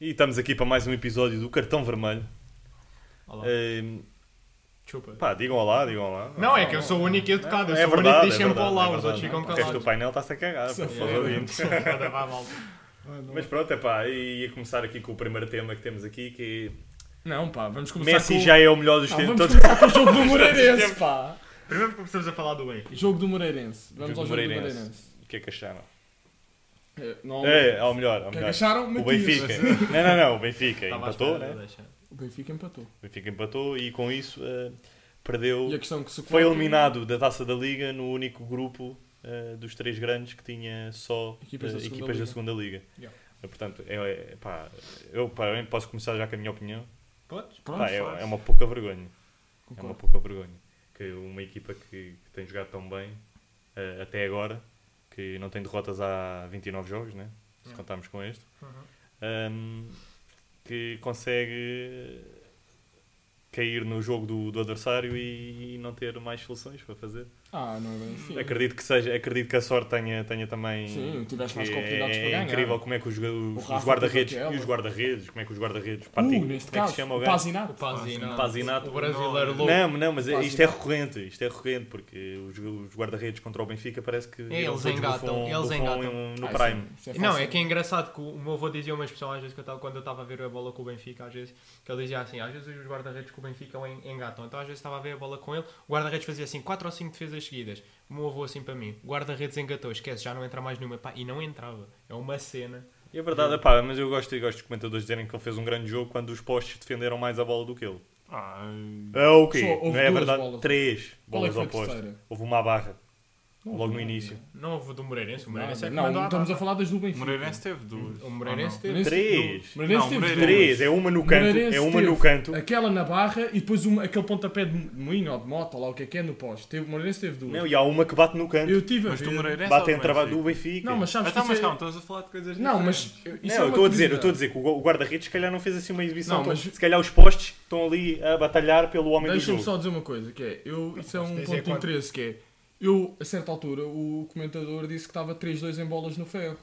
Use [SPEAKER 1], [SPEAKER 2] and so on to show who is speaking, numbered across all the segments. [SPEAKER 1] E estamos aqui para mais um episódio do Cartão Vermelho.
[SPEAKER 2] Olá.
[SPEAKER 1] Eh,
[SPEAKER 2] Chupa.
[SPEAKER 1] pá, digam olá, digam olá.
[SPEAKER 2] Não, é que eu sou o único educado, eu
[SPEAKER 1] É
[SPEAKER 2] sou o único
[SPEAKER 1] verdade,
[SPEAKER 2] que
[SPEAKER 1] é
[SPEAKER 2] deixa sempre
[SPEAKER 1] verdade,
[SPEAKER 2] olá,
[SPEAKER 1] é
[SPEAKER 2] os outros
[SPEAKER 1] verdade.
[SPEAKER 2] ficam
[SPEAKER 1] O resto do
[SPEAKER 2] calados.
[SPEAKER 1] painel está-se a cagar. pô, os ouvintes.
[SPEAKER 2] Foda, vá, malta.
[SPEAKER 1] Mas pronto, é pá, e ia começar aqui com o primeiro tema que temos aqui, que
[SPEAKER 3] Não, pá, vamos começar
[SPEAKER 1] Messi
[SPEAKER 3] com...
[SPEAKER 1] já é o melhor dos
[SPEAKER 3] Pá,
[SPEAKER 1] tempos
[SPEAKER 3] Ah, vamos
[SPEAKER 1] todos.
[SPEAKER 3] começar com o jogo do Moreirense, pá.
[SPEAKER 2] Primeiro começamos a falar do Benfica.
[SPEAKER 3] Jogo do Moreirense. Vamos
[SPEAKER 1] Jogo
[SPEAKER 3] ao
[SPEAKER 1] do
[SPEAKER 3] jogo
[SPEAKER 1] Moreirense.
[SPEAKER 3] do Moreirense.
[SPEAKER 1] O que é que acharam?
[SPEAKER 3] Eh, Não,
[SPEAKER 1] É, ao melhor, ao
[SPEAKER 3] o que é que
[SPEAKER 1] melhor.
[SPEAKER 3] acharam?
[SPEAKER 1] O
[SPEAKER 3] Matias.
[SPEAKER 1] Benfica. Não, não, não, o Benfica
[SPEAKER 2] Estava à
[SPEAKER 1] empatou,
[SPEAKER 2] espera,
[SPEAKER 1] né?
[SPEAKER 2] deixa.
[SPEAKER 3] O Benfica empatou.
[SPEAKER 1] O Benfica empatou e com isso eh, perdeu.
[SPEAKER 3] E a questão que se
[SPEAKER 1] Foi
[SPEAKER 3] coloca-
[SPEAKER 1] eliminado da taça da Liga no único grupo eh, dos três grandes que tinha só
[SPEAKER 3] Equipas da
[SPEAKER 1] eh,
[SPEAKER 3] segunda
[SPEAKER 1] equipas da
[SPEAKER 3] liga.
[SPEAKER 1] segunda Liga.
[SPEAKER 3] Yeah.
[SPEAKER 1] Eh, Portanto, é, é, pá, eu pá, eu posso começar já com a minha opinião.
[SPEAKER 2] Podes?
[SPEAKER 3] Pronto,
[SPEAKER 1] Pá, é,
[SPEAKER 3] faz.
[SPEAKER 1] é uma pouca vergonha. É uma
[SPEAKER 3] Concordo.
[SPEAKER 1] pouca vergonha. Que uma equipa que, que tem jogado tão bem eh, até agora, que não tem derrotas há 29 jogos, né? se
[SPEAKER 3] Hum.
[SPEAKER 2] Yeah.
[SPEAKER 1] contarmos com este,
[SPEAKER 2] Uhum.
[SPEAKER 1] ehm, que consegue cair no jogo do, do adversário e, e não ter mais soluções para fazer.
[SPEAKER 3] Ah, não é bem assim.
[SPEAKER 1] Acredito que, seja, acredito que a sorte tenha, tenha também.
[SPEAKER 3] Sim, tiveste
[SPEAKER 1] que
[SPEAKER 3] mais oportunidades
[SPEAKER 1] é,
[SPEAKER 3] para ganhar.
[SPEAKER 1] incrível como é que os, joga- os- os
[SPEAKER 3] Rafa
[SPEAKER 1] guarda-redes
[SPEAKER 3] fez aquela.
[SPEAKER 1] e os guarda-redes, como é que os guarda-redes
[SPEAKER 3] Uh,
[SPEAKER 1] partem-
[SPEAKER 3] neste
[SPEAKER 1] como é que
[SPEAKER 3] caso,
[SPEAKER 1] se chama o
[SPEAKER 3] o
[SPEAKER 1] gajo?
[SPEAKER 3] Pazinato.
[SPEAKER 2] O Pazinato.
[SPEAKER 1] Pazinato.
[SPEAKER 2] O brasileiro louco.
[SPEAKER 1] Não, não, mas é- isto é
[SPEAKER 3] Quase.
[SPEAKER 1] recorrente, isto é recorrente, porque os, os guarda-redes contra o Benfica parece que viram
[SPEAKER 2] Eles
[SPEAKER 1] todos
[SPEAKER 2] engatam,
[SPEAKER 1] bufão-
[SPEAKER 2] eles
[SPEAKER 1] bufão
[SPEAKER 2] engatam.
[SPEAKER 1] em- um, no
[SPEAKER 3] Ah,
[SPEAKER 1] Prime.
[SPEAKER 3] isso é- isso
[SPEAKER 2] não,
[SPEAKER 3] fácil.
[SPEAKER 2] é que é engraçado que o meu avô dizia uma expressão às vezes que eu tava, quando eu estava a ver a bola com o Benfica, às vezes, que ele dizia assim, às vezes os guarda-redes com o Benfica en- engatam. Então às vezes estava a ver a bola com ele, o guarda-redes fazia assim 4 ou 5 defesas seguidas. O meu avô assim para mim, o guarda-redes engatou, esquece, já não entra mais nenhuma. Pá, e não entrava. É uma cena.
[SPEAKER 1] E a verdade,
[SPEAKER 3] Uhum.
[SPEAKER 1] é pá, mas eu gosto, eu gosto dos comentadores dizerem que ele fez um grande jogo quando os postes defenderam mais a bola do que ele. É o quê?
[SPEAKER 3] Só houve
[SPEAKER 1] Não é
[SPEAKER 3] duas
[SPEAKER 1] verdade?
[SPEAKER 3] bolas.
[SPEAKER 1] Três
[SPEAKER 3] Qual é
[SPEAKER 1] bolas
[SPEAKER 3] que foi
[SPEAKER 1] ao
[SPEAKER 3] a
[SPEAKER 1] poste.
[SPEAKER 3] terceira?
[SPEAKER 1] Houve uma à barra,
[SPEAKER 3] Não,
[SPEAKER 1] logo no
[SPEAKER 3] não,
[SPEAKER 1] início.
[SPEAKER 2] Não houve do Moreirense, o
[SPEAKER 3] Não,
[SPEAKER 2] Moreirense é que
[SPEAKER 3] não,
[SPEAKER 2] mandou à
[SPEAKER 3] estamos a Ah,
[SPEAKER 2] barra.
[SPEAKER 3] falar das do
[SPEAKER 4] O
[SPEAKER 3] Benfica.
[SPEAKER 4] Moreirense teve duas.
[SPEAKER 2] O Moreirense
[SPEAKER 4] Ou
[SPEAKER 2] teve.
[SPEAKER 3] Moreirense
[SPEAKER 1] Três.
[SPEAKER 3] teve- Moreirense
[SPEAKER 4] Não,
[SPEAKER 3] teve duas.
[SPEAKER 4] Moreirense.
[SPEAKER 1] Três, é uma no canto,
[SPEAKER 3] Moreirense
[SPEAKER 1] é uma no
[SPEAKER 3] teve
[SPEAKER 1] canto.
[SPEAKER 3] Aquela na barra e depois um- aquele pontapé de moinho ou de moto, ou lá o que é que é, no poste. Teve, o Moreirense teve duas.
[SPEAKER 1] Não, e há uma que bate no canto.
[SPEAKER 3] Eu tive a
[SPEAKER 4] Mas
[SPEAKER 3] ver.
[SPEAKER 4] do Moreirense.
[SPEAKER 1] Bate
[SPEAKER 4] ou
[SPEAKER 1] entre a barra do
[SPEAKER 4] Benfica?
[SPEAKER 1] Benfica.
[SPEAKER 3] Não, mas sabes
[SPEAKER 4] Ah, tá,
[SPEAKER 3] que
[SPEAKER 4] mas
[SPEAKER 3] isso é-
[SPEAKER 4] calma, estamos a falar de coisas
[SPEAKER 3] Não, mas
[SPEAKER 4] diferentes.
[SPEAKER 3] isso
[SPEAKER 1] Não,
[SPEAKER 3] é
[SPEAKER 1] eu
[SPEAKER 3] uma
[SPEAKER 1] estou a dizer, eu estou a
[SPEAKER 3] curiosidade.
[SPEAKER 1] dizer que o go- o guarda-redes se calhar não fez assim uma exibição.
[SPEAKER 3] Não,
[SPEAKER 1] tão-
[SPEAKER 3] mas-
[SPEAKER 1] Se calhar os postes estão ali a batalhar pelo homem do
[SPEAKER 3] Deixa-me
[SPEAKER 1] jogo.
[SPEAKER 3] só dizer uma coisa, que é, eu, isso é
[SPEAKER 2] posso
[SPEAKER 3] um
[SPEAKER 2] dizer
[SPEAKER 3] ponto de
[SPEAKER 2] quanto-
[SPEAKER 3] interesse, que é, eu, a certa altura, o comentador disse que estava 3-2 em bolas no ferro.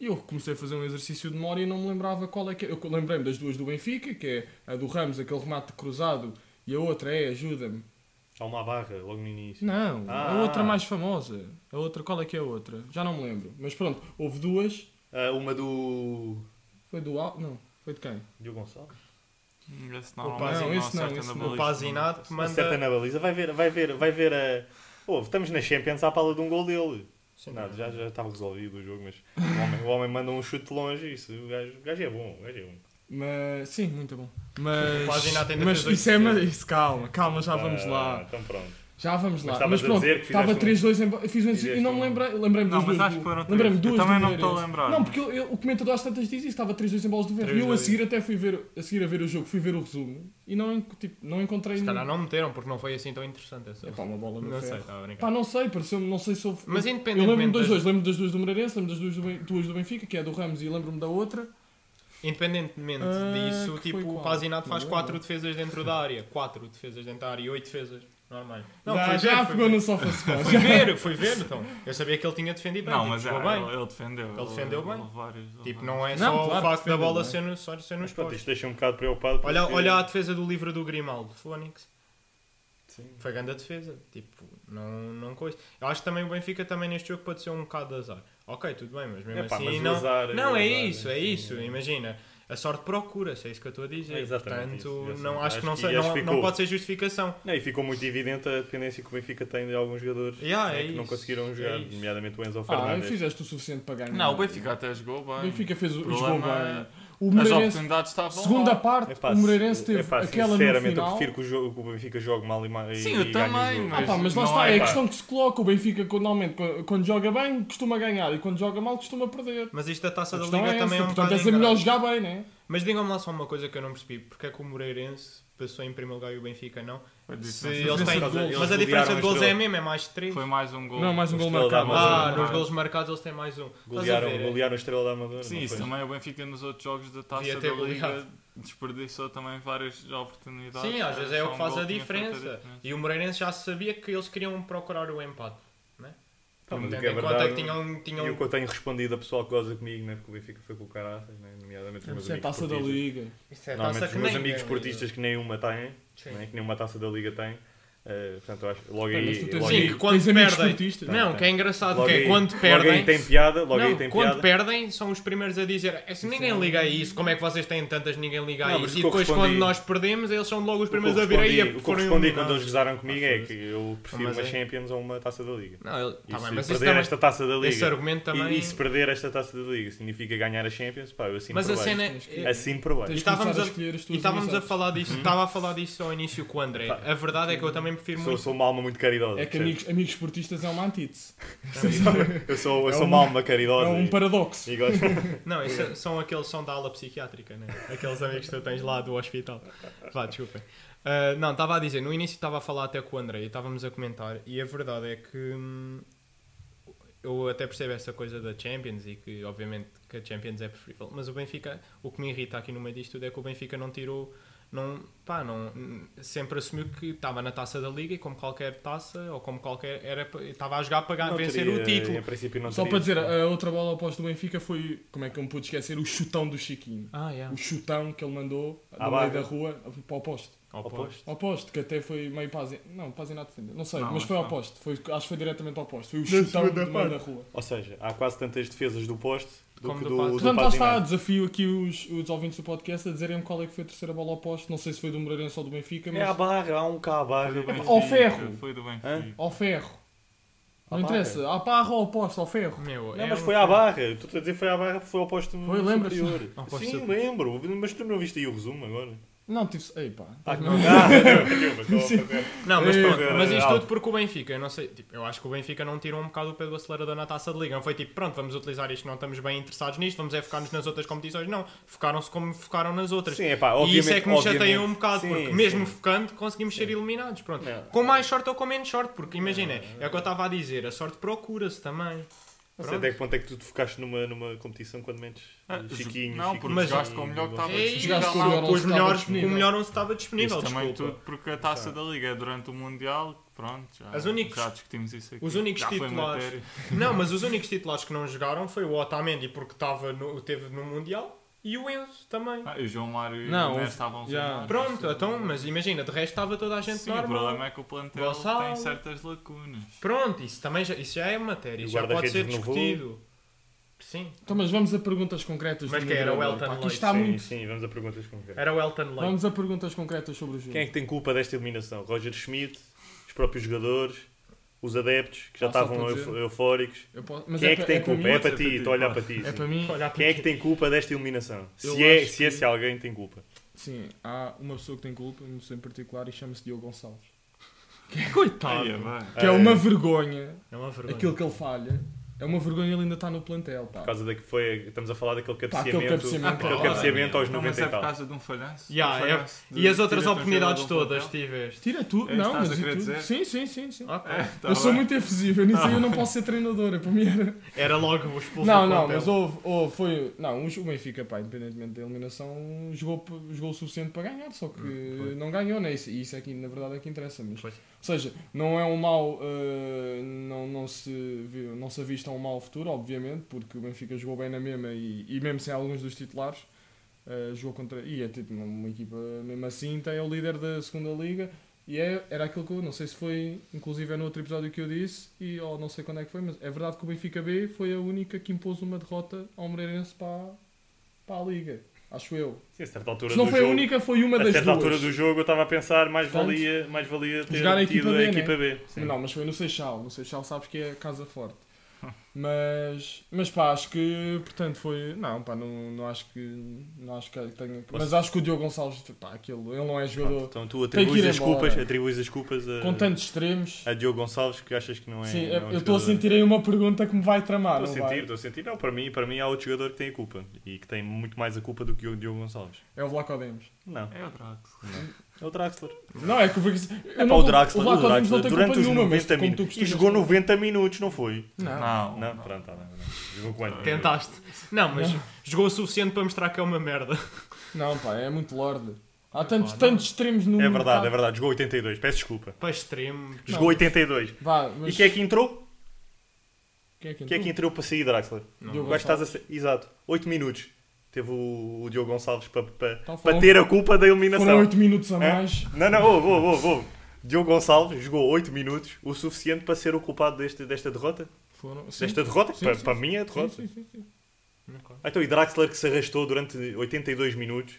[SPEAKER 3] E eu comecei a fazer um exercício de memória e não me lembrava qual é que é. Eu lembrei-me das duas do Benfica, que é a do Ramos, aquele remate cruzado, e a outra é, ajuda-me.
[SPEAKER 1] Há uma barra logo no início.
[SPEAKER 3] Não,
[SPEAKER 1] Ah.
[SPEAKER 3] a outra mais famosa. A outra, qual é que é a outra? Já não me lembro. Mas pronto, houve duas.
[SPEAKER 1] Ah, uma do.
[SPEAKER 3] Foi do Al... Não, foi de quem?
[SPEAKER 1] Diogo Gonçalves.
[SPEAKER 4] Esse não, é
[SPEAKER 2] O
[SPEAKER 4] mas
[SPEAKER 2] Pazinato,
[SPEAKER 4] não
[SPEAKER 3] esse não,
[SPEAKER 4] acerta
[SPEAKER 3] esse
[SPEAKER 4] na
[SPEAKER 3] não.
[SPEAKER 4] baliza.
[SPEAKER 2] O Pazinato que manda.
[SPEAKER 1] Acerta na baliza. Vai ver, vai ver, vai ver a. Ouve, estamos na Champions à pala de um gol dele.
[SPEAKER 2] Sim.
[SPEAKER 1] Nada, já, já estava resolvido o jogo, mas o homem, o homem manda um chute de longe e isso. O gajo, o gajo é bom, o gajo é bom.
[SPEAKER 3] Mas, sim, muito bom.
[SPEAKER 2] Quase
[SPEAKER 3] Mas,
[SPEAKER 2] ainda tem
[SPEAKER 3] mas
[SPEAKER 2] defesa
[SPEAKER 3] isso é
[SPEAKER 2] que-
[SPEAKER 3] uma- isso, calma, calma, já vamos
[SPEAKER 1] Ah,
[SPEAKER 3] lá.
[SPEAKER 1] Então pronto.
[SPEAKER 3] Já vamos lá.
[SPEAKER 1] estavas
[SPEAKER 3] Mas
[SPEAKER 1] a
[SPEAKER 3] pronto,
[SPEAKER 1] dizer que
[SPEAKER 3] estava
[SPEAKER 1] fizeste
[SPEAKER 3] 3-2 em bo- eu fiz um
[SPEAKER 1] fizeste
[SPEAKER 3] e não me
[SPEAKER 1] um-
[SPEAKER 3] lembrei, lembrei-me
[SPEAKER 4] Não,
[SPEAKER 3] dos
[SPEAKER 4] mas
[SPEAKER 3] duas.
[SPEAKER 4] acho que foram três.
[SPEAKER 3] lembrei-me
[SPEAKER 4] Eu
[SPEAKER 3] duas
[SPEAKER 4] também
[SPEAKER 3] do
[SPEAKER 4] não me estou a
[SPEAKER 3] Moreirense.
[SPEAKER 4] lembrar.
[SPEAKER 3] Não, porque eu, eu, o comentador às tantas disse isso, estava 3-2 em bolas do Verde. E eu a
[SPEAKER 2] 3-2.
[SPEAKER 3] seguir até fui ver, a seguir a ver o jogo, fui ver o resumo e não, en- tipo, não encontrei
[SPEAKER 2] Se
[SPEAKER 3] nenhum-
[SPEAKER 2] calhar não meteram, porque não foi assim tão interessante essa.
[SPEAKER 3] É pá, uma bola no
[SPEAKER 2] Não sei,
[SPEAKER 3] ferro.
[SPEAKER 2] estava a brincar.
[SPEAKER 3] Pá, não sei, pareceu-me, não sei se houve...
[SPEAKER 2] Mas
[SPEAKER 3] Eu lembro-me
[SPEAKER 2] independentemente,
[SPEAKER 3] das
[SPEAKER 2] das,
[SPEAKER 3] duas, lembro-me das duas do Moreirense, lembro-me das duas do, Ben- duas do Benfica, que é a do Ramos, e lembro-me da outra.
[SPEAKER 2] independentemente
[SPEAKER 3] Ah,
[SPEAKER 2] disso,
[SPEAKER 3] que
[SPEAKER 2] tipo,
[SPEAKER 3] foi
[SPEAKER 2] o
[SPEAKER 3] qual?
[SPEAKER 2] Pazinato faz
[SPEAKER 3] Não
[SPEAKER 2] 4 defesas dentro da área. 4 defesas dentro da área e 8 defesas. Normal.
[SPEAKER 3] já
[SPEAKER 2] fui
[SPEAKER 3] já
[SPEAKER 2] ver, fui
[SPEAKER 3] pegou
[SPEAKER 2] ver.
[SPEAKER 3] no sofá
[SPEAKER 2] Fui ver, fui ver, então. Eu sabia que ele tinha defendido bem.
[SPEAKER 4] Não,
[SPEAKER 2] tipo,
[SPEAKER 4] mas é,
[SPEAKER 2] jogou bem.
[SPEAKER 4] ele, ele defendeu.
[SPEAKER 2] Ele defendeu bem.
[SPEAKER 4] houve vários- houve
[SPEAKER 2] Tipo,
[SPEAKER 4] vários.
[SPEAKER 2] não é
[SPEAKER 3] Não,
[SPEAKER 2] só
[SPEAKER 3] claro,
[SPEAKER 2] o facto da
[SPEAKER 3] defendeu
[SPEAKER 2] bola
[SPEAKER 3] bem.
[SPEAKER 2] ser, no, só de ser nos
[SPEAKER 1] Mas pronto,
[SPEAKER 2] postos.
[SPEAKER 1] isto deixa um bocado preocupado.
[SPEAKER 2] Olha,
[SPEAKER 1] porque-
[SPEAKER 2] olha a defesa do livro do Grimaldo, Fónix.
[SPEAKER 1] Sim.
[SPEAKER 2] Foi grande a defesa. Tipo, não, não coisa. Eu acho que também o Benfica também neste jogo pode ser um bocado de azar. Ok, tudo bem, mas mesmo
[SPEAKER 1] Epá,
[SPEAKER 2] assim
[SPEAKER 1] mas o
[SPEAKER 2] não.
[SPEAKER 1] azar- o
[SPEAKER 2] não, é
[SPEAKER 1] azar,
[SPEAKER 2] isso, é
[SPEAKER 1] enfim,
[SPEAKER 2] isso.
[SPEAKER 1] é.
[SPEAKER 2] Imagina. A sorte procura-se, é isso que eu estou a dizer.
[SPEAKER 1] É exatamente
[SPEAKER 2] Portanto,
[SPEAKER 1] isso, eu
[SPEAKER 2] não,
[SPEAKER 1] sei.
[SPEAKER 2] acho, que não,
[SPEAKER 1] Acho
[SPEAKER 2] sei-
[SPEAKER 1] que- acho
[SPEAKER 2] não,
[SPEAKER 1] que
[SPEAKER 2] não
[SPEAKER 1] ficou.
[SPEAKER 2] pode ser justificação.
[SPEAKER 1] Não, e ficou muito evidente a dependência que o Benfica tem de alguns jogadores
[SPEAKER 2] Yeah,
[SPEAKER 1] né,
[SPEAKER 2] é
[SPEAKER 1] que não
[SPEAKER 2] isso,
[SPEAKER 1] conseguiram
[SPEAKER 2] é
[SPEAKER 1] jogar,
[SPEAKER 2] isso.
[SPEAKER 1] nomeadamente o Enzo
[SPEAKER 3] Ah,
[SPEAKER 1] Fernandes.
[SPEAKER 3] fizeste o suficiente para ganhar.
[SPEAKER 4] Não, o Benfica até jogou bem.
[SPEAKER 3] O Benfica fez o,
[SPEAKER 4] O
[SPEAKER 3] jogou
[SPEAKER 4] problema
[SPEAKER 3] bem.
[SPEAKER 4] é-
[SPEAKER 3] O
[SPEAKER 4] As
[SPEAKER 3] Moreirense,
[SPEAKER 4] oportunidades estavam
[SPEAKER 3] segunda
[SPEAKER 4] lá.
[SPEAKER 3] parte,
[SPEAKER 1] Epá,
[SPEAKER 3] o Moreirense
[SPEAKER 1] É se-
[SPEAKER 3] teve
[SPEAKER 1] epá,
[SPEAKER 3] aquela no
[SPEAKER 1] Sinceramente, eu
[SPEAKER 3] final.
[SPEAKER 1] prefiro que o, jogo, que o Benfica jogue mal e, ma- e-
[SPEAKER 4] Sim, eu
[SPEAKER 1] e ganhe
[SPEAKER 4] também,
[SPEAKER 1] o jogo.
[SPEAKER 3] Ah, pá, mas lá
[SPEAKER 4] Não
[SPEAKER 3] está,
[SPEAKER 4] é,
[SPEAKER 3] é, a
[SPEAKER 4] pá.
[SPEAKER 3] questão que se coloca. O Benfica, quando- normalmente, quando, quando joga bem, costuma ganhar. E quando joga mal, costuma perder.
[SPEAKER 2] Mas isto da taça
[SPEAKER 3] A
[SPEAKER 2] da
[SPEAKER 3] questão
[SPEAKER 2] Liga
[SPEAKER 3] é essa.
[SPEAKER 2] também é um
[SPEAKER 3] Portanto,
[SPEAKER 2] bocado.
[SPEAKER 3] é sempre melhor
[SPEAKER 2] engraçado.
[SPEAKER 3] jogar bem, né?
[SPEAKER 2] Mas digam-me lá só uma coisa que eu não percebi: porque é que o Moreirense passou em primeiro lugar e o Benfica não?
[SPEAKER 4] A
[SPEAKER 2] Se
[SPEAKER 4] diferença-
[SPEAKER 2] eles
[SPEAKER 3] diferença
[SPEAKER 2] têm
[SPEAKER 3] de gols.
[SPEAKER 2] gols.
[SPEAKER 1] Eles
[SPEAKER 2] Mas a diferença
[SPEAKER 1] golearam
[SPEAKER 2] de gols
[SPEAKER 1] a
[SPEAKER 2] é
[SPEAKER 1] estrela.
[SPEAKER 2] mesmo, é mais 3.
[SPEAKER 4] Foi mais um gol.
[SPEAKER 3] Não, mais um gol
[SPEAKER 1] Estrela da
[SPEAKER 3] marcado.
[SPEAKER 1] Amazônia.
[SPEAKER 2] Ah,
[SPEAKER 4] mais um.
[SPEAKER 2] nos gols marcados eles têm mais um. Estás a
[SPEAKER 1] Golearam,
[SPEAKER 3] é.
[SPEAKER 2] ver?
[SPEAKER 1] golearam a Estrela da Amadora.
[SPEAKER 4] Sim,
[SPEAKER 1] não
[SPEAKER 4] isso
[SPEAKER 1] foi?
[SPEAKER 4] também. O Benfica nos outros jogos da Taça
[SPEAKER 2] Devia
[SPEAKER 4] da
[SPEAKER 2] ter
[SPEAKER 4] Liga
[SPEAKER 2] goleado.
[SPEAKER 4] desperdiçou também várias oportunidades.
[SPEAKER 2] Sim, às vezes é
[SPEAKER 4] Só
[SPEAKER 2] o que
[SPEAKER 4] um
[SPEAKER 2] faz
[SPEAKER 4] gol
[SPEAKER 2] a
[SPEAKER 4] tinha feito
[SPEAKER 2] diferença. E o Moreirense já sabia que eles queriam procurar o empate.
[SPEAKER 1] Pá, mas o
[SPEAKER 2] Tendo
[SPEAKER 1] que é
[SPEAKER 2] em conta que
[SPEAKER 1] verdade.
[SPEAKER 2] tinham.
[SPEAKER 1] E o
[SPEAKER 2] tinham...
[SPEAKER 1] que eu tenho respondido a pessoal que goza comigo, né? porque o Benfica foi com o caraças, né? nomeadamente os meus
[SPEAKER 3] Isso é
[SPEAKER 1] amigos.
[SPEAKER 3] taça da
[SPEAKER 1] portistas.
[SPEAKER 3] liga.
[SPEAKER 2] Isso é
[SPEAKER 1] Normalmente
[SPEAKER 2] taça
[SPEAKER 1] os
[SPEAKER 2] que
[SPEAKER 1] meus
[SPEAKER 2] nem-
[SPEAKER 1] amigos portistas que nem uma têm,
[SPEAKER 2] Sim.
[SPEAKER 1] né? que nem uma taça da liga tem. eh, portanto, eu acho, logo
[SPEAKER 3] Pá,
[SPEAKER 1] aí.
[SPEAKER 3] mas tu tens,
[SPEAKER 1] logo
[SPEAKER 2] Sim,
[SPEAKER 1] aí-
[SPEAKER 2] que quando
[SPEAKER 3] tens amigos
[SPEAKER 2] perdem.
[SPEAKER 3] esportistas.
[SPEAKER 2] Não,
[SPEAKER 1] Tá,
[SPEAKER 2] que é engraçado
[SPEAKER 1] logo
[SPEAKER 2] que é
[SPEAKER 1] aí-
[SPEAKER 2] quando
[SPEAKER 1] Logo
[SPEAKER 2] perdem.
[SPEAKER 1] aí tem piada, logo aí
[SPEAKER 2] Não,
[SPEAKER 1] tem
[SPEAKER 2] quando
[SPEAKER 1] piada.
[SPEAKER 2] perdem, são os primeiros a dizer "É, se ninguém liga a isso, como é que vocês têm tantas, ninguém liga a
[SPEAKER 1] Não, mas
[SPEAKER 2] isso.
[SPEAKER 1] o
[SPEAKER 2] E
[SPEAKER 1] que eu
[SPEAKER 2] depois,
[SPEAKER 1] respondi-
[SPEAKER 2] quando nós perdemos, eles são logo os
[SPEAKER 1] O que eu
[SPEAKER 2] primeiros a vir aí
[SPEAKER 1] respondi-
[SPEAKER 2] a
[SPEAKER 1] O que eu
[SPEAKER 2] forem
[SPEAKER 1] respondi
[SPEAKER 2] eliminados.
[SPEAKER 1] quando eles gozaram comigo é
[SPEAKER 4] Mas
[SPEAKER 1] que eu prefiro
[SPEAKER 2] mas
[SPEAKER 1] uma
[SPEAKER 2] é-
[SPEAKER 1] Champions a uma taça da liga.
[SPEAKER 2] Não, ele... tá
[SPEAKER 1] e
[SPEAKER 2] bem,
[SPEAKER 1] se
[SPEAKER 2] mas isso
[SPEAKER 1] perder
[SPEAKER 2] também...
[SPEAKER 1] esta taça da
[SPEAKER 2] Esse
[SPEAKER 1] liga
[SPEAKER 2] argumento
[SPEAKER 1] e-
[SPEAKER 2] também...
[SPEAKER 1] e, se perder esta taça da liga significa ganhar a Champions, pá, eu assino
[SPEAKER 2] Mas
[SPEAKER 1] por
[SPEAKER 2] a
[SPEAKER 1] baixo.
[SPEAKER 2] cena...
[SPEAKER 3] Tens que-
[SPEAKER 2] é-
[SPEAKER 1] Assino por baixo.
[SPEAKER 3] Tens
[SPEAKER 2] E
[SPEAKER 3] de começar
[SPEAKER 2] estávamos
[SPEAKER 3] a
[SPEAKER 2] a-
[SPEAKER 3] escolher as
[SPEAKER 2] E
[SPEAKER 3] tuas
[SPEAKER 2] estávamos a
[SPEAKER 3] amizades.
[SPEAKER 2] falar disso,
[SPEAKER 1] Uhum.
[SPEAKER 2] estava a falar disso ao início com o André.
[SPEAKER 1] Pá.
[SPEAKER 2] A verdade é que eu também prefiro
[SPEAKER 1] Sou,
[SPEAKER 2] muito.
[SPEAKER 1] sou uma alma muito caridosa.
[SPEAKER 3] É que
[SPEAKER 1] percebes?
[SPEAKER 3] amigos, amigos esportistas é uma antítese.
[SPEAKER 1] Eu sou, eu
[SPEAKER 3] É
[SPEAKER 1] sou
[SPEAKER 3] um-
[SPEAKER 1] uma alma
[SPEAKER 3] É
[SPEAKER 1] caridosa.
[SPEAKER 3] um
[SPEAKER 1] e-
[SPEAKER 3] paradoxo.
[SPEAKER 1] e gosto-
[SPEAKER 2] Não, isso é- são aqueles são da ala psiquiátrica, né? Aqueles amigos que tu tens lá do hospital. Vá, desculpem. Ah, não, estava a dizer, no início estava a falar até com o André e estávamos a comentar, e a verdade é que hum, eu até percebo essa coisa da Champions e que obviamente que a Champions é preferível, mas o Benfica, o que me irrita aqui no meio disto tudo é que o Benfica não tirou, não, pá, não, sempre assumiu que estava na taça da Liga e como qualquer taça ou como qualquer, era, estava a jogar para ganhar-
[SPEAKER 1] Não
[SPEAKER 2] vencer
[SPEAKER 1] teria- é.
[SPEAKER 2] o título.
[SPEAKER 1] Em princípio não
[SPEAKER 3] Só
[SPEAKER 1] teria.
[SPEAKER 3] para dizer, a outra bola após do Benfica foi, como é que eu me pude esquecer, o chutão do Chiquinho.
[SPEAKER 2] Ah, yeah.
[SPEAKER 3] O chutão que ele mandou
[SPEAKER 1] À
[SPEAKER 3] no
[SPEAKER 1] barra.
[SPEAKER 3] meio da rua para o poste.
[SPEAKER 2] Ao posto.
[SPEAKER 3] Ao poste, que até foi meio para a zen- Não, para a Zenata defender. Não sei,
[SPEAKER 4] Não,
[SPEAKER 3] mas foi ao
[SPEAKER 4] não.
[SPEAKER 3] poste. Foi, acho que foi diretamente ao poste. Foi o
[SPEAKER 4] Na
[SPEAKER 3] chutão do
[SPEAKER 4] segunda
[SPEAKER 3] meio
[SPEAKER 4] parte.
[SPEAKER 3] da rua.
[SPEAKER 1] Ou seja, há quase tantas defesas do poste do
[SPEAKER 2] Como
[SPEAKER 1] que
[SPEAKER 2] do
[SPEAKER 1] do,
[SPEAKER 2] Pato.
[SPEAKER 1] do,
[SPEAKER 3] Portanto, lá está.
[SPEAKER 1] Patinado.
[SPEAKER 3] Desafio aqui os, os ouvintes do podcast a dizerem qual é que foi a terceira bola ao poste. Não sei se foi do Moreirense ou do Benfica, mas...
[SPEAKER 1] É à barra, há um cá à barra.
[SPEAKER 4] Foi do Benfica,
[SPEAKER 3] Ao ferro.
[SPEAKER 4] Foi do
[SPEAKER 1] Hã?
[SPEAKER 4] Benfico.
[SPEAKER 3] Ao ferro. Não
[SPEAKER 1] À
[SPEAKER 3] interessa. À parra ou ao poste, ao ferro.
[SPEAKER 2] Meu,
[SPEAKER 1] Não,
[SPEAKER 2] é
[SPEAKER 1] mas
[SPEAKER 2] um-
[SPEAKER 1] foi à barra. Tu estás a dizer foi à barra, foi ao posto
[SPEAKER 3] Foi, lembra-se?
[SPEAKER 1] superior.
[SPEAKER 2] Ao posto
[SPEAKER 1] Sim,
[SPEAKER 2] superior.
[SPEAKER 1] lembro. Mas tu não viste aí o resumo agora?
[SPEAKER 3] Não, tive... Ei pá.
[SPEAKER 1] Ah, que não dá. Desculpa, desculpa.
[SPEAKER 2] Não, mas
[SPEAKER 3] É,
[SPEAKER 2] pronto,
[SPEAKER 1] é,
[SPEAKER 2] mas
[SPEAKER 1] é,
[SPEAKER 2] isto
[SPEAKER 1] é.
[SPEAKER 2] tudo porque o Benfica, eu não sei, tipo, eu acho que o Benfica não tirou um bocado o pé do acelerador na taça de liga. Não foi tipo, pronto, vamos utilizar isto, não estamos bem interessados nisto, vamos é focar-nos nas outras competições. Não, focaram-se como focaram nas outras.
[SPEAKER 1] Sim, é pá,
[SPEAKER 2] e isso é que me
[SPEAKER 1] obviamente-
[SPEAKER 2] chateia um bocado,
[SPEAKER 1] sim, É.
[SPEAKER 2] porque
[SPEAKER 1] sim.
[SPEAKER 2] mesmo focando, conseguimos ser eliminados. Pronto.
[SPEAKER 1] Não.
[SPEAKER 2] Com mais sorte ou com menos sorte, porque imagina, é o que eu estava a dizer, a sorte procura-se também.
[SPEAKER 1] Não sei até que ponto é que tu te focaste numa, numa competição quando menos eh,
[SPEAKER 4] Ah,
[SPEAKER 1] chiquinho.
[SPEAKER 4] não,
[SPEAKER 1] chiquinho,
[SPEAKER 4] porque
[SPEAKER 2] Mas-
[SPEAKER 4] jogaste com o melhor que estava
[SPEAKER 2] É isso,
[SPEAKER 3] Jogaste com o
[SPEAKER 4] lá.
[SPEAKER 3] melhor
[SPEAKER 2] com os
[SPEAKER 3] onde
[SPEAKER 2] melhores,
[SPEAKER 3] estava
[SPEAKER 2] com
[SPEAKER 3] disponível.
[SPEAKER 2] o melhor onde se estava
[SPEAKER 4] Isto
[SPEAKER 2] disponível,
[SPEAKER 4] também
[SPEAKER 2] desculpa.
[SPEAKER 4] tudo porque a taça da liga é durante o Mundial, pronto, já,
[SPEAKER 2] As únicos-
[SPEAKER 4] já discutimos isso aqui.
[SPEAKER 2] os únicos
[SPEAKER 4] já foi
[SPEAKER 2] titulares-
[SPEAKER 4] matéria.
[SPEAKER 2] Não, mas os únicos titulares que não jogaram foi o Otamendi, porque estava no, teve no Mundial, e o Enzo também.
[SPEAKER 4] Ah, e o João Mário e
[SPEAKER 3] Não,
[SPEAKER 4] o Neves
[SPEAKER 3] houve-
[SPEAKER 4] estavam
[SPEAKER 3] já.
[SPEAKER 4] lesionados.
[SPEAKER 2] Pronto, então, mas imagina, de resto estava toda a gente
[SPEAKER 4] Sim, o
[SPEAKER 2] normal.
[SPEAKER 4] problema é que o plantel
[SPEAKER 2] Gonçalo.
[SPEAKER 4] tem certas lacunas.
[SPEAKER 2] Pronto, isso também já, isso já é matéria,
[SPEAKER 1] E
[SPEAKER 2] isso já pode
[SPEAKER 1] guarda-redes
[SPEAKER 2] ser
[SPEAKER 1] renovou.
[SPEAKER 2] discutido. Sim,
[SPEAKER 3] Então, mas vamos a perguntas concretas.
[SPEAKER 2] Mas
[SPEAKER 3] do
[SPEAKER 2] quem era?
[SPEAKER 3] Mundial.
[SPEAKER 2] O Elton
[SPEAKER 3] Pá, aqui
[SPEAKER 2] Leite,
[SPEAKER 3] está
[SPEAKER 1] sim,
[SPEAKER 3] muito.
[SPEAKER 1] sim, vamos a perguntas concretas.
[SPEAKER 2] era o Elton Leite.
[SPEAKER 3] Vamos a perguntas concretas sobre o jogo.
[SPEAKER 1] Quem é que tem culpa desta eliminação? Roger Schmidt, os próprios jogadores, os adeptos que já
[SPEAKER 3] Ah, só
[SPEAKER 1] estavam
[SPEAKER 3] para dizer.
[SPEAKER 1] eufo- eufóricos.
[SPEAKER 3] Eu posso- mas
[SPEAKER 1] Quem é que
[SPEAKER 3] pa-
[SPEAKER 1] tem
[SPEAKER 3] para
[SPEAKER 1] culpa?
[SPEAKER 3] mim?
[SPEAKER 1] É para ti, estou a olhar para ti.
[SPEAKER 3] É
[SPEAKER 1] sim.
[SPEAKER 3] para mim.
[SPEAKER 2] Olhar para
[SPEAKER 1] Quem é que
[SPEAKER 2] ti.
[SPEAKER 1] tem culpa desta eliminação?
[SPEAKER 3] Eu
[SPEAKER 1] Se é,
[SPEAKER 3] acho
[SPEAKER 1] se é
[SPEAKER 3] que-
[SPEAKER 1] se alguém tem culpa.
[SPEAKER 3] Sim, há uma pessoa que tem culpa, um em particular, e chama-se Diogo Gonçalves.
[SPEAKER 2] Coitado.
[SPEAKER 4] Aí, é bem.
[SPEAKER 3] Que é
[SPEAKER 1] Ah,
[SPEAKER 3] uma vergonha.
[SPEAKER 2] É uma vergonha.
[SPEAKER 3] Aquilo que ele falha. É uma vergonha ele ainda está no plantel, pá.
[SPEAKER 1] Por causa da que foi. Estamos a falar daquele
[SPEAKER 3] Pá, aquele
[SPEAKER 1] cabeceamento.
[SPEAKER 3] cabeceamento.
[SPEAKER 1] aquele
[SPEAKER 3] Ah,
[SPEAKER 1] cabeceamento aos
[SPEAKER 4] Não, mas
[SPEAKER 1] 90
[SPEAKER 4] é
[SPEAKER 1] e
[SPEAKER 4] por
[SPEAKER 1] tal.
[SPEAKER 4] causa de um falhanço.
[SPEAKER 2] Yeah,
[SPEAKER 4] Um
[SPEAKER 2] é-
[SPEAKER 4] falhanço de-
[SPEAKER 2] E as outras
[SPEAKER 4] tira-te um
[SPEAKER 2] oportunidades
[SPEAKER 4] jogador do
[SPEAKER 2] todas tipo,
[SPEAKER 4] plantel.
[SPEAKER 2] tiveste?
[SPEAKER 3] Tira tudo,
[SPEAKER 4] É isso
[SPEAKER 3] não,
[SPEAKER 4] que estás
[SPEAKER 3] mas
[SPEAKER 4] a
[SPEAKER 3] e
[SPEAKER 4] querer
[SPEAKER 3] tudo.
[SPEAKER 4] dizer?
[SPEAKER 3] Sim, sim, sim, sim.
[SPEAKER 2] Ok.
[SPEAKER 4] É, tá
[SPEAKER 3] eu sou
[SPEAKER 4] bem. Tá
[SPEAKER 3] muito efesivo, eu nisso aí eu não posso ser treinadora, para mim era...
[SPEAKER 2] Era logo o expulso
[SPEAKER 3] Não,
[SPEAKER 2] do
[SPEAKER 3] não,
[SPEAKER 2] plantel.
[SPEAKER 3] mas houve, houve- foi... Não, o Benfica, pá, independentemente da eliminação, jogou, p- jogou o suficiente para ganhar, só que
[SPEAKER 2] Hum, foi.
[SPEAKER 3] não ganhou, né? Isso, isso é que, na verdade, é que interessa, mas...
[SPEAKER 2] Pois.
[SPEAKER 3] Ou seja, não é um mau... eh, não, não, se, vi- não se avista um mau futuro, obviamente, porque o Benfica jogou bem na mesma e, e mesmo sem alguns dos titulares, eh, jogou contra... E é tipo uma equipa mesmo assim, tem é o líder da segunda Liga, e é, era aquilo que eu, não sei se foi, inclusive é no outro episódio que eu disse, e, ou não sei quando é que foi, mas é verdade que o Benfica B foi a única que impôs uma derrota ao Moreirense para, para a Liga. Acho eu.
[SPEAKER 1] Sim, a certa altura
[SPEAKER 3] Se não
[SPEAKER 1] do
[SPEAKER 3] foi
[SPEAKER 1] jogo.
[SPEAKER 3] a única, foi uma
[SPEAKER 1] a
[SPEAKER 3] das
[SPEAKER 1] certa
[SPEAKER 3] duas.
[SPEAKER 1] altura do jogo eu estava a pensar, mais
[SPEAKER 3] Portanto,
[SPEAKER 1] valia, mais valia ter
[SPEAKER 3] jogar a equipa
[SPEAKER 1] tido
[SPEAKER 3] B,
[SPEAKER 1] a
[SPEAKER 3] né?
[SPEAKER 1] equipa B. Sim.
[SPEAKER 3] Não, mas foi no Seixal. No Seixal sabes que é casa forte. Mas, mas pá, acho que, portanto, foi. Não, pá, não, não acho que. Não acho que tenha. Mas acho que o Diogo Gonçalves, pá, aquilo, ele não é
[SPEAKER 1] Pronto,
[SPEAKER 3] jogador.
[SPEAKER 1] então tu
[SPEAKER 3] Tem que ir
[SPEAKER 1] atribuis as,
[SPEAKER 3] embora.
[SPEAKER 1] culpas, atribuis as culpas a,
[SPEAKER 3] Com tantos extremos.
[SPEAKER 1] a Diogo Gonçalves que achas que não é.
[SPEAKER 3] Sim,
[SPEAKER 1] não é um
[SPEAKER 3] eu estou a
[SPEAKER 1] jogador.
[SPEAKER 3] sentir aí uma pergunta que me vai tramar.
[SPEAKER 1] Estou a
[SPEAKER 3] não vai?
[SPEAKER 1] sentir, estou a sentir. Não, para mim, para mim há outro jogador que tem a culpa e que tem muito mais a culpa do que o Diogo Gonçalves.
[SPEAKER 3] É o Vlaco Demes.
[SPEAKER 1] Não,
[SPEAKER 4] É o Drax.
[SPEAKER 1] é o Draxler.
[SPEAKER 3] Não, é que o Vegas.
[SPEAKER 1] É para o Draxler, o
[SPEAKER 3] Vlaco Dimos
[SPEAKER 1] Draxler
[SPEAKER 3] tem
[SPEAKER 1] durante
[SPEAKER 3] culpa
[SPEAKER 1] os
[SPEAKER 3] nenhuma, mas
[SPEAKER 1] 90
[SPEAKER 3] como tu
[SPEAKER 1] minutos. E
[SPEAKER 3] costumas-
[SPEAKER 1] jogou 90 minutos, não foi?
[SPEAKER 3] Não.
[SPEAKER 4] Não,
[SPEAKER 1] Não, pronto, tá, não, não. Jogou quanto?
[SPEAKER 2] Tentaste. Não, mas jogou o suficiente para mostrar que é uma merda.
[SPEAKER 3] Não, pá, é muito lorde. Há tantos,
[SPEAKER 2] não.
[SPEAKER 3] tantos extremos no.
[SPEAKER 1] É verdade, é verdade. Jogou 82, peço desculpa.
[SPEAKER 2] Para extremo.
[SPEAKER 1] Jogou 82.
[SPEAKER 3] Vá,
[SPEAKER 1] E
[SPEAKER 3] mas.
[SPEAKER 1] quem é que entrou?
[SPEAKER 3] Quem é que
[SPEAKER 1] Quem é que entrou para sair, Draxler?
[SPEAKER 2] Não.
[SPEAKER 1] O
[SPEAKER 3] Diogo
[SPEAKER 1] gajo estás a ser- Exato, 8 minutos. Teve o, o Diogo Gonçalves para
[SPEAKER 3] Então
[SPEAKER 1] para
[SPEAKER 3] foram-
[SPEAKER 1] ter a culpa da
[SPEAKER 3] Foram
[SPEAKER 1] eliminação.
[SPEAKER 3] 8 minutos a
[SPEAKER 1] É?
[SPEAKER 3] mais.
[SPEAKER 1] Não, não, ouve, ouve, ouve, ouve. Diogo Gonçalves jogou 8 minutos, o suficiente para ser o culpado deste, desta derrota?
[SPEAKER 3] Foram... sim.
[SPEAKER 1] Desta derrota?
[SPEAKER 3] Sim,
[SPEAKER 1] para,
[SPEAKER 3] sim,
[SPEAKER 1] para
[SPEAKER 3] sim.
[SPEAKER 1] mim é a derrota.
[SPEAKER 3] Sim, sim, sim, sim.
[SPEAKER 1] Ah, Então, e Draxler que se arrastou durante 82 minutos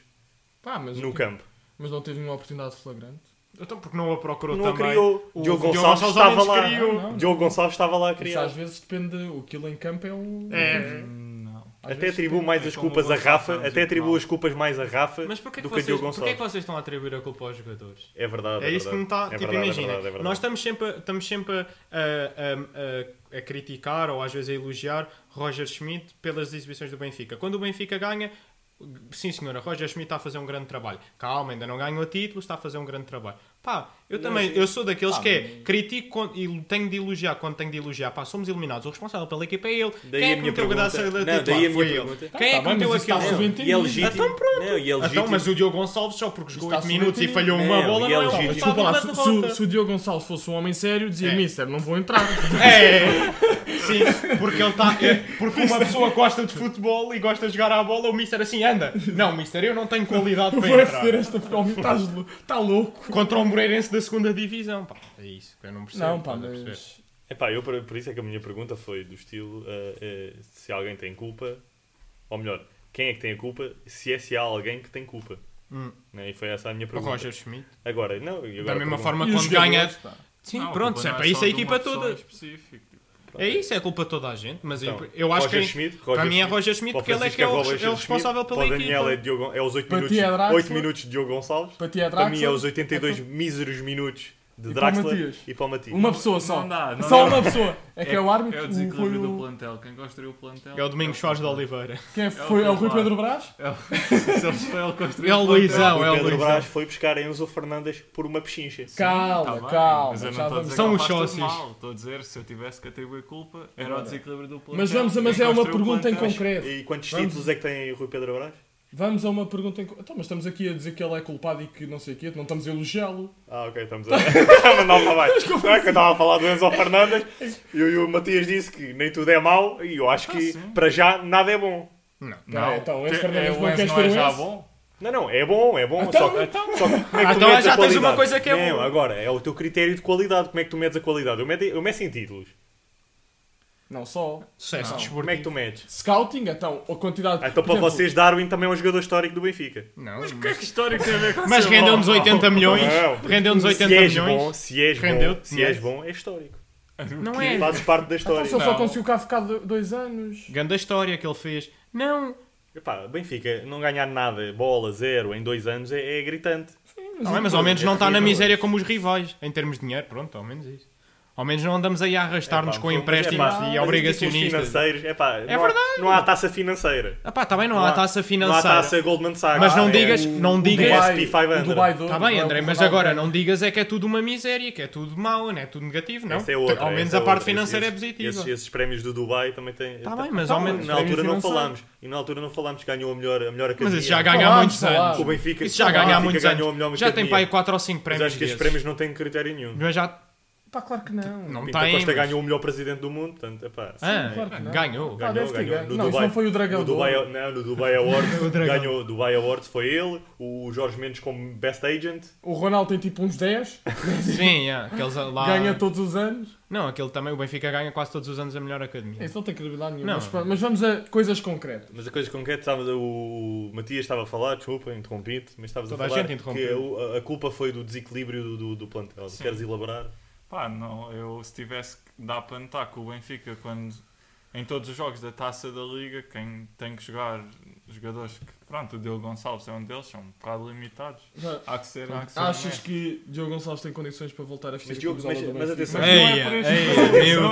[SPEAKER 3] Pá, mas, o
[SPEAKER 1] no
[SPEAKER 3] que-
[SPEAKER 1] campo.
[SPEAKER 3] mas não teve nenhuma oportunidade flagrante.
[SPEAKER 2] Então porque não a procurou
[SPEAKER 1] não a
[SPEAKER 2] também?
[SPEAKER 1] criou.
[SPEAKER 2] O
[SPEAKER 1] Diogo
[SPEAKER 2] Diogo
[SPEAKER 1] Gonçalves
[SPEAKER 2] Gonçalves
[SPEAKER 1] estava
[SPEAKER 2] ao
[SPEAKER 1] lá.
[SPEAKER 2] menos criou.
[SPEAKER 3] Não, não.
[SPEAKER 1] Diogo Gonçalves estava lá a
[SPEAKER 3] Isso
[SPEAKER 1] criar.
[SPEAKER 3] às vezes depende. O aquilo em campo é um.
[SPEAKER 2] É.
[SPEAKER 4] Não.
[SPEAKER 3] às
[SPEAKER 1] Até
[SPEAKER 3] vezes
[SPEAKER 1] atribuo mais
[SPEAKER 4] é
[SPEAKER 1] as
[SPEAKER 4] como o
[SPEAKER 1] culpas a
[SPEAKER 4] Gonçalo
[SPEAKER 1] Rafa,
[SPEAKER 4] Ramos
[SPEAKER 1] até
[SPEAKER 4] e
[SPEAKER 1] atribuo
[SPEAKER 4] Ronaldo.
[SPEAKER 1] as culpas mais a Rafa
[SPEAKER 2] Mas porquê que,
[SPEAKER 1] do que a
[SPEAKER 2] vocês,
[SPEAKER 1] Diogo
[SPEAKER 2] porquê é
[SPEAKER 1] Gonçalves.
[SPEAKER 2] que vocês estão a atribuir a culpa aos jogadores?
[SPEAKER 1] É verdade.
[SPEAKER 2] É isso que me está.
[SPEAKER 1] É
[SPEAKER 2] tipo,
[SPEAKER 1] verdade, é
[SPEAKER 2] imagina,
[SPEAKER 1] verdade, é verdade.
[SPEAKER 2] nós estamos sempre, a- estamos sempre a, a- a- a criticar ou às vezes a elogiar Roger Schmidt pelas exibições do Benfica. Quando o Benfica ganha, sim senhora, Roger Schmidt está a fazer um grande trabalho. Calma, ainda não ganhou título, está a fazer um grande trabalho. Pá, eu também, eu sou daqueles
[SPEAKER 3] Pá,
[SPEAKER 2] que é, critico quando- e tenho de elogiar quando tenho de elogiar. Pá, somos eliminados, o responsável pela equipa é ele.
[SPEAKER 5] Daí
[SPEAKER 2] Quem
[SPEAKER 5] a
[SPEAKER 2] é que
[SPEAKER 5] minha
[SPEAKER 2] meteu o
[SPEAKER 5] pergunta.
[SPEAKER 2] pedaço
[SPEAKER 5] Não,
[SPEAKER 2] da
[SPEAKER 5] daí a
[SPEAKER 2] titular?
[SPEAKER 5] minha
[SPEAKER 2] Foi ele.
[SPEAKER 5] pergunta.
[SPEAKER 2] Quem é
[SPEAKER 3] Tá
[SPEAKER 2] que
[SPEAKER 3] bem,
[SPEAKER 2] meteu
[SPEAKER 3] mas isso
[SPEAKER 2] aquele
[SPEAKER 3] está
[SPEAKER 2] gol?
[SPEAKER 5] E é legítimo.
[SPEAKER 2] Então pronto.
[SPEAKER 5] Não, e é legítimo.
[SPEAKER 2] Então, mas o Diogo Gonçalves, só porque jogou
[SPEAKER 3] está
[SPEAKER 2] 8 minutos e
[SPEAKER 3] submetido.
[SPEAKER 2] falhou uma
[SPEAKER 5] Não,
[SPEAKER 2] bola,
[SPEAKER 5] e é
[SPEAKER 2] não é um
[SPEAKER 5] legítimo.
[SPEAKER 3] Desculpa
[SPEAKER 2] culpável
[SPEAKER 3] lá,
[SPEAKER 2] da
[SPEAKER 3] se, se o-
[SPEAKER 2] derrota.
[SPEAKER 3] se o Diogo Gonçalves fosse um homem sério, dizia:
[SPEAKER 2] É.
[SPEAKER 3] Mister, não vou entrar.
[SPEAKER 2] É, sim, porque ele está. Porque uma pessoa gosta de futebol e gosta de jogar à bola, o Mister assim anda. Não, Mister, eu não tenho qualidade
[SPEAKER 3] Vou
[SPEAKER 2] para
[SPEAKER 3] foder
[SPEAKER 2] entrar.
[SPEAKER 3] esta fome, estás lou- tá louco.
[SPEAKER 2] Contra o Moreirense da segunda divisão. Pá, é isso que eu não percebo.
[SPEAKER 1] tá
[SPEAKER 3] Não, pá,
[SPEAKER 2] estás a perceber?
[SPEAKER 3] mas.
[SPEAKER 1] Epá, eu, por, por isso é que a minha pergunta foi do estilo eh, eh, se alguém tem culpa, ou melhor, quem é que tem a culpa, se é se há alguém que tem culpa.
[SPEAKER 2] Hum.
[SPEAKER 1] Né? E foi essa a minha
[SPEAKER 2] O
[SPEAKER 1] pergunta.
[SPEAKER 2] Roger Schmidt.
[SPEAKER 1] Agora, não, e agora
[SPEAKER 2] Da mesma
[SPEAKER 1] pergunto.
[SPEAKER 2] forma,
[SPEAKER 3] E os
[SPEAKER 2] quando ganha.
[SPEAKER 3] jogadores, pá?
[SPEAKER 2] Sim,
[SPEAKER 4] Não,
[SPEAKER 2] pronto,
[SPEAKER 4] culpa
[SPEAKER 2] é
[SPEAKER 4] não
[SPEAKER 2] para
[SPEAKER 4] só
[SPEAKER 2] é isso a
[SPEAKER 4] de
[SPEAKER 2] equipa
[SPEAKER 4] uma pessoa
[SPEAKER 2] toda.
[SPEAKER 4] em específico, tipo.
[SPEAKER 2] É isso, é culpa de toda a gente. Mas eu-
[SPEAKER 1] Então,
[SPEAKER 2] eu acho
[SPEAKER 1] Roger
[SPEAKER 2] que.
[SPEAKER 1] Schmidt, Roger
[SPEAKER 2] Para mim é
[SPEAKER 1] Schmidt,
[SPEAKER 2] Roger Schmidt
[SPEAKER 1] para o
[SPEAKER 2] porque ele é
[SPEAKER 1] Francisco
[SPEAKER 2] que é o
[SPEAKER 1] Roger
[SPEAKER 2] é o
[SPEAKER 1] Schmidt,
[SPEAKER 2] responsável
[SPEAKER 1] para
[SPEAKER 2] pela
[SPEAKER 1] o Daniel é,
[SPEAKER 2] equipa.
[SPEAKER 1] Diogo, é os 8
[SPEAKER 3] Para ti
[SPEAKER 1] minutos,
[SPEAKER 3] é Draxler.
[SPEAKER 1] 8 minutos de Diogo Gonçalves.
[SPEAKER 3] Para ti é
[SPEAKER 1] Para mim é
[SPEAKER 3] Draxler?
[SPEAKER 1] os 82 míseros minutos de
[SPEAKER 3] E para o
[SPEAKER 1] Draxler
[SPEAKER 3] Matias?
[SPEAKER 1] e para o Matias.
[SPEAKER 3] Uma pessoa só.
[SPEAKER 4] Não dá, não
[SPEAKER 3] só
[SPEAKER 4] dá.
[SPEAKER 3] uma pessoa. É que é, o árbitro.
[SPEAKER 4] É o
[SPEAKER 3] o- foi
[SPEAKER 4] desequilíbrio do
[SPEAKER 3] o,
[SPEAKER 4] plantel. Quem construiu o plantel.
[SPEAKER 2] É o Domingos Soares de Oliveira.
[SPEAKER 3] quem é, foi, é o Rui Pedro
[SPEAKER 4] Pedro
[SPEAKER 3] Brás?
[SPEAKER 4] Se ele- se ele construiu
[SPEAKER 2] É o
[SPEAKER 4] o plantel.
[SPEAKER 2] Luizão.
[SPEAKER 1] o
[SPEAKER 2] é o
[SPEAKER 1] Pedro
[SPEAKER 2] Luizão.
[SPEAKER 1] Braz foi buscar a Enzo Fernandes por uma pechincha.
[SPEAKER 4] Tá
[SPEAKER 3] Calma,
[SPEAKER 4] bem,
[SPEAKER 3] calma.
[SPEAKER 4] mas eu não
[SPEAKER 3] já
[SPEAKER 4] estou a
[SPEAKER 3] vamos-
[SPEAKER 4] dizer
[SPEAKER 2] São
[SPEAKER 4] que
[SPEAKER 2] os
[SPEAKER 4] ele faz tudo
[SPEAKER 2] sócios.
[SPEAKER 4] mal. Estou a dizer, se eu tivesse que atribuir culpa, era o desequilíbrio do plantel.
[SPEAKER 3] Mas vamos a- mas
[SPEAKER 4] Quem
[SPEAKER 3] é uma
[SPEAKER 4] construiu o
[SPEAKER 3] pergunta em
[SPEAKER 4] plantel-
[SPEAKER 3] concreto.
[SPEAKER 1] E quantos
[SPEAKER 3] Vamos-
[SPEAKER 1] títulos é que tem o Rui Pedro Braz?
[SPEAKER 3] Vamos a uma pergunta em co- Então, mas estamos aqui a dizer que ele é culpado e que não sei o quê, não estamos a elogiá-lo.
[SPEAKER 1] Ah, ok, estamos a mandar para baixo. Não é que eu estava a falar do Enzo Fernandes e o, e o Matias disse que nem tudo é mau e eu
[SPEAKER 3] Ah,
[SPEAKER 1] acho que para já nada é bom.
[SPEAKER 3] Não,
[SPEAKER 4] Não,
[SPEAKER 3] então, esse
[SPEAKER 4] te-
[SPEAKER 3] Fernandes
[SPEAKER 4] é,
[SPEAKER 3] não
[SPEAKER 4] o Enzo
[SPEAKER 3] queres
[SPEAKER 4] não é
[SPEAKER 3] ter o
[SPEAKER 4] já
[SPEAKER 3] Enzo?
[SPEAKER 4] bom?
[SPEAKER 1] Não, não, é bom, é bom,
[SPEAKER 3] Então,
[SPEAKER 1] só que, só que como é que tu
[SPEAKER 2] Então
[SPEAKER 1] medes
[SPEAKER 2] já
[SPEAKER 1] a
[SPEAKER 2] tens uma
[SPEAKER 1] qualidade?
[SPEAKER 2] coisa que é
[SPEAKER 1] não,
[SPEAKER 2] boa.
[SPEAKER 1] agora, é o teu critério de qualidade, como é que tu medes a qualidade? Eu meto, eu meço em títulos.
[SPEAKER 3] Não só.
[SPEAKER 2] Sucesso
[SPEAKER 1] Como é que
[SPEAKER 2] desportivo.
[SPEAKER 1] tu medes?
[SPEAKER 3] Scouting, então, a quantidade.
[SPEAKER 1] Ah, Então
[SPEAKER 3] por
[SPEAKER 1] para
[SPEAKER 3] exemplo,
[SPEAKER 1] vocês, Darwin também é um jogador histórico do Benfica.
[SPEAKER 2] Não,
[SPEAKER 4] O que é que história tem a ver com
[SPEAKER 2] Mas
[SPEAKER 4] ser bom?
[SPEAKER 2] rendeu-nos 80 milhões.
[SPEAKER 1] Não.
[SPEAKER 2] Então Rendeu-nos 80
[SPEAKER 1] se és
[SPEAKER 2] milhões.
[SPEAKER 1] bom, se és bom,
[SPEAKER 2] Rendeu-te,
[SPEAKER 1] se
[SPEAKER 2] não é?
[SPEAKER 1] és bom, é histórico.
[SPEAKER 2] Não é.
[SPEAKER 1] Fazes parte da
[SPEAKER 3] Então,
[SPEAKER 1] história.
[SPEAKER 3] se ele só
[SPEAKER 4] Não.
[SPEAKER 3] conseguiu cá ficar do- dois anos.
[SPEAKER 2] Grande história que ele fez. Não.
[SPEAKER 1] Epá, Benfica, não ganhar nada, bola, zero, em dois anos, é, é gritante.
[SPEAKER 2] Não é, mas ao menos não está na miséria como os rivais. Em termos de dinheiro, pronto, ao menos isso. Ao menos não andamos aí a arrastar-nos
[SPEAKER 1] Epá,
[SPEAKER 2] com
[SPEAKER 1] mas,
[SPEAKER 2] empréstimos
[SPEAKER 1] epá, mas
[SPEAKER 2] e
[SPEAKER 1] em títulos
[SPEAKER 2] obrigacionistas. É
[SPEAKER 1] financeiros, epá, não, há,
[SPEAKER 2] verdade.
[SPEAKER 1] não há taça financeira.
[SPEAKER 2] Ah pá, está bem, não há taça
[SPEAKER 1] Não há
[SPEAKER 2] financeira.
[SPEAKER 1] taça Goldman Sachs.
[SPEAKER 2] Mas não
[SPEAKER 1] É,
[SPEAKER 2] digas, não digas.
[SPEAKER 1] Dubai. SP500.
[SPEAKER 3] o Dubai do- Tá
[SPEAKER 2] Está Tá bem,
[SPEAKER 3] o
[SPEAKER 2] André, mas
[SPEAKER 3] Ronaldo
[SPEAKER 2] agora
[SPEAKER 3] tem.
[SPEAKER 2] não digas é que é tudo uma miséria, que é tudo mau, não é tudo negativo, não.
[SPEAKER 1] Essa é outra,
[SPEAKER 2] ao menos
[SPEAKER 1] essa
[SPEAKER 2] a
[SPEAKER 1] é
[SPEAKER 2] parte
[SPEAKER 1] outra.
[SPEAKER 2] financeira
[SPEAKER 1] Esses-
[SPEAKER 2] é positiva.
[SPEAKER 1] Esses, esses prémios do Dubai também têm.
[SPEAKER 2] Está
[SPEAKER 1] tá-
[SPEAKER 2] bem, mas ao
[SPEAKER 3] tá bem.
[SPEAKER 2] menos.
[SPEAKER 1] Na altura não
[SPEAKER 3] Prémio financeiro.
[SPEAKER 1] falámos. E na altura não falámos. Ganhou a melhor, a melhor academia.
[SPEAKER 2] Mas isso já ganha há
[SPEAKER 3] Falámos,
[SPEAKER 2] muitos
[SPEAKER 3] falámos.
[SPEAKER 1] O
[SPEAKER 2] anos.
[SPEAKER 1] Benfica,
[SPEAKER 2] Isso já ganha há
[SPEAKER 1] o Benfica
[SPEAKER 2] muitos
[SPEAKER 1] ganhou a melhor
[SPEAKER 2] anos. Já tem
[SPEAKER 1] academia.
[SPEAKER 2] para aí 4 ou 5
[SPEAKER 1] Mas
[SPEAKER 2] prémios.
[SPEAKER 1] acho que esses
[SPEAKER 2] desses.
[SPEAKER 1] prémios não têm critério nenhum.
[SPEAKER 2] Mas já
[SPEAKER 3] Pá, claro que não.
[SPEAKER 2] não
[SPEAKER 1] Pinta
[SPEAKER 2] tem.
[SPEAKER 1] Costa
[SPEAKER 2] mas-
[SPEAKER 1] ganhou o melhor presidente do mundo, portanto, epá,
[SPEAKER 2] Ah,
[SPEAKER 3] claro que não.
[SPEAKER 2] ganhou.
[SPEAKER 3] Pá, deve ter ganho.
[SPEAKER 1] No
[SPEAKER 3] Não, isso
[SPEAKER 1] Dubai-
[SPEAKER 3] não foi o Dragão.
[SPEAKER 1] No Dubai, não, no Dubai Awards
[SPEAKER 2] O dragão.
[SPEAKER 1] ganhou o Dubai Awards, foi ele, o Jorge Mendes como Best Agent.
[SPEAKER 3] O Ronaldo tem tipo uns 10,
[SPEAKER 2] Sim, é, aqueles lá.
[SPEAKER 3] ganha todos os anos.
[SPEAKER 2] Não, aquele também, o Benfica ganha quase todos os anos a melhor academia.
[SPEAKER 3] Isso não tem credibilidade nenhuma.
[SPEAKER 2] Não.
[SPEAKER 3] Mas, pronto, mas vamos a coisas concretas.
[SPEAKER 1] Mas a coisa concreta, estavas a- o Matias estava a falar, desculpa, interrompi-te, mas estavas a
[SPEAKER 2] Toda a
[SPEAKER 1] falar
[SPEAKER 2] gente interrompeu.
[SPEAKER 1] que a- o- a, a culpa foi do desequilíbrio do, do, do plantel. Queres elaborar?
[SPEAKER 4] Pá, não, eu se tivesse que dar para notar que o Benfica, quando em todos os jogos da taça da Liga, quem tem que jogar jogadores que, pronto, o Diogo Gonçalves é um deles, são um bocado limitados.
[SPEAKER 3] Já-
[SPEAKER 4] Há que ser, há que ser. um
[SPEAKER 3] Achas
[SPEAKER 4] honesto.
[SPEAKER 3] que Diogo Gonçalves tem condições para voltar a vestir
[SPEAKER 1] Mas
[SPEAKER 3] a
[SPEAKER 1] Diogo, mas-
[SPEAKER 3] camisola do
[SPEAKER 1] mas
[SPEAKER 3] Benfica?
[SPEAKER 1] atenção.
[SPEAKER 4] Mas não
[SPEAKER 2] Ei,
[SPEAKER 4] é por este
[SPEAKER 2] ei,
[SPEAKER 4] jogo,
[SPEAKER 2] meu
[SPEAKER 4] não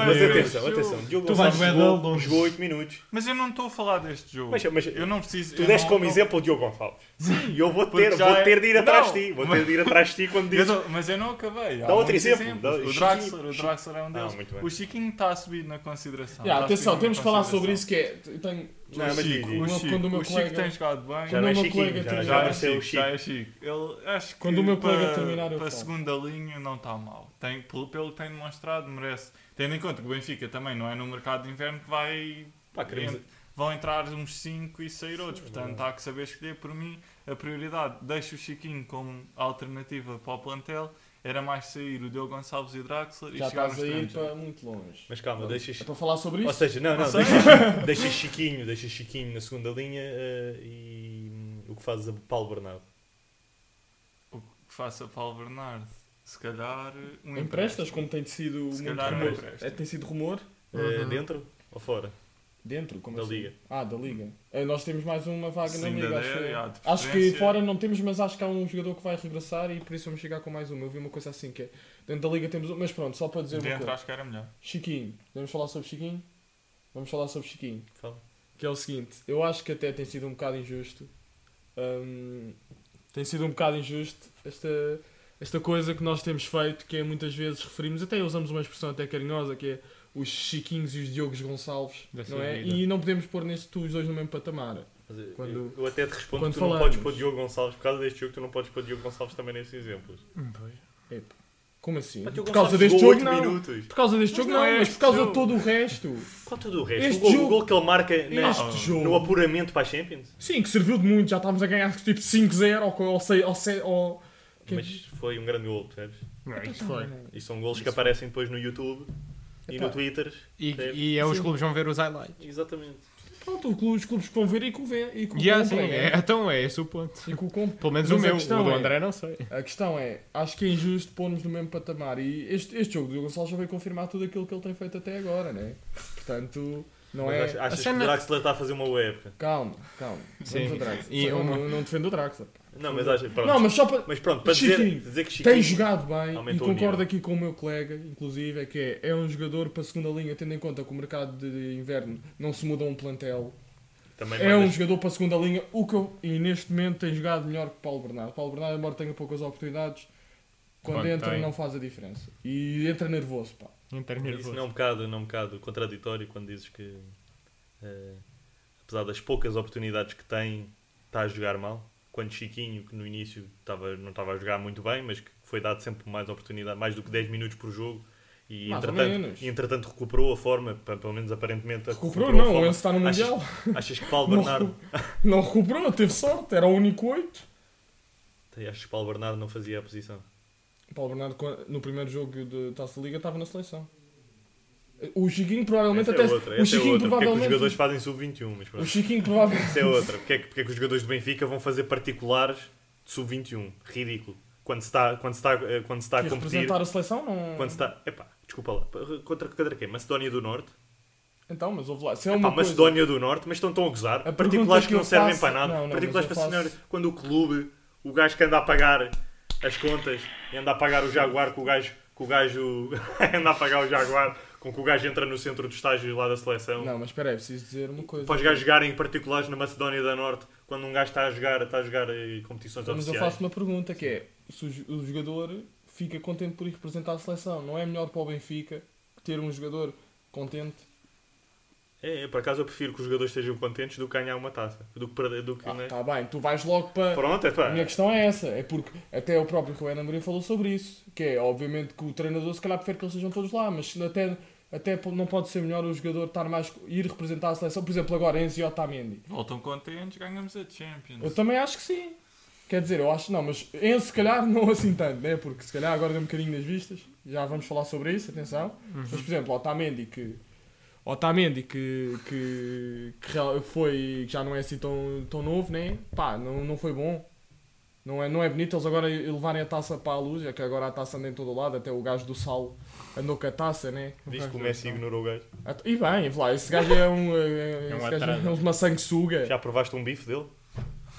[SPEAKER 4] é
[SPEAKER 1] Mas
[SPEAKER 4] por este
[SPEAKER 1] atenção,
[SPEAKER 4] jogo.
[SPEAKER 1] atenção, Diogo
[SPEAKER 2] Tu vais
[SPEAKER 1] Gonçalves
[SPEAKER 2] ver
[SPEAKER 1] jogou,
[SPEAKER 2] longe.
[SPEAKER 1] jogou 8 minutos.
[SPEAKER 4] Mas eu não estou a falar deste jogo.
[SPEAKER 1] Mas- mas-
[SPEAKER 4] eu não preciso.
[SPEAKER 1] Tu
[SPEAKER 4] eu
[SPEAKER 1] deste
[SPEAKER 4] não-
[SPEAKER 1] como
[SPEAKER 4] não-
[SPEAKER 1] exemplo o Diogo Gonçalves. Sim. E eu vou
[SPEAKER 4] Porque
[SPEAKER 1] ter,
[SPEAKER 4] já
[SPEAKER 1] vou
[SPEAKER 4] é-
[SPEAKER 1] ter de ir atrás de
[SPEAKER 4] Não.
[SPEAKER 1] ti. Vou ter de ir atrás de ti quando
[SPEAKER 4] Eu
[SPEAKER 1] dizes.
[SPEAKER 4] não- mas eu não acabei. Há
[SPEAKER 1] Dá outro
[SPEAKER 4] muitos
[SPEAKER 1] exemplo.
[SPEAKER 4] exemplos.
[SPEAKER 1] Dá-
[SPEAKER 4] o,
[SPEAKER 1] Chiquinho-
[SPEAKER 4] Draxler, o Draxler é um
[SPEAKER 1] Ah,
[SPEAKER 4] deles.
[SPEAKER 1] muito bem.
[SPEAKER 4] o Chiquinho está a subir na consideração.
[SPEAKER 3] Yeah,
[SPEAKER 4] Está a subir
[SPEAKER 3] atenção,
[SPEAKER 4] na
[SPEAKER 3] temos que falar
[SPEAKER 4] consideração.
[SPEAKER 3] sobre isso que é. Eu tenho.
[SPEAKER 1] Não, mas
[SPEAKER 4] o Chico,
[SPEAKER 1] diz, diz.
[SPEAKER 4] o
[SPEAKER 3] Quando o
[SPEAKER 4] Chico,
[SPEAKER 3] meu
[SPEAKER 4] o Chico
[SPEAKER 3] colega-
[SPEAKER 4] tem jogado bem.
[SPEAKER 1] Já
[SPEAKER 3] Quando
[SPEAKER 1] não é
[SPEAKER 3] o meu
[SPEAKER 1] chiquinho,
[SPEAKER 3] colega
[SPEAKER 1] já,
[SPEAKER 3] tem-
[SPEAKER 1] já
[SPEAKER 4] é
[SPEAKER 1] nasceu o
[SPEAKER 4] chique, já
[SPEAKER 1] chique.
[SPEAKER 4] é chique. Ele, acho que
[SPEAKER 3] Quando o meu colega
[SPEAKER 4] para,
[SPEAKER 3] terminar, eu
[SPEAKER 4] para
[SPEAKER 3] falo.
[SPEAKER 4] a segunda linha não está mal. Tem, pelo, pelo que tem demonstrado, merece. Tendo em conta que o Benfica também não é no mercado de inverno que vai.
[SPEAKER 1] Pá, queremos- é
[SPEAKER 4] en- Vão entrar uns 5 e sair outros. Portanto, há que saber escolher. Por mim, a prioridade, deixo o Chiquinho como alternativa para o plantel. Era mais sair o Diogo Gonçalves e Draxler e
[SPEAKER 3] Já
[SPEAKER 4] chegar
[SPEAKER 3] estás
[SPEAKER 4] aos
[SPEAKER 3] a ir
[SPEAKER 4] 30.
[SPEAKER 3] para muito longe.
[SPEAKER 1] Mas calma, deixa
[SPEAKER 3] É para falar sobre
[SPEAKER 1] Ou
[SPEAKER 3] isso?
[SPEAKER 1] seja, não, não,
[SPEAKER 4] sei.
[SPEAKER 1] deixa, deixa Chiquinho, deixa Chiquinho na segunda linha eh, e hum, o que fazes a Paulo Bernardo.
[SPEAKER 4] O que faça Paulo Bernardo? Se calhar. Um
[SPEAKER 3] Emprestas,
[SPEAKER 4] empréstimo.
[SPEAKER 3] como tem sido
[SPEAKER 4] Se
[SPEAKER 3] muito
[SPEAKER 4] calhar um
[SPEAKER 3] rumor.
[SPEAKER 4] empréstimo.
[SPEAKER 3] É, tem sido rumor
[SPEAKER 1] Eh,
[SPEAKER 2] Uhum.
[SPEAKER 1] Dentro ou fora?
[SPEAKER 3] dentro, como
[SPEAKER 1] Da
[SPEAKER 3] assim?
[SPEAKER 1] Liga.
[SPEAKER 3] Ah, da Liga. Eh, nós temos mais uma vaga
[SPEAKER 4] Se
[SPEAKER 3] na
[SPEAKER 4] ainda
[SPEAKER 3] Liga,
[SPEAKER 4] der,
[SPEAKER 3] acho que
[SPEAKER 4] já, de
[SPEAKER 3] Acho que
[SPEAKER 4] preferência.
[SPEAKER 3] fora não temos, mas acho que há um jogador que vai regressar e por isso vamos chegar com mais uma. Eu vi uma coisa assim que é. Dentro da liga temos um, mas pronto, só para dizer uma
[SPEAKER 4] Dentro
[SPEAKER 3] coisa.
[SPEAKER 4] acho que era melhor.
[SPEAKER 3] Chiquinho, vamos falar sobre Chiquinho? Vamos falar sobre Chiquinho.
[SPEAKER 1] Fala.
[SPEAKER 3] Que é o seguinte, eu acho que até tem sido um bocado injusto. Hum, tem sido um bocado injusto esta, esta coisa que nós temos feito, que é muitas vezes referimos, até usamos uma expressão até carinhosa, que é os Chiquinhos e os Diogos Gonçalves.
[SPEAKER 2] Dessa
[SPEAKER 3] Não é?
[SPEAKER 2] vida.
[SPEAKER 3] E não podemos pôr neste tu os dois no mesmo patamar.
[SPEAKER 1] Mas, eh,
[SPEAKER 3] Quando-
[SPEAKER 1] eu, eu até te respondo
[SPEAKER 3] quando
[SPEAKER 1] que tu não
[SPEAKER 3] falamos.
[SPEAKER 1] podes pôr Diogo Gonçalves, por causa deste jogo, tu não podes pôr Diogo Gonçalves também nesses exemplos.
[SPEAKER 2] hum,
[SPEAKER 3] Como assim?
[SPEAKER 1] Pá, Diogo
[SPEAKER 3] Por causa
[SPEAKER 1] Gonçalves
[SPEAKER 3] deste
[SPEAKER 1] jogou
[SPEAKER 3] jogo,
[SPEAKER 1] oito
[SPEAKER 3] não.
[SPEAKER 1] minutos.
[SPEAKER 3] Por causa deste
[SPEAKER 4] Mas
[SPEAKER 3] jogo, não,
[SPEAKER 4] não é
[SPEAKER 3] mas
[SPEAKER 4] este
[SPEAKER 3] por causa
[SPEAKER 4] jogo.
[SPEAKER 3] de todo o resto.
[SPEAKER 1] Qual todo o resto?
[SPEAKER 3] Este
[SPEAKER 1] O gol,
[SPEAKER 3] jogo-
[SPEAKER 1] o gol que ele marca na-
[SPEAKER 3] Este
[SPEAKER 1] no
[SPEAKER 3] jogo.
[SPEAKER 1] apuramento para a Champions?
[SPEAKER 3] Sim, que serviu de muito. Já estávamos a ganhar tipo 5-0 ou, co- ou, sei- ou, sei- ou... Que-
[SPEAKER 1] Mas foi um grande gol, percebes?
[SPEAKER 2] Não, isso
[SPEAKER 3] Então,
[SPEAKER 2] foi.
[SPEAKER 3] não.
[SPEAKER 1] E são golos que aparecem depois no YouTube e
[SPEAKER 3] Epá.
[SPEAKER 1] no Twitter.
[SPEAKER 2] E,
[SPEAKER 1] Percebes?
[SPEAKER 2] e é os
[SPEAKER 3] Sim.
[SPEAKER 2] clubes vão ver os highlights.
[SPEAKER 1] Exatamente.
[SPEAKER 3] Pronto, o clube- os clubes que vão ver e que o vê. E que o
[SPEAKER 2] E é assim,
[SPEAKER 3] comprem,
[SPEAKER 2] é,
[SPEAKER 3] né?
[SPEAKER 2] então é esse o ponto.
[SPEAKER 3] E que o comprem.
[SPEAKER 2] Pelo menos o
[SPEAKER 3] Mas a
[SPEAKER 2] meu, o
[SPEAKER 3] questão
[SPEAKER 2] do
[SPEAKER 3] é-
[SPEAKER 2] André não sei.
[SPEAKER 3] A questão é, acho que é injusto pôr-nos no mesmo patamar. E este, este jogo do Gonçalo já veio confirmar tudo aquilo que ele tem feito até agora, né? Portanto, não
[SPEAKER 1] Mas
[SPEAKER 3] é.
[SPEAKER 1] ach- Achas
[SPEAKER 2] a cena-
[SPEAKER 1] que o Draxler está a fazer uma web época?
[SPEAKER 3] Calma, calma.
[SPEAKER 2] Sim.
[SPEAKER 3] Vamos ao Draxler.
[SPEAKER 2] E
[SPEAKER 3] Só-
[SPEAKER 2] uma-
[SPEAKER 3] não, não defendo o Draxler.
[SPEAKER 1] Não, mas achas. Pronto.
[SPEAKER 3] Não, mas só para.
[SPEAKER 1] Mas pronto, para dizer,
[SPEAKER 3] Chiquinho.
[SPEAKER 1] dizer que Chiquinho
[SPEAKER 3] Tem jogado bem e
[SPEAKER 1] aumentou o
[SPEAKER 3] concordo
[SPEAKER 1] nível.
[SPEAKER 3] aqui com o meu colega, inclusive, é que é, é um jogador para a segunda linha, tendo em conta que o mercado de inverno não se muda um plantel.
[SPEAKER 1] também
[SPEAKER 3] É um
[SPEAKER 1] mandas-
[SPEAKER 3] jogador para a segunda linha, o que eu- e neste momento tem jogado melhor que Paulo Bernardo. Paulo Bernardo, embora tenha poucas oportunidades, quando,
[SPEAKER 2] Quando
[SPEAKER 3] entra
[SPEAKER 2] tem.
[SPEAKER 3] não faz a diferença. E entra nervoso, pá.
[SPEAKER 2] Inter
[SPEAKER 1] Isso
[SPEAKER 2] nervoso.
[SPEAKER 1] não é um bocado, não é um bocado contraditório quando dizes que, eh, apesar das poucas oportunidades que tem, está a jogar mal. Quando Chiquinho, que no início estava, não estava a jogar muito bem, mas que foi dado sempre mais oportunidade, mais do que 10 minutos por jogo, e
[SPEAKER 3] Mais ou
[SPEAKER 1] entretanto,
[SPEAKER 3] menos.
[SPEAKER 1] e entretanto recuperou a forma, pa- pelo menos aparentemente
[SPEAKER 3] Recuperou,
[SPEAKER 1] a
[SPEAKER 3] não, o
[SPEAKER 1] forma.
[SPEAKER 3] Enzo está no
[SPEAKER 1] Tá Achas-
[SPEAKER 3] Mundial.
[SPEAKER 1] Achas que Paulo
[SPEAKER 3] Não
[SPEAKER 1] Bernardo,
[SPEAKER 3] Não recuperou, teve sorte, era o único oito.
[SPEAKER 1] achas que Paulo Bernardo não fazia a posição?
[SPEAKER 3] Paulo Bernardo, quan- no primeiro jogo de Taça da Liga, estava na seleção. O Chiquinho provavelmente
[SPEAKER 1] Essa
[SPEAKER 3] até.
[SPEAKER 1] é outra, essa é
[SPEAKER 3] o
[SPEAKER 1] outra. Porque
[SPEAKER 3] Chiquinho
[SPEAKER 1] é que os
[SPEAKER 3] provavelmente.
[SPEAKER 1] jogadores fazem sub-21, mas pronto.
[SPEAKER 3] O Chiquinho provavelmente.
[SPEAKER 1] Isso é outra. Porque é, que, porque é que os jogadores do Benfica vão fazer particulares de sub-21? Ridículo. Quando se está, quando se está, eh, quando se está a
[SPEAKER 3] Que
[SPEAKER 1] competir.
[SPEAKER 3] representar a seleção não.
[SPEAKER 1] Quando se está. Epá, desculpa lá. eh, Contra, contra quem? é? Macedónia do Norte?
[SPEAKER 3] Então, mas houve lá. Se é
[SPEAKER 1] Pá,
[SPEAKER 3] uma coisa...
[SPEAKER 1] Macedónia do Norte, mas estão tão a gozar.
[SPEAKER 3] A pergunta
[SPEAKER 1] particulares
[SPEAKER 3] que
[SPEAKER 1] que não
[SPEAKER 3] eu
[SPEAKER 1] servem
[SPEAKER 3] faço-
[SPEAKER 1] para nada.
[SPEAKER 3] não, não,
[SPEAKER 1] particulares
[SPEAKER 3] mas
[SPEAKER 1] para
[SPEAKER 3] eu
[SPEAKER 1] senhor.
[SPEAKER 3] faço-
[SPEAKER 1] Quando o clube, o gajo que anda a pagar as contas e anda a pagar o Jaguar com o gajo. Que o gajo anda a pagar o Jaguar com que o gajo entra no centro de estágio lá da seleção.
[SPEAKER 3] Não, mas espera aí, preciso dizer uma coisa.
[SPEAKER 1] Para os gajos jogarem particulares na Macedónia da Norte, quando um gajo está a jogar, está a jogar eh, competições
[SPEAKER 3] Então, Mas eu
[SPEAKER 1] oficiais.
[SPEAKER 3] faço uma pergunta que é: se o jo- o jogador fica contente por ir representar a seleção, não é melhor para o Benfica ter um jogador contente?
[SPEAKER 1] É, é, por acaso eu prefiro que os jogadores estejam contentes do que ganhar uma taça. Do que perder, do que.
[SPEAKER 3] Ah,
[SPEAKER 1] né?
[SPEAKER 3] tá bem, tu vais logo para.
[SPEAKER 1] Pronto, é pá.
[SPEAKER 3] A minha questão é essa, é porque até o próprio Rubén Amorim falou sobre isso, que é obviamente que o treinador se calhar prefere que eles sejam todos lá, mas até, até po- não pode ser melhor o jogador estar mais ir representar a seleção, por exemplo agora Enzo e Otamendi.
[SPEAKER 4] Voltam contentes, ganhamos a Champions.
[SPEAKER 3] Eu também acho que sim. Quer dizer, eu acho não, mas em se calhar não assim tanto, né? Porque se calhar agora deu um bocadinho nas vistas, já vamos falar sobre isso, atenção. Mas por exemplo, Otamendi que. Otamendi que, que, que real- foi. que já não é assim tão, tão novo, né? Pá, não, não foi bom. Não é, não é bonito eles agora levarem a taça para a luz, é que agora a taça anda em todo o lado, até o gajo do sal andou com a taça, né?
[SPEAKER 1] Diz
[SPEAKER 3] gajo
[SPEAKER 1] que o
[SPEAKER 3] do
[SPEAKER 1] Messi
[SPEAKER 3] sal.
[SPEAKER 1] ignorou o gajo.
[SPEAKER 3] Ah, E bem, vá lá, esse gajo é um. É,
[SPEAKER 4] É um
[SPEAKER 3] esse gajo
[SPEAKER 4] atraso.
[SPEAKER 3] é uma sanguessuga.
[SPEAKER 1] Já provaste um bife dele?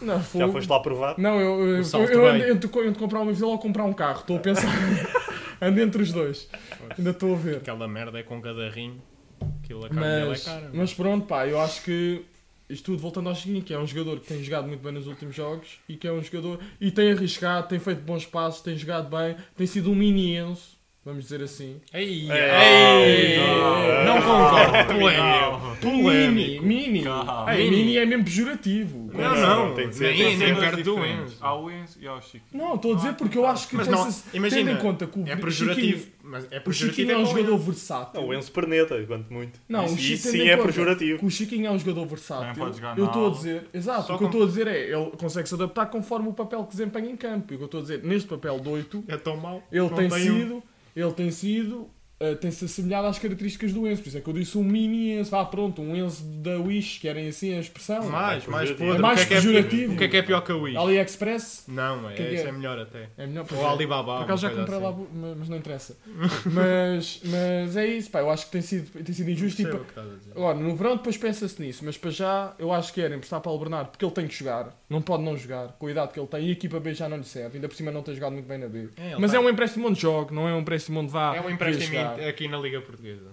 [SPEAKER 3] Não,
[SPEAKER 1] Já
[SPEAKER 3] fogo.
[SPEAKER 1] foste lá provar?
[SPEAKER 3] Não, eu, eu,
[SPEAKER 2] O salto
[SPEAKER 3] eu,
[SPEAKER 2] bem.
[SPEAKER 3] ando entre, co- entre comprar uma vila ou comprar um carro. Estou a pensar. ando entre os dois. Ainda estou a ver.
[SPEAKER 2] Aquela merda é com cada rim. Aquilo a carne dela é
[SPEAKER 3] Mas,
[SPEAKER 2] cara.
[SPEAKER 3] mas pronto, pá, eu acho que. Isto tudo voltando ao seguinte, que é um jogador que tem jogado muito bem nos últimos jogos e que é um jogador. E tem arriscado, tem feito bons passos, tem jogado bem, tem sido um mini Enzo. vamos dizer assim.
[SPEAKER 2] Ei,
[SPEAKER 4] Ei,
[SPEAKER 2] ei,
[SPEAKER 4] Ah, não.
[SPEAKER 2] É. não concordo.
[SPEAKER 4] Não.
[SPEAKER 2] Polémico.
[SPEAKER 3] Mini,
[SPEAKER 2] Polémico.
[SPEAKER 3] mini.
[SPEAKER 4] Calma.
[SPEAKER 3] Ei,
[SPEAKER 2] Mini.
[SPEAKER 3] mini é mesmo pejorativo.
[SPEAKER 2] Não,
[SPEAKER 1] Não,
[SPEAKER 2] não.
[SPEAKER 1] tem de ser-
[SPEAKER 2] Nem,
[SPEAKER 1] tem de
[SPEAKER 2] nem
[SPEAKER 1] ser
[SPEAKER 2] perto do
[SPEAKER 4] diferentes.
[SPEAKER 2] Enzo.
[SPEAKER 4] Há o Enzo e há o Chico.
[SPEAKER 3] Não, estou a dizer porque eu acho que
[SPEAKER 2] Ah, Mas
[SPEAKER 3] tem
[SPEAKER 2] não,
[SPEAKER 3] esse-
[SPEAKER 2] imagina,
[SPEAKER 3] tendo em conta que o
[SPEAKER 2] É
[SPEAKER 3] Chiquinho-
[SPEAKER 2] pejorativo. Mas é
[SPEAKER 3] o Chiquinho
[SPEAKER 2] pejorativo.
[SPEAKER 3] é um jogador
[SPEAKER 1] Não,
[SPEAKER 3] versátil.
[SPEAKER 1] o Enzo perneta, quanto muito.
[SPEAKER 3] Não,
[SPEAKER 1] Isso-
[SPEAKER 3] o Chico
[SPEAKER 1] isso
[SPEAKER 3] tendo
[SPEAKER 1] sim
[SPEAKER 3] em
[SPEAKER 1] é
[SPEAKER 3] conta
[SPEAKER 1] pejorativo.
[SPEAKER 3] que o Chiquinho é um jogador
[SPEAKER 4] Também
[SPEAKER 3] versátil.
[SPEAKER 4] pode jogar
[SPEAKER 3] Eu
[SPEAKER 4] na
[SPEAKER 3] estou a
[SPEAKER 4] ala.
[SPEAKER 3] dizer,
[SPEAKER 2] Só
[SPEAKER 3] exato, o que eu
[SPEAKER 2] com-
[SPEAKER 3] estou a dizer é, ele consegue se adaptar conforme o papel que desempenha em campo. E o que eu estou a dizer, neste papel de 8,
[SPEAKER 2] É tão mau.
[SPEAKER 3] ele
[SPEAKER 2] Não
[SPEAKER 3] tem,
[SPEAKER 2] tem um-
[SPEAKER 3] sido, ele tem sido, ah, tem-se assemelhado às características do Enzo. Por isso é que eu disse um mini Enzo. Ah, pronto, um Enzo da Wish, que era assim a expressão.
[SPEAKER 2] Mais, mais
[SPEAKER 1] pejorativo.
[SPEAKER 2] podre.
[SPEAKER 1] É
[SPEAKER 2] o que
[SPEAKER 3] mais
[SPEAKER 2] é que é pior-
[SPEAKER 3] pejorativo.
[SPEAKER 2] O que é que é pior que o Wish?
[SPEAKER 3] AliExpress,
[SPEAKER 2] Não, é,
[SPEAKER 3] Que que é?
[SPEAKER 2] isso é melhor até.
[SPEAKER 3] é melhor
[SPEAKER 2] Ou Alibaba.
[SPEAKER 3] Por
[SPEAKER 2] uma
[SPEAKER 3] acaso já
[SPEAKER 2] coisa
[SPEAKER 3] comprei
[SPEAKER 2] assim.
[SPEAKER 3] lá, bu- ma- mas não interessa. mas, mas é isso, pá, eu acho que tem sido, tem sido injusto. e
[SPEAKER 2] Sei
[SPEAKER 3] pa-
[SPEAKER 2] o que estás a dizer.
[SPEAKER 3] Agora, no verão depois pensa-se nisso, mas para já eu acho que era emprestar para o Bernardo, porque ele tem que jogar, não pode não jogar, com a idade que ele tem, e a equipa B já não lhe serve, ainda por cima não tem jogado muito bem na B.
[SPEAKER 2] É, ele
[SPEAKER 3] mas
[SPEAKER 2] tá-
[SPEAKER 3] é um empréstimo onde jogo, não é um empréstimo onde vá.
[SPEAKER 2] É um
[SPEAKER 3] vir
[SPEAKER 2] empréstimo
[SPEAKER 3] jogar.
[SPEAKER 2] aqui na Liga Portuguesa.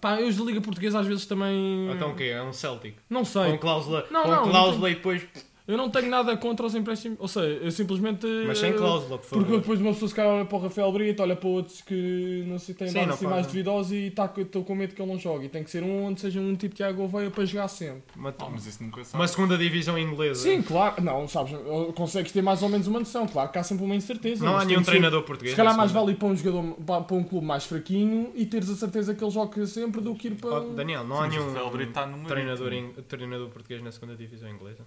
[SPEAKER 3] Pá, eu os da Liga Portuguesa às vezes também.
[SPEAKER 2] Então o quê? É um Celtic.
[SPEAKER 3] Hum. Não
[SPEAKER 2] Com
[SPEAKER 3] sei,
[SPEAKER 2] cláusula.
[SPEAKER 3] Não,
[SPEAKER 2] com
[SPEAKER 3] não, não
[SPEAKER 2] cláusula e depois.
[SPEAKER 3] eu não tenho nada contra os empréstimos, ou seja, eu simplesmente.
[SPEAKER 2] Mas sem cláusula, por
[SPEAKER 3] Eh, Porque
[SPEAKER 2] favor.
[SPEAKER 3] depois uma pessoa se calhar olha para o Rafael Brito, olha para outros que não sei, têm
[SPEAKER 2] Sim,
[SPEAKER 3] dados
[SPEAKER 2] não
[SPEAKER 3] assim mais
[SPEAKER 2] fazem.
[SPEAKER 3] duvidosos e tá- estou com medo que ele não jogue. E tem que ser um onde seja um tipo Tiago Gouveia para jogar sempre.
[SPEAKER 2] Uma,
[SPEAKER 4] Ah, mas isso nunca sabe.
[SPEAKER 2] uma segunda divisão inglesa.
[SPEAKER 3] Sim, claro. Não, sabes, consegues ter mais ou menos uma noção. Claro que há sempre uma incerteza.
[SPEAKER 2] Não
[SPEAKER 3] mas
[SPEAKER 2] há
[SPEAKER 3] tem
[SPEAKER 2] nenhum
[SPEAKER 3] que ser-
[SPEAKER 2] treinador português.
[SPEAKER 3] Se calhar
[SPEAKER 2] na
[SPEAKER 3] mais
[SPEAKER 2] segunda.
[SPEAKER 3] vale ir para um, jogador, para um clube mais fraquinho e teres a certeza que ele joga sempre do que ir para
[SPEAKER 2] Oh,
[SPEAKER 3] um...
[SPEAKER 2] Daniel, não há
[SPEAKER 4] Mas o tá Rafael
[SPEAKER 2] nenhum
[SPEAKER 4] Brito está numa
[SPEAKER 2] um treinador,
[SPEAKER 4] ritmo.
[SPEAKER 2] in- treinador português na segunda divisão inglesa.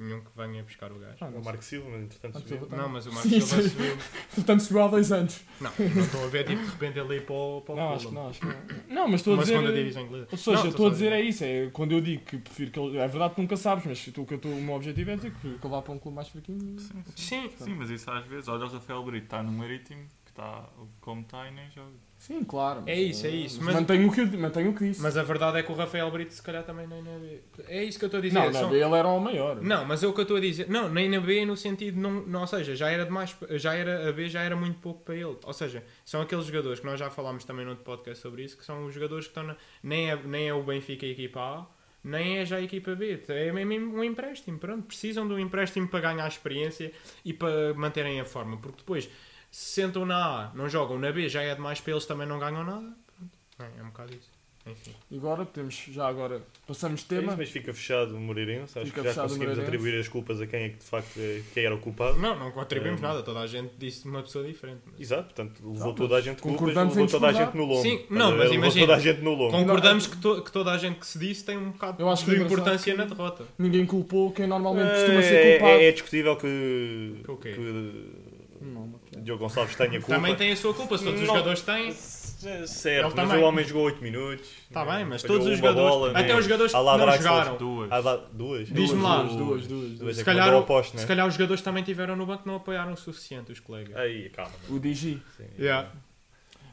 [SPEAKER 2] Nenhum que venha buscar o gajo.
[SPEAKER 1] É O
[SPEAKER 3] Ah, não sei.
[SPEAKER 1] Marco Silva, mas entretanto
[SPEAKER 3] Ah,
[SPEAKER 1] subiu.
[SPEAKER 3] tudo.
[SPEAKER 2] Não, mas o
[SPEAKER 3] Sim,
[SPEAKER 2] Marcos Silva
[SPEAKER 3] sim.
[SPEAKER 2] subiu.
[SPEAKER 3] Portanto, subiu há dois anos.
[SPEAKER 2] Não, não estou a ver tipo, de repente ele ir para o, para o
[SPEAKER 3] Não,
[SPEAKER 2] Fulham.
[SPEAKER 3] acho que não, acho que não. Não, mas estou a
[SPEAKER 2] Uma
[SPEAKER 3] dizer... eh,
[SPEAKER 2] segunda divisão inglesa.
[SPEAKER 3] Ou seja,
[SPEAKER 2] Não,
[SPEAKER 3] eu estou a
[SPEAKER 2] só
[SPEAKER 3] dizer é isso, é quando eu digo que prefiro que ele. É verdade que nunca sabes, mas tu- o que eu estou- o meu objetivo é dizer que prefiro que ele vá para um clube mais fraquinho.
[SPEAKER 4] Sim, sim.
[SPEAKER 2] Sim,
[SPEAKER 4] Sim, mas isso às vezes. Olha, o Rafael Brito está no marítimo, que está como está e nem joga.
[SPEAKER 3] Sim, claro.
[SPEAKER 2] É isso, é isso, mas-
[SPEAKER 3] Mantenho, o que, eu- mantenho o que disse.
[SPEAKER 2] mas a verdade é que o Rafael Brito se calhar também nem na B. É isso que eu estou a dizer.
[SPEAKER 3] não, não,
[SPEAKER 2] são-
[SPEAKER 3] ele era o maior.
[SPEAKER 2] Não, mas é o que eu estou a dizer. Não, nem na B no sentido, não, não, ou seja, já era demais, já era, a B já era muito pouco para ele. Ou seja, são aqueles jogadores que nós já falámos também no outro podcast sobre isso, que são os jogadores que estão na, nem, é, nem é o Benfica a equipa A, nem é já a equipa B. É mesmo um empréstimo, pronto. Precisam de um empréstimo para ganhar experiência e para manterem a forma, porque depois se sentam na A, não jogam na B, já é demais para eles, também não ganham nada. Pronto. É, é um bocado isso. Enfim.
[SPEAKER 3] E agora temos, já agora, passamos de
[SPEAKER 1] É
[SPEAKER 3] tema.
[SPEAKER 1] isso, mas fica fechado o Moreirense. Acho
[SPEAKER 3] Fica
[SPEAKER 1] que já
[SPEAKER 3] fechado o
[SPEAKER 1] conseguimos
[SPEAKER 3] Moreirense.
[SPEAKER 1] atribuir as culpas a quem é que de facto é- quem era o culpado.
[SPEAKER 2] Não, não contribuímos
[SPEAKER 1] É.
[SPEAKER 2] nada, toda a gente disse de uma pessoa diferente. mas-
[SPEAKER 1] Exato, portanto, levou
[SPEAKER 3] mas
[SPEAKER 1] toda a gente culpas,
[SPEAKER 3] concordamos
[SPEAKER 1] levou
[SPEAKER 3] em
[SPEAKER 1] toda a
[SPEAKER 3] discordar.
[SPEAKER 1] gente no lombo.
[SPEAKER 2] Sim,
[SPEAKER 1] Estás a
[SPEAKER 2] não,
[SPEAKER 1] ver?
[SPEAKER 2] mas
[SPEAKER 1] levou
[SPEAKER 2] imagina-
[SPEAKER 1] toda a gente no lombo.
[SPEAKER 2] Concordamos que, to- que toda a gente que se disse tem um bocado
[SPEAKER 3] Eu acho que
[SPEAKER 2] de
[SPEAKER 3] é engraçado
[SPEAKER 2] importância
[SPEAKER 3] que-
[SPEAKER 2] na derrota.
[SPEAKER 3] Ninguém culpou quem normalmente costuma
[SPEAKER 1] É,
[SPEAKER 3] ser
[SPEAKER 1] é,
[SPEAKER 3] culpado.
[SPEAKER 1] é discutível que,
[SPEAKER 2] Que o quê? é.
[SPEAKER 1] que
[SPEAKER 3] Não, não, não.
[SPEAKER 1] Diogo Gonçalves tenha culpa.
[SPEAKER 2] Também tem a sua culpa, se todos os
[SPEAKER 1] Não.
[SPEAKER 2] jogadores têm.
[SPEAKER 1] Certo,
[SPEAKER 2] Ele
[SPEAKER 1] mas
[SPEAKER 2] também.
[SPEAKER 1] o homem jogou 8 minutos.
[SPEAKER 2] Está bem, mas
[SPEAKER 1] Falhou
[SPEAKER 2] todos os
[SPEAKER 1] uma
[SPEAKER 2] jogadores.
[SPEAKER 1] bola,
[SPEAKER 2] até
[SPEAKER 1] né?
[SPEAKER 2] os jogadores que
[SPEAKER 1] À la
[SPEAKER 2] não
[SPEAKER 1] Draxler.
[SPEAKER 2] jogaram.
[SPEAKER 4] Duas.
[SPEAKER 1] Ah, dá- duas?
[SPEAKER 2] Diz-me lá.
[SPEAKER 3] Duas, duas, duas, duas.
[SPEAKER 1] Duas é
[SPEAKER 2] Se
[SPEAKER 1] que
[SPEAKER 2] calhar
[SPEAKER 1] mandou
[SPEAKER 2] o-
[SPEAKER 1] ao poste, né?
[SPEAKER 2] Se calhar os jogadores também tiveram no banco, não apoiaram o suficiente os colegas.
[SPEAKER 1] Aí, calma.
[SPEAKER 3] O DG.
[SPEAKER 1] Sim.
[SPEAKER 2] Yeah.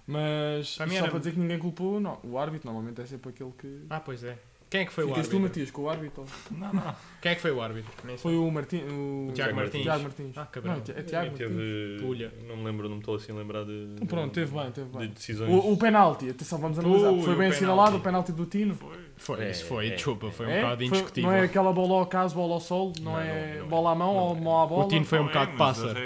[SPEAKER 3] Mas
[SPEAKER 2] Para mim
[SPEAKER 3] só
[SPEAKER 2] era-
[SPEAKER 3] para dizer que ninguém culpou, não. O árbitro normalmente é sempre aquele que.
[SPEAKER 2] Ah, pois é. Quem é que foi o
[SPEAKER 3] Ficas tu,
[SPEAKER 2] árbitro?
[SPEAKER 3] Matias, com o árbitro. ou-
[SPEAKER 4] Não, não.
[SPEAKER 2] Quem é que foi o árbitro? Nem sei.
[SPEAKER 3] Foi o Martim. O,
[SPEAKER 2] O Tiago Martins.
[SPEAKER 3] Tiago Martins.
[SPEAKER 2] Ah, cabrão.
[SPEAKER 3] Não, é
[SPEAKER 1] E
[SPEAKER 3] Tiago Martins.
[SPEAKER 1] Teve,
[SPEAKER 2] Pulha.
[SPEAKER 1] Não me lembro, não me estou assim a lembrar de.
[SPEAKER 3] Então Pronto,
[SPEAKER 1] de-
[SPEAKER 3] teve bem, teve
[SPEAKER 1] De
[SPEAKER 3] bem.
[SPEAKER 1] decisões.
[SPEAKER 3] O, o penalti, atenção, vamos analisar.
[SPEAKER 2] Ui,
[SPEAKER 3] foi
[SPEAKER 2] o
[SPEAKER 3] bem
[SPEAKER 2] penalti.
[SPEAKER 3] assinalado o penalti do Tino.
[SPEAKER 4] Foi.
[SPEAKER 2] Foi,
[SPEAKER 1] É,
[SPEAKER 2] isso foi,
[SPEAKER 1] é,
[SPEAKER 2] desculpa, foi um
[SPEAKER 3] É?
[SPEAKER 2] bocado
[SPEAKER 3] Foi-
[SPEAKER 2] indiscutível.
[SPEAKER 3] não é aquela bola ao caso, bola ao solo, não,
[SPEAKER 1] Não,
[SPEAKER 3] é
[SPEAKER 1] não, não
[SPEAKER 3] bola à mão
[SPEAKER 1] é.
[SPEAKER 3] ou mão à bola.
[SPEAKER 2] O Tino foi um bocado
[SPEAKER 4] passa.
[SPEAKER 2] pássaro.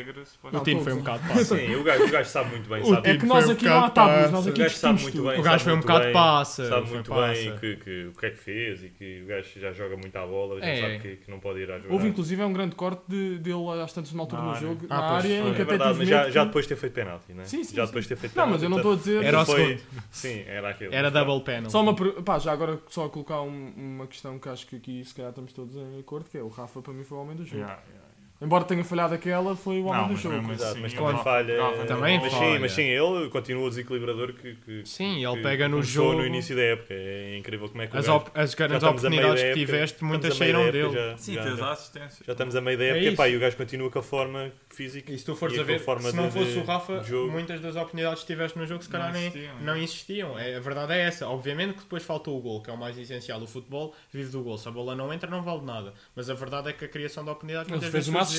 [SPEAKER 2] O Tino foi um bocado pássaro.
[SPEAKER 1] Ah, Sim, o gajo, o gajo sabe muito bem.
[SPEAKER 2] O
[SPEAKER 1] Sabe,
[SPEAKER 3] É que nós
[SPEAKER 2] Foi um
[SPEAKER 3] aqui não há
[SPEAKER 2] bocado
[SPEAKER 3] tábuas, nós
[SPEAKER 2] passa.
[SPEAKER 1] o
[SPEAKER 3] aqui
[SPEAKER 1] gajo sabe
[SPEAKER 3] discutimos
[SPEAKER 1] muito
[SPEAKER 3] tudo.
[SPEAKER 1] bem.
[SPEAKER 2] O
[SPEAKER 1] sabe
[SPEAKER 2] gajo foi um
[SPEAKER 1] muito
[SPEAKER 2] bocado
[SPEAKER 1] bem,
[SPEAKER 2] pássaro.
[SPEAKER 1] Sabe
[SPEAKER 2] foi
[SPEAKER 1] muito
[SPEAKER 2] pássaro.
[SPEAKER 1] bem que, que- o que é que fez e que o gajo já joga muito à bola, já
[SPEAKER 2] É.
[SPEAKER 1] sabe que, que não pode ir à jogada.
[SPEAKER 3] Houve inclusive um grande corte de, dele às tantas na altura
[SPEAKER 4] Na
[SPEAKER 3] do
[SPEAKER 4] área.
[SPEAKER 3] jogo,
[SPEAKER 2] Ah,
[SPEAKER 3] na
[SPEAKER 2] pois,
[SPEAKER 3] área,
[SPEAKER 1] É
[SPEAKER 3] em que até
[SPEAKER 1] verdade,
[SPEAKER 3] tive
[SPEAKER 1] mas já,
[SPEAKER 3] medo
[SPEAKER 1] já
[SPEAKER 3] que-
[SPEAKER 1] depois de ter feito penalti, né?
[SPEAKER 3] Sim, sim,
[SPEAKER 1] Já
[SPEAKER 3] sim.
[SPEAKER 1] depois de ter feito
[SPEAKER 3] Não,
[SPEAKER 1] penalti. então
[SPEAKER 3] mas eu não estou a dizer...
[SPEAKER 2] Era o
[SPEAKER 1] Foi-
[SPEAKER 2] segundo.
[SPEAKER 1] Sim, era aquele.
[SPEAKER 2] Era double panel.
[SPEAKER 3] Só uma... per- Pá, já agora só colocar um- uma questão que acho que aqui se calhar estamos todos em acordo, que é o Rafa para mim foi o homem do jogo.
[SPEAKER 4] Yeah, yeah.
[SPEAKER 3] Embora tenha falhado aquela, foi o homem
[SPEAKER 4] Não,
[SPEAKER 3] do
[SPEAKER 4] mas
[SPEAKER 3] jogo.
[SPEAKER 4] mesmo
[SPEAKER 1] Exato,
[SPEAKER 4] assim,
[SPEAKER 1] mas
[SPEAKER 4] o
[SPEAKER 1] também
[SPEAKER 4] Rafa-
[SPEAKER 1] falha. é-
[SPEAKER 4] Rafa
[SPEAKER 2] Também
[SPEAKER 1] mas
[SPEAKER 2] falha.
[SPEAKER 1] sim, mas sim, ele continua o desequilibrador que. que-
[SPEAKER 2] Sim, ele
[SPEAKER 1] que
[SPEAKER 2] pega no
[SPEAKER 1] começou
[SPEAKER 2] jogo.
[SPEAKER 1] no início da época. É incrível como é que o
[SPEAKER 2] As,
[SPEAKER 1] gajo-
[SPEAKER 2] op as grandes
[SPEAKER 1] Já estamos a meio
[SPEAKER 2] oportunidades
[SPEAKER 1] da
[SPEAKER 2] que
[SPEAKER 1] época,
[SPEAKER 2] tiveste,
[SPEAKER 1] estamos
[SPEAKER 2] muitas
[SPEAKER 1] a meio da
[SPEAKER 2] saíram
[SPEAKER 1] época,
[SPEAKER 2] dele.
[SPEAKER 1] Já,
[SPEAKER 4] Sim,
[SPEAKER 1] já-
[SPEAKER 4] fez
[SPEAKER 1] já-
[SPEAKER 4] a assistência.
[SPEAKER 1] já estamos a meio da
[SPEAKER 2] É
[SPEAKER 1] época e, pá,
[SPEAKER 2] isso.
[SPEAKER 1] e o gajo continua com a forma física.
[SPEAKER 2] E se tu fores
[SPEAKER 1] E
[SPEAKER 2] a
[SPEAKER 1] a
[SPEAKER 2] ver,
[SPEAKER 1] forma
[SPEAKER 2] se
[SPEAKER 1] de-
[SPEAKER 2] não fosse
[SPEAKER 1] de-
[SPEAKER 2] o Rafa,
[SPEAKER 1] de jogo.
[SPEAKER 2] muitas das oportunidades que tiveste no jogo, se calhar
[SPEAKER 4] Não
[SPEAKER 2] nem
[SPEAKER 4] existiam.
[SPEAKER 2] não existiam. É, a verdade é essa. Obviamente que depois faltou o gol, que é o mais essencial. O futebol vive do gol. Se a bola não entra, não vale nada. Mas a verdade é que a criação de oportunidades muitas vezes surgiu.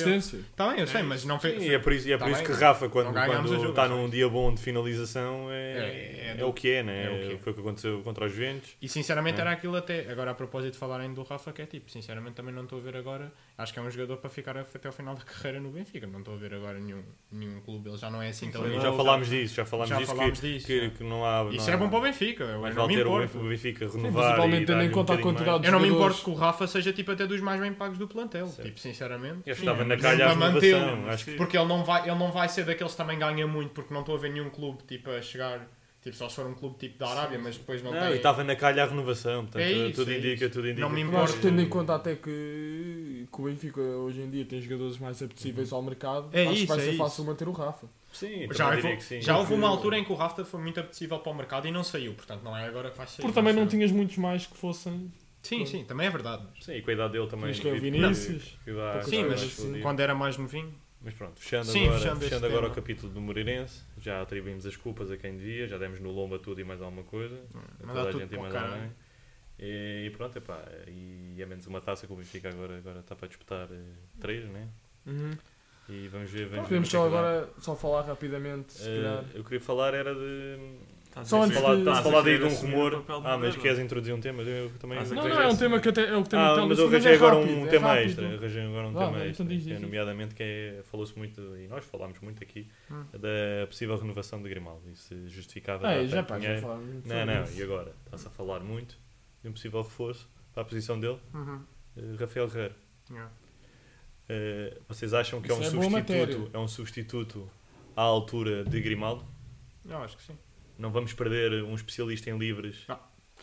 [SPEAKER 2] Tá bem, eu sei, mas não fez.
[SPEAKER 1] E é por isso, e é
[SPEAKER 2] Tá
[SPEAKER 1] por isso
[SPEAKER 2] bem.
[SPEAKER 1] que Rafa, quando,
[SPEAKER 2] Não ganhamos o
[SPEAKER 1] quando
[SPEAKER 2] jogo,
[SPEAKER 1] está
[SPEAKER 2] não é
[SPEAKER 1] num dia bom de finalização,
[SPEAKER 2] É,
[SPEAKER 1] é,
[SPEAKER 2] é é
[SPEAKER 1] É o que é, né?
[SPEAKER 2] É o que é.
[SPEAKER 1] Foi o que aconteceu contra os Juventus.
[SPEAKER 2] E sinceramente
[SPEAKER 1] É.
[SPEAKER 2] era aquilo até. Agora, a propósito de falarem do Rafa, que é tipo, sinceramente também não estou a ver agora. Acho que é um jogador para ficar até ao final da carreira no Benfica. Não estou a ver agora nenhum, nenhum clube. Ele já não é assim tão.
[SPEAKER 1] E
[SPEAKER 4] Sim,
[SPEAKER 1] já
[SPEAKER 4] não,
[SPEAKER 1] falámos disso, já falámos
[SPEAKER 2] já
[SPEAKER 1] disso.
[SPEAKER 2] falámos
[SPEAKER 1] que,
[SPEAKER 2] disso,
[SPEAKER 1] que-
[SPEAKER 2] é.
[SPEAKER 1] que não há.
[SPEAKER 2] Isso
[SPEAKER 1] não
[SPEAKER 2] era bom
[SPEAKER 1] há-
[SPEAKER 2] para o Benfica. Eu
[SPEAKER 1] Mas
[SPEAKER 2] não
[SPEAKER 1] vale
[SPEAKER 2] me
[SPEAKER 1] ter o
[SPEAKER 2] importo.
[SPEAKER 1] Benfica- o Benfica renovar.
[SPEAKER 3] principalmente
[SPEAKER 1] e
[SPEAKER 3] tendo em
[SPEAKER 1] dar-lhe um
[SPEAKER 3] conta a
[SPEAKER 1] bocadinho
[SPEAKER 3] quantidade
[SPEAKER 1] mais.
[SPEAKER 3] de-
[SPEAKER 2] Eu não me
[SPEAKER 3] jogadores.
[SPEAKER 2] importo que o Rafa seja tipo até dos mais bem pagos do plantel. Tipo, sinceramente.
[SPEAKER 1] Eu acho que estava na
[SPEAKER 4] Sim,
[SPEAKER 1] calha a
[SPEAKER 2] mas mantê-lo,
[SPEAKER 1] renovação.
[SPEAKER 4] mas
[SPEAKER 1] Acho que
[SPEAKER 4] sim.
[SPEAKER 2] Porque ele não, vai, ele não vai ser daqueles que também ganha muito, porque não estou a ver nenhum clube tipo a chegar, tipo só se for um clube tipo da Arábia, mas depois não,
[SPEAKER 1] Não,
[SPEAKER 2] tem.
[SPEAKER 1] e estava na calha a renovação, portanto,
[SPEAKER 2] É isso,
[SPEAKER 1] tudo
[SPEAKER 2] é
[SPEAKER 1] indica,
[SPEAKER 2] isso.
[SPEAKER 1] tudo indica.
[SPEAKER 2] Não me
[SPEAKER 1] que-
[SPEAKER 3] Eu acho
[SPEAKER 2] importa.
[SPEAKER 3] que tendo em conta até que, que o Benfica hoje em dia tem jogadores mais apetecíveis ao mercado,
[SPEAKER 2] É
[SPEAKER 3] acho
[SPEAKER 2] isso,
[SPEAKER 3] que vai
[SPEAKER 2] é
[SPEAKER 3] ser
[SPEAKER 2] isso.
[SPEAKER 3] fácil manter o Rafa.
[SPEAKER 1] Sim, também
[SPEAKER 2] já,
[SPEAKER 1] então, diria
[SPEAKER 2] houve,
[SPEAKER 1] que sim.
[SPEAKER 2] já houve
[SPEAKER 1] Porque-
[SPEAKER 2] uma altura em que o Rafta foi muito apetecível para o mercado e não saiu, portanto não é agora que vai sair.
[SPEAKER 3] Porque também não
[SPEAKER 2] sei.
[SPEAKER 3] tinhas muitos mais que fossem.
[SPEAKER 2] Sim, sim, também é verdade.
[SPEAKER 1] Sim, e com a idade dele também.
[SPEAKER 3] Tinhas que é o
[SPEAKER 1] duvido
[SPEAKER 3] Vinícius.
[SPEAKER 1] que vá-
[SPEAKER 3] Poucas
[SPEAKER 1] que vá
[SPEAKER 2] Sim, mas
[SPEAKER 1] explodir.
[SPEAKER 2] quando era mais novinho.
[SPEAKER 1] Mas pronto, fechando
[SPEAKER 2] Sim,
[SPEAKER 1] agora,
[SPEAKER 2] fechando
[SPEAKER 1] fechando
[SPEAKER 2] este
[SPEAKER 1] agora
[SPEAKER 2] tema.
[SPEAKER 1] o capítulo do Moreirense, já atribuímos as culpas a quem devia, já demos no lomba tudo e mais alguma coisa. a
[SPEAKER 2] mandar
[SPEAKER 1] toda a
[SPEAKER 2] Hum, tudo
[SPEAKER 1] gente e
[SPEAKER 2] para o
[SPEAKER 1] mais
[SPEAKER 2] caralho.
[SPEAKER 1] alguém. E, e pronto, epá, e é menos uma taça que o Benfica agora, agora está para disputar eh, três, né? E vamos ver, vamos ver.
[SPEAKER 3] Podemos
[SPEAKER 1] o que é
[SPEAKER 3] só
[SPEAKER 1] que dá.
[SPEAKER 3] agora só falar rapidamente, se calhar.
[SPEAKER 1] Eh, eu queria falar era de.
[SPEAKER 4] tá
[SPEAKER 3] Só antes
[SPEAKER 1] falar,
[SPEAKER 3] de-
[SPEAKER 1] estás a
[SPEAKER 4] Estás a
[SPEAKER 1] falar daí
[SPEAKER 4] querer
[SPEAKER 1] de um
[SPEAKER 4] assumir o
[SPEAKER 1] rumor.
[SPEAKER 4] papel de
[SPEAKER 1] Ah, mas
[SPEAKER 4] moderador.
[SPEAKER 1] queres introduzir um tema? Eu também.
[SPEAKER 4] Ah, sim.
[SPEAKER 3] Não, não, é um tema que até é o que tem
[SPEAKER 1] Ah,
[SPEAKER 3] então,
[SPEAKER 1] mas eu
[SPEAKER 3] assim,
[SPEAKER 1] arranjei
[SPEAKER 3] é
[SPEAKER 1] agora
[SPEAKER 3] rápido,
[SPEAKER 1] um
[SPEAKER 3] é
[SPEAKER 1] tema
[SPEAKER 3] rápido.
[SPEAKER 1] extra. Arranjei agora um
[SPEAKER 3] Vá,
[SPEAKER 1] tema
[SPEAKER 3] vai,
[SPEAKER 1] extra.
[SPEAKER 3] então diz,
[SPEAKER 1] que é
[SPEAKER 3] diz, diz.
[SPEAKER 1] nomeadamente que é, falou-se muito, e nós falámos muito aqui,
[SPEAKER 2] Hum.
[SPEAKER 1] da possível renovação de Grimaldo e se justificava.
[SPEAKER 3] Ah,
[SPEAKER 1] dar
[SPEAKER 3] já
[SPEAKER 1] tanto
[SPEAKER 3] pá, já
[SPEAKER 1] dinheiro.
[SPEAKER 3] falámos.
[SPEAKER 1] Não, não, e agora? Está-se a falar muito de um possível reforço para a posição dele,
[SPEAKER 2] Uhum.
[SPEAKER 1] eh, Rafael Guerreiro.
[SPEAKER 2] Yeah.
[SPEAKER 1] Eh, vocês acham que é um,
[SPEAKER 3] Isso é boa matéria.
[SPEAKER 1] substituto, é um substituto à altura de Grimaldo?
[SPEAKER 2] Eu acho que sim.
[SPEAKER 1] Não vamos perder um especialista em livres.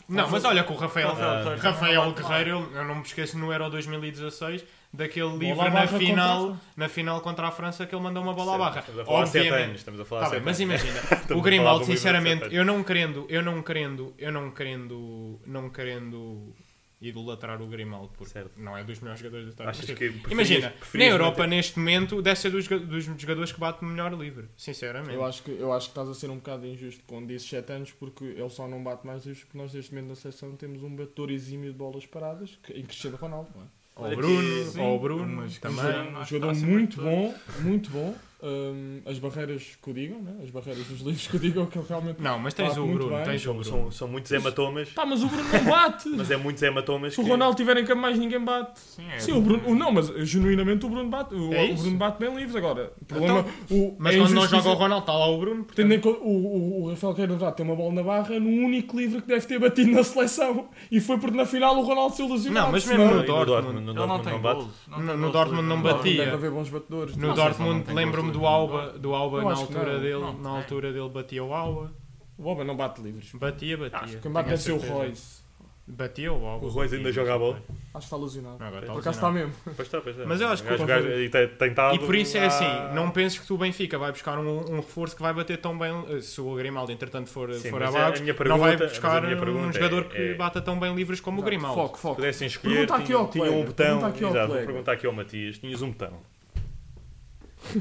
[SPEAKER 2] Não, mas olha com o Rafael.
[SPEAKER 1] Rafael Guerreiro
[SPEAKER 2] Rafael Guerreiro, eu não me esqueço no Euro 2016, daquele
[SPEAKER 3] Bola
[SPEAKER 2] livro
[SPEAKER 3] à
[SPEAKER 2] na
[SPEAKER 3] barra
[SPEAKER 2] final,
[SPEAKER 3] contra
[SPEAKER 2] na final contra a França que ele mandou uma bola à barra.
[SPEAKER 1] Estamos a falar há sete anos.
[SPEAKER 2] Obviamente.
[SPEAKER 1] Estamos a falar há
[SPEAKER 2] Tá
[SPEAKER 1] sete
[SPEAKER 2] bem, mas
[SPEAKER 1] anos.
[SPEAKER 2] imagina,
[SPEAKER 1] Estamos
[SPEAKER 2] o
[SPEAKER 1] a
[SPEAKER 2] Grimaldo,
[SPEAKER 1] falar de um livro de
[SPEAKER 2] sinceramente,
[SPEAKER 1] sete
[SPEAKER 2] eu não querendo, eu não querendo, eu não querendo, não querendo idolatrar o Grimaldo, porque
[SPEAKER 1] Certo.
[SPEAKER 2] não é dos melhores jogadores da história.
[SPEAKER 1] Achas
[SPEAKER 2] Mas,
[SPEAKER 1] que
[SPEAKER 2] tipo,
[SPEAKER 1] preferias-
[SPEAKER 2] Imagina, na
[SPEAKER 1] preferias
[SPEAKER 2] Europa,
[SPEAKER 1] manter-
[SPEAKER 2] neste momento, deve ser dos, joga- dos jogadores que bate melhor livre, sinceramente.
[SPEAKER 3] Eu acho, que, eu acho que estás a ser um bocado injusto quando dizes 7 anos, porque ele só não bate mais livros, porque nós neste momento na seleção temos um batedor exímio de bolas paradas, que, em Cristiano Ronaldo, não é?
[SPEAKER 2] Ou o Bruno,
[SPEAKER 4] Sim,
[SPEAKER 2] ou o Bruno,
[SPEAKER 4] mas
[SPEAKER 3] Um
[SPEAKER 2] também.
[SPEAKER 4] Cristiano-
[SPEAKER 3] jogador- Um
[SPEAKER 4] mais
[SPEAKER 3] jogador
[SPEAKER 4] fácil,
[SPEAKER 3] muito
[SPEAKER 4] muito
[SPEAKER 3] bom, muito bom. Hum, as barreiras que o digam, né? as barreiras dos livros que o digam, que ele realmente.
[SPEAKER 2] Não, mas tens
[SPEAKER 3] Bate
[SPEAKER 2] o
[SPEAKER 3] muito
[SPEAKER 2] Bruno,
[SPEAKER 3] bem.
[SPEAKER 2] tens o
[SPEAKER 1] São,
[SPEAKER 2] Bruno.
[SPEAKER 1] são, são muitos hematomas,
[SPEAKER 2] tá
[SPEAKER 3] Pá, mas o Bruno não bate!
[SPEAKER 1] mas é muitos hematomas.
[SPEAKER 3] Se o
[SPEAKER 1] que-
[SPEAKER 3] Ronaldo tiver em campo, mais ninguém bate.
[SPEAKER 4] Sim, é
[SPEAKER 3] Sim, o Bruno. o- Não, mas eh, genuinamente o Bruno bate. O,
[SPEAKER 2] É
[SPEAKER 3] o
[SPEAKER 2] isso. Então,
[SPEAKER 3] Bruno bate bem livres agora. O problema, o,
[SPEAKER 2] Mas
[SPEAKER 3] é
[SPEAKER 2] quando não
[SPEAKER 3] injusto
[SPEAKER 2] joga o
[SPEAKER 3] dizer-
[SPEAKER 2] Ronaldo, está lá o Bruno.
[SPEAKER 3] Tendo em
[SPEAKER 2] Portanto,
[SPEAKER 3] conta, o, o, o Rafael Guerreiro Andrade tem uma bola na barra no único livro que deve ter batido na seleção. E foi porque na final o Ronaldo se ilusionou.
[SPEAKER 2] Não, mas
[SPEAKER 3] senão-
[SPEAKER 2] mesmo
[SPEAKER 1] Não,
[SPEAKER 2] no
[SPEAKER 1] e
[SPEAKER 2] Dortmund.
[SPEAKER 1] no
[SPEAKER 4] Ele não
[SPEAKER 1] Dortmund
[SPEAKER 4] tem
[SPEAKER 1] não bate.
[SPEAKER 4] golos. não
[SPEAKER 2] No-
[SPEAKER 4] tem
[SPEAKER 2] no
[SPEAKER 4] golos,
[SPEAKER 2] Dortmund não
[SPEAKER 4] Dortmund.
[SPEAKER 2] batia.
[SPEAKER 3] Deve haver bons batedores.
[SPEAKER 2] no
[SPEAKER 4] Não sei se não
[SPEAKER 2] Dortmund,
[SPEAKER 4] tem
[SPEAKER 2] lembro-me do
[SPEAKER 4] gosto de
[SPEAKER 2] Alba, do Alba
[SPEAKER 3] Eu
[SPEAKER 2] na
[SPEAKER 3] acho que
[SPEAKER 2] altura
[SPEAKER 3] não.
[SPEAKER 2] dele,
[SPEAKER 4] Não,
[SPEAKER 2] na
[SPEAKER 4] tem.
[SPEAKER 2] altura dele batia o Alba.
[SPEAKER 3] O Boba não bate livres.
[SPEAKER 2] Batia, batia.
[SPEAKER 3] Quem bate
[SPEAKER 2] Tenho a
[SPEAKER 3] deve ser o
[SPEAKER 2] certeza.
[SPEAKER 3] Royce.
[SPEAKER 2] Batia o Alba.
[SPEAKER 1] O Royce ainda joga a bola.
[SPEAKER 3] Acho que está ilusionado.
[SPEAKER 2] Não, agora está
[SPEAKER 3] Por acaso está
[SPEAKER 2] alucinado.
[SPEAKER 3] mesmo.
[SPEAKER 1] Pois está, pois está.
[SPEAKER 2] Mas eu acho que-
[SPEAKER 1] O gajo- o gajo- e tem- tem estado
[SPEAKER 2] E por isso é
[SPEAKER 1] há-
[SPEAKER 2] assim, não penses que tu o Benfica vai buscar um, um reforço que vai bater tão bem, eh, se o Grimaldo entretanto for,
[SPEAKER 1] Sim,
[SPEAKER 2] for
[SPEAKER 1] mas é a-
[SPEAKER 2] abaixo,
[SPEAKER 1] a minha
[SPEAKER 2] não vai
[SPEAKER 1] pergunta- mas a
[SPEAKER 2] buscar
[SPEAKER 1] minha
[SPEAKER 2] um
[SPEAKER 1] pergunta
[SPEAKER 2] jogador
[SPEAKER 1] é-
[SPEAKER 2] que
[SPEAKER 1] é-
[SPEAKER 2] bata tão bem livres como o
[SPEAKER 3] Exato.
[SPEAKER 2] Grimaldo.
[SPEAKER 3] Foco, foco.
[SPEAKER 1] pudessem escolher,
[SPEAKER 3] Pergunta
[SPEAKER 1] tinha,
[SPEAKER 3] aqui ao
[SPEAKER 1] tinha
[SPEAKER 3] colega,
[SPEAKER 1] um botão.
[SPEAKER 3] pergunta aqui ao
[SPEAKER 1] Exato, vou
[SPEAKER 3] colega.
[SPEAKER 1] perguntar aqui ao Matias: tinhas um botão.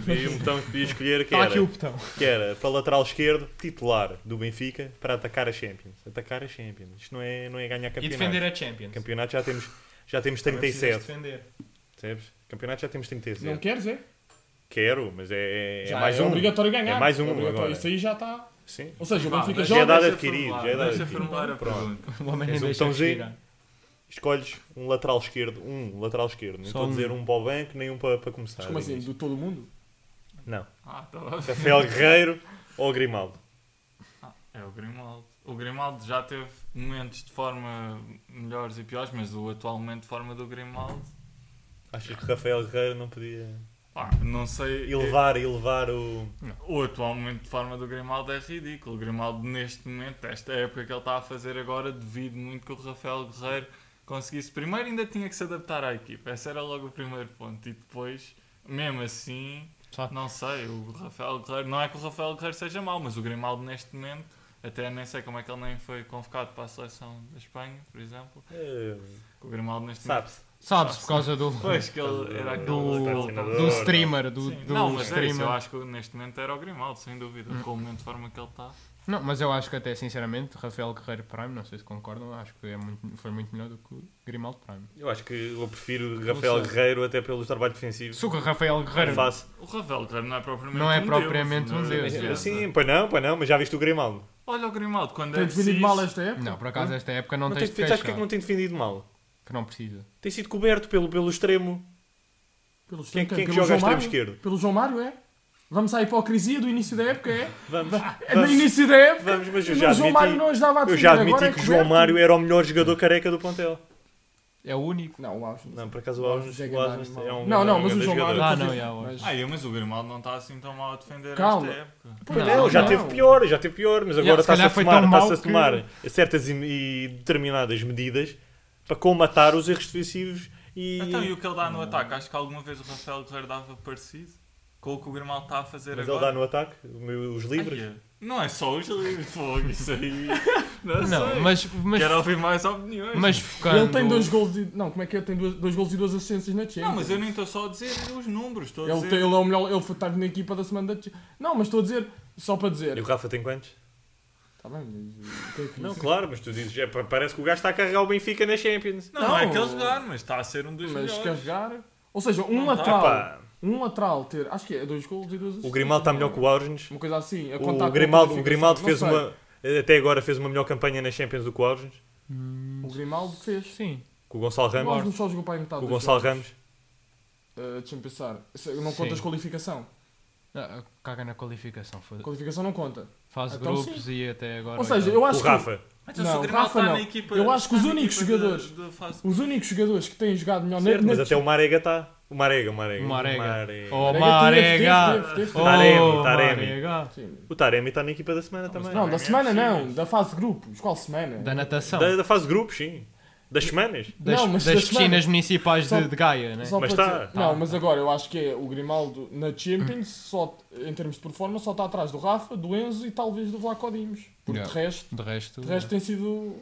[SPEAKER 1] E um botão que podias escolher que
[SPEAKER 2] Está
[SPEAKER 1] era,
[SPEAKER 2] Tá aqui o botão.
[SPEAKER 1] que era para lateral esquerdo, titular do Benfica, para atacar a Champions. Atacar a Champions. Isto não é, não é ganhar
[SPEAKER 2] E
[SPEAKER 1] campeonato.
[SPEAKER 2] defender a Champions.
[SPEAKER 1] Campeonato já temos, já temos
[SPEAKER 2] Também precisas
[SPEAKER 1] 37.
[SPEAKER 2] defender.
[SPEAKER 1] Percebes? Campeonato já temos
[SPEAKER 3] Não
[SPEAKER 1] 37.
[SPEAKER 3] queres, é?
[SPEAKER 1] Quero, mas é, é- é
[SPEAKER 3] Já
[SPEAKER 1] mais
[SPEAKER 3] é
[SPEAKER 1] um.
[SPEAKER 3] obrigatório ganhar.
[SPEAKER 1] É mais um
[SPEAKER 3] É obrigatório.
[SPEAKER 1] agora.
[SPEAKER 3] Isso aí já está.
[SPEAKER 1] Sim.
[SPEAKER 3] Ou seja, o Benfica
[SPEAKER 1] já é
[SPEAKER 3] joga.
[SPEAKER 1] dado
[SPEAKER 4] Deixa
[SPEAKER 1] adquirido,
[SPEAKER 4] formular,
[SPEAKER 1] já é dado
[SPEAKER 4] Deixa
[SPEAKER 1] adquirido.
[SPEAKER 4] formular a
[SPEAKER 1] Pronto.
[SPEAKER 4] pergunta.
[SPEAKER 2] O homem nem
[SPEAKER 1] Tens um
[SPEAKER 2] deixa
[SPEAKER 1] botãozinho.
[SPEAKER 2] respirar.
[SPEAKER 1] Escolhes um lateral esquerdo, um lateral esquerdo. Não
[SPEAKER 2] Só
[SPEAKER 1] estou a dizer
[SPEAKER 2] um.
[SPEAKER 1] um para o banco, nem um para, para começar.
[SPEAKER 3] Como assim?
[SPEAKER 1] Digo
[SPEAKER 3] Do todo mundo?
[SPEAKER 1] isto. Não.
[SPEAKER 4] Ah, estava a ver.
[SPEAKER 1] Rafael Guerreiro ou Grimaldo?
[SPEAKER 4] É o Grimaldo. O Grimaldo já teve momentos de forma melhores e piores, mas o atual momento de forma do Grimaldo.
[SPEAKER 1] Achas que Rafael Guerreiro não podia
[SPEAKER 4] pá, não sei. é,
[SPEAKER 1] elevar, elevar o.
[SPEAKER 4] O atual momento de forma do Grimaldo é ridículo. O Grimaldo, neste momento, esta época que ele está a fazer agora, devido muito que o Rafael Guerreiro conseguisse. Primeiro, ainda tinha que se adaptar à equipa. Esse era logo o primeiro ponto. E depois, mesmo assim,
[SPEAKER 2] Só-
[SPEAKER 4] não sei. O Rafael Guerreiro. Não é que o Rafael Guerreiro seja mau, mas o Grimaldo, neste momento, até nem sei como é que ele nem foi convocado para a seleção da Espanha, por exemplo.
[SPEAKER 1] eh,
[SPEAKER 4] O Grimaldo, neste momento.
[SPEAKER 1] Sabe-se.
[SPEAKER 2] Sabes, por causa do,
[SPEAKER 4] Pois, que ele era aquele.
[SPEAKER 1] Do-
[SPEAKER 2] do streamer, do,
[SPEAKER 4] Sim,
[SPEAKER 2] do
[SPEAKER 4] não, mas é isso,
[SPEAKER 2] streamer. Hum.
[SPEAKER 4] eu acho que neste momento era o Grimaldo, sem dúvida, com o momento de forma que ele tá. está.
[SPEAKER 2] Não, mas eu acho que até, sinceramente, Rafael Guerreiro Prime, não sei se concordam, acho que é muito, foi muito melhor do que o Grimaldo Prime.
[SPEAKER 1] Eu acho que eu prefiro Rafael
[SPEAKER 4] sei.
[SPEAKER 1] Guerreiro até pelo trabalho defensivo.
[SPEAKER 2] Se o Rafael Guerreiro...
[SPEAKER 1] Face.
[SPEAKER 4] O Ravel Guerreiro não é propriamente
[SPEAKER 2] Não é
[SPEAKER 4] um
[SPEAKER 2] propriamente
[SPEAKER 4] deus,
[SPEAKER 2] um
[SPEAKER 4] não é?
[SPEAKER 2] deus,
[SPEAKER 4] Sim,
[SPEAKER 1] Sim, pois não, pois não, mas já viste o Grimaldo.
[SPEAKER 4] Olha o Grimaldo, quando
[SPEAKER 3] Tem
[SPEAKER 4] é
[SPEAKER 3] definido
[SPEAKER 4] preciso...
[SPEAKER 3] mal esta época?
[SPEAKER 2] Não, por acaso, esta época não,
[SPEAKER 1] Não tem,
[SPEAKER 2] tens
[SPEAKER 1] sabes
[SPEAKER 2] defeitos.
[SPEAKER 1] porque é que
[SPEAKER 2] não.
[SPEAKER 1] não tem defendido mal?
[SPEAKER 2] Que não precisa.
[SPEAKER 1] Tem sido coberto pelo, pelo extremo.
[SPEAKER 3] Pelo
[SPEAKER 1] Quem é que-
[SPEAKER 3] extremo-
[SPEAKER 1] quem é que
[SPEAKER 3] pelo
[SPEAKER 1] joga a
[SPEAKER 3] João
[SPEAKER 1] extremo
[SPEAKER 3] Mário?
[SPEAKER 1] esquerdo?
[SPEAKER 3] Pelo João Mário, é? Vamos à hipocrisia do início da época, é?
[SPEAKER 1] Vamos,
[SPEAKER 3] É no
[SPEAKER 1] Ah, vamos-
[SPEAKER 3] início da época.
[SPEAKER 1] vamos, mas eu
[SPEAKER 3] o
[SPEAKER 1] já
[SPEAKER 3] João Mário
[SPEAKER 1] admiti,
[SPEAKER 3] não ajudava a
[SPEAKER 1] eu
[SPEAKER 3] defender.
[SPEAKER 1] já admiti
[SPEAKER 3] agora é
[SPEAKER 1] que o João
[SPEAKER 3] coberto.
[SPEAKER 1] Mário era o melhor jogador careca do plantel.
[SPEAKER 2] É o único.
[SPEAKER 3] Não, o Alves não.
[SPEAKER 1] Não, por acaso o
[SPEAKER 3] Não,
[SPEAKER 1] Alves,
[SPEAKER 3] Zé
[SPEAKER 1] o Alves
[SPEAKER 3] Gamalho,
[SPEAKER 1] é um
[SPEAKER 3] Não, não, mas o
[SPEAKER 1] grande
[SPEAKER 3] João
[SPEAKER 1] jogador.
[SPEAKER 3] Mário.
[SPEAKER 2] Ah,
[SPEAKER 3] tu
[SPEAKER 2] não,
[SPEAKER 3] dizes-
[SPEAKER 2] é, hoje.
[SPEAKER 3] mas-
[SPEAKER 4] Ah, mas o Grimaldo não está assim tão mal a defender
[SPEAKER 3] Calma.
[SPEAKER 4] esta época.
[SPEAKER 1] Pois
[SPEAKER 3] Não,
[SPEAKER 1] não, já
[SPEAKER 3] não.
[SPEAKER 1] teve pior, já teve pior, mas agora
[SPEAKER 2] Yeah, se
[SPEAKER 1] está-se a
[SPEAKER 2] calhar foi
[SPEAKER 1] tomar,
[SPEAKER 2] tão
[SPEAKER 1] está-se
[SPEAKER 2] mau
[SPEAKER 1] a
[SPEAKER 2] que-
[SPEAKER 1] tomar certas e, e determinadas medidas para combatar os erros defensivos e.
[SPEAKER 4] Então, e o que ele dá no ataque? Acho que alguma vez o Rafael Guerreiro dava parecido com o que o Grimaldo está a fazer
[SPEAKER 1] mas ele
[SPEAKER 4] agora.
[SPEAKER 1] dá no ataque o meu- os livres.
[SPEAKER 4] Ai, é. Não é só os livros, fogo, isso aí. Não,
[SPEAKER 2] Não,
[SPEAKER 4] sei.
[SPEAKER 2] mas, mas,
[SPEAKER 4] Quero ouvir mais opiniões.
[SPEAKER 2] mas focando...
[SPEAKER 3] Ele tem dois gols e. Não, como é que é? Tem dois, dois gols e duas assistências na Champions.
[SPEAKER 4] Não, mas eu nem estou só a dizer os números, estou a
[SPEAKER 3] Ele,
[SPEAKER 4] dizer.
[SPEAKER 3] tem- ele é o melhor. Ele foi estar na equipa da semana da Champions. Não, mas estou a dizer. Só para dizer.
[SPEAKER 1] E o Rafa tem quantos?
[SPEAKER 3] Está bem, mas. o que é que
[SPEAKER 1] Não,
[SPEAKER 3] isso-
[SPEAKER 1] claro, mas tu dizes, é, pa- parece que o gajo está a carregar o Benfica na Champions.
[SPEAKER 4] Não, não, é
[SPEAKER 3] Não.
[SPEAKER 4] aquele lugar, mas está a ser um dos
[SPEAKER 3] Mas
[SPEAKER 4] melhores.
[SPEAKER 3] carregar. Ou seja, um
[SPEAKER 4] Não dá,
[SPEAKER 3] lateral.
[SPEAKER 1] Ah, Pá,
[SPEAKER 3] Um lateral ter. Acho que é dois gols e duas assistências.
[SPEAKER 1] o Grimaldo está melhor que o Augens.
[SPEAKER 3] Uma coisa assim. A contar
[SPEAKER 1] O
[SPEAKER 3] com
[SPEAKER 1] Grimaldo,
[SPEAKER 3] outra
[SPEAKER 1] o Grimaldo fez
[SPEAKER 3] qualificação, não
[SPEAKER 1] uma. Até agora fez uma melhor campanha na Champions do que o Augens.
[SPEAKER 2] Hum,
[SPEAKER 3] sei. O Grimaldo fez.
[SPEAKER 2] Sim.
[SPEAKER 1] Com o Gonçalo
[SPEAKER 3] O Alves
[SPEAKER 1] Ramos.
[SPEAKER 3] não só jogou para a metade
[SPEAKER 1] Com o
[SPEAKER 3] dos
[SPEAKER 1] Gonçalo
[SPEAKER 3] jogos.
[SPEAKER 1] Ramos.
[SPEAKER 3] Ah, Deixa-me pensar. Se- Não contas
[SPEAKER 2] Sim.
[SPEAKER 3] qualificação.
[SPEAKER 2] Ah, caga na qualificação. foda-se.
[SPEAKER 3] Qualificação não conta.
[SPEAKER 2] Faz
[SPEAKER 3] Então,
[SPEAKER 2] grupos e até agora... é
[SPEAKER 3] Ou seja,
[SPEAKER 2] oitavo.
[SPEAKER 3] eu
[SPEAKER 1] O
[SPEAKER 3] acho que.
[SPEAKER 1] Rafa.
[SPEAKER 4] Então,
[SPEAKER 3] Não,
[SPEAKER 4] se o Grimaldo
[SPEAKER 3] Rafa
[SPEAKER 4] está
[SPEAKER 3] não.
[SPEAKER 4] na equipa.
[SPEAKER 3] Eu acho que os
[SPEAKER 4] está na
[SPEAKER 3] únicos
[SPEAKER 4] equipa da-
[SPEAKER 3] jogadores-
[SPEAKER 4] da fase-
[SPEAKER 3] Os únicos jogadores que têm jogado melhor
[SPEAKER 1] Certo,
[SPEAKER 3] na,
[SPEAKER 1] mas
[SPEAKER 3] na
[SPEAKER 1] até o Marega está. O Marega, o Marega.
[SPEAKER 2] O Marega.
[SPEAKER 1] Marega.
[SPEAKER 2] Oh,
[SPEAKER 3] Marega,
[SPEAKER 2] Marega!
[SPEAKER 3] teve, teve, teve,
[SPEAKER 2] Oh,
[SPEAKER 3] teve.
[SPEAKER 1] Taremi, Taremi.
[SPEAKER 2] Marega.
[SPEAKER 3] Sim.
[SPEAKER 1] O Taremi está na equipa da semana também.
[SPEAKER 3] Não, da
[SPEAKER 4] Taremi é
[SPEAKER 3] semana não, Então.
[SPEAKER 4] possível.
[SPEAKER 3] da fase de grupos. Qual semana?
[SPEAKER 2] Da natação.
[SPEAKER 1] Da, da fase de grupos, sim. Das semanas.
[SPEAKER 2] Das,
[SPEAKER 3] Não, mas
[SPEAKER 2] das
[SPEAKER 3] das
[SPEAKER 2] piscinas
[SPEAKER 3] semanas-
[SPEAKER 2] municipais de,
[SPEAKER 3] Só-
[SPEAKER 2] de Gaia, né?
[SPEAKER 3] Só
[SPEAKER 1] Mas
[SPEAKER 3] para
[SPEAKER 1] tá,
[SPEAKER 3] dizer-
[SPEAKER 2] tá.
[SPEAKER 3] Não, mas agora eu acho que é o Grimaldo na Champions, só, em termos de performance, só está atrás do Rafa, do Enzo e talvez do Vlaco Dimos. Porque
[SPEAKER 2] Yeah.
[SPEAKER 3] de resto,
[SPEAKER 2] De resto...
[SPEAKER 3] de resto tem sido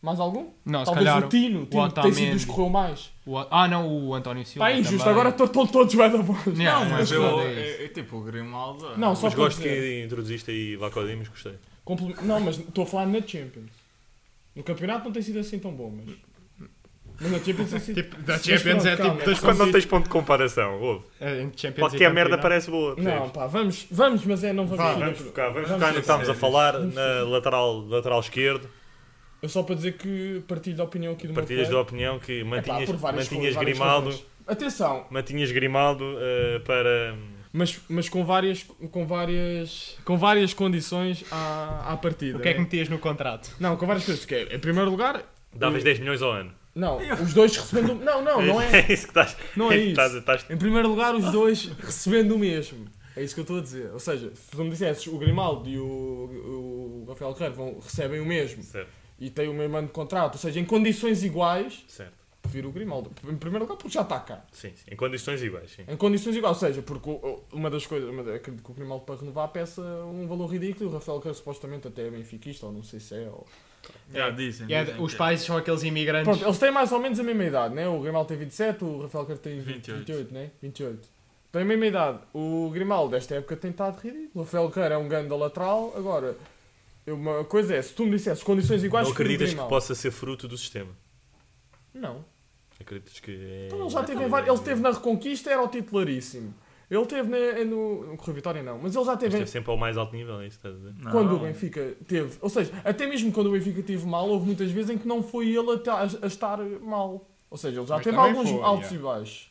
[SPEAKER 3] mais algum?
[SPEAKER 2] Não, se
[SPEAKER 3] talvez
[SPEAKER 2] calhar...
[SPEAKER 3] o Tino, o Tino tem sido
[SPEAKER 2] Otamendi.
[SPEAKER 3] os que correu mais.
[SPEAKER 2] o- ah, não, o António Silva
[SPEAKER 3] Pá, é injusto,
[SPEAKER 2] também.
[SPEAKER 3] agora estão todos bem da bola.
[SPEAKER 2] Yeah,
[SPEAKER 4] Não, mas
[SPEAKER 2] mas
[SPEAKER 4] eu.
[SPEAKER 2] pronto, é isso.
[SPEAKER 4] É, é tipo o Grimaldo.
[SPEAKER 3] Não, só
[SPEAKER 1] Mas
[SPEAKER 3] para
[SPEAKER 1] gosto
[SPEAKER 3] dizer.
[SPEAKER 1] que introduziste aí Vacodimos, gostei.
[SPEAKER 3] Complemento- Não, mas estou a falar na Champions. No campeonato não tem sido assim tão bom, mas. Mas na Champions tem sido.
[SPEAKER 2] Tipo, da
[SPEAKER 3] Mas
[SPEAKER 2] Champions
[SPEAKER 3] pronto,
[SPEAKER 2] é
[SPEAKER 3] calma.
[SPEAKER 2] tipo...
[SPEAKER 1] Mas
[SPEAKER 2] das
[SPEAKER 1] quando não
[SPEAKER 2] competi-
[SPEAKER 1] tens ponto de comparação, ouve.
[SPEAKER 2] É, entre Champions e
[SPEAKER 1] Qualquer merda
[SPEAKER 2] campeonato.
[SPEAKER 1] parece boa.
[SPEAKER 3] Não,
[SPEAKER 1] percebes?
[SPEAKER 3] pá, vamos, vamos, mas é, não vamos.
[SPEAKER 2] Vá,
[SPEAKER 3] fazer
[SPEAKER 1] Vamos
[SPEAKER 3] outro.
[SPEAKER 1] focar, vamos
[SPEAKER 3] Vamos
[SPEAKER 1] focar no que
[SPEAKER 3] ser
[SPEAKER 1] estávamos a
[SPEAKER 4] sérios.
[SPEAKER 1] falar na lateral, lateral esquerdo.
[SPEAKER 3] Eu só para dizer que partilho da opinião aqui do
[SPEAKER 1] Partilhas da
[SPEAKER 3] meu
[SPEAKER 1] opinião que
[SPEAKER 3] pai. Epá,
[SPEAKER 1] mantinhas,
[SPEAKER 3] por várias
[SPEAKER 1] mantinhas
[SPEAKER 3] coisas, várias
[SPEAKER 1] Grimaldo,
[SPEAKER 3] razões. Atenção,
[SPEAKER 1] mantinhas Grimaldo eh, para.
[SPEAKER 3] mas, mas com várias com várias com várias condições à, à partida.
[SPEAKER 2] O que é que
[SPEAKER 3] né?
[SPEAKER 2] metias no contrato?
[SPEAKER 3] Não, com várias coisas. Que é, em primeiro lugar,
[SPEAKER 1] Davas 10 milhões ao ano.
[SPEAKER 3] não, os dois recebendo. Não, não, não é.
[SPEAKER 1] isso que estás.
[SPEAKER 3] Não é
[SPEAKER 1] que estás-
[SPEAKER 3] isso.
[SPEAKER 1] estás-
[SPEAKER 3] Em primeiro lugar, os dois recebendo o mesmo. É isso que eu estou a dizer. Ou seja, se tu me dissesses o Grimaldo e o, o Rafael Guerreiro vão, recebem o mesmo
[SPEAKER 1] Certo,
[SPEAKER 3] e têm o mesmo ano de contrato, ou seja, em condições iguais,
[SPEAKER 1] certo.
[SPEAKER 3] prefiro o Grimaldo. Em primeiro lugar, porque já está cá.
[SPEAKER 1] Sim, sim. Em condições iguais, sim.
[SPEAKER 3] Em condições iguais, ou seja, porque o- o- uma das coisas, uma, da- acredito que o Grimaldo para renovar peça um valor ridículo e o Rafael Guerreiro supostamente até é benfiquista, ou não sei se é. Ou...
[SPEAKER 4] Já dizem.
[SPEAKER 2] E é-
[SPEAKER 4] dizem
[SPEAKER 2] os
[SPEAKER 4] que é.
[SPEAKER 2] pais são aqueles imigrantes.
[SPEAKER 3] Pronto, eles têm mais ou menos a mesma idade, né? O Grimaldo tem 27, o Rafael Guerreiro tem 28,
[SPEAKER 4] 28.
[SPEAKER 3] 28 né? 28. Tem a mesma idade. O Grimaldo, desta época, tem estado ridículo. O Rafael Guerreiro é um grande lateral. Agora, uma coisa é, se tu me dissesses condições iguais,
[SPEAKER 1] Não
[SPEAKER 3] prefiro o
[SPEAKER 1] acreditas que
[SPEAKER 3] Grimaldo.
[SPEAKER 1] possa ser fruto do sistema.
[SPEAKER 3] Não.
[SPEAKER 1] Acreditas que é.
[SPEAKER 3] Então ele já teve em vários. Ele teve na Reconquista, era o titularíssimo. Ele teve na- no. No Correio Vitória, não. Mas ele já
[SPEAKER 1] Mas
[SPEAKER 3] teve. em-
[SPEAKER 1] teve sempre ao mais alto nível, é isso que estás a dizer?
[SPEAKER 4] Não.
[SPEAKER 3] Quando o Benfica teve, ou seja, até mesmo quando o Benfica teve mal, houve muitas vezes em que não foi ele a, ta- a estar mal. Ou seja, ele já
[SPEAKER 2] Mas
[SPEAKER 3] teve
[SPEAKER 2] também
[SPEAKER 3] alguns
[SPEAKER 2] foi,
[SPEAKER 3] altos
[SPEAKER 2] é.
[SPEAKER 3] e baixos.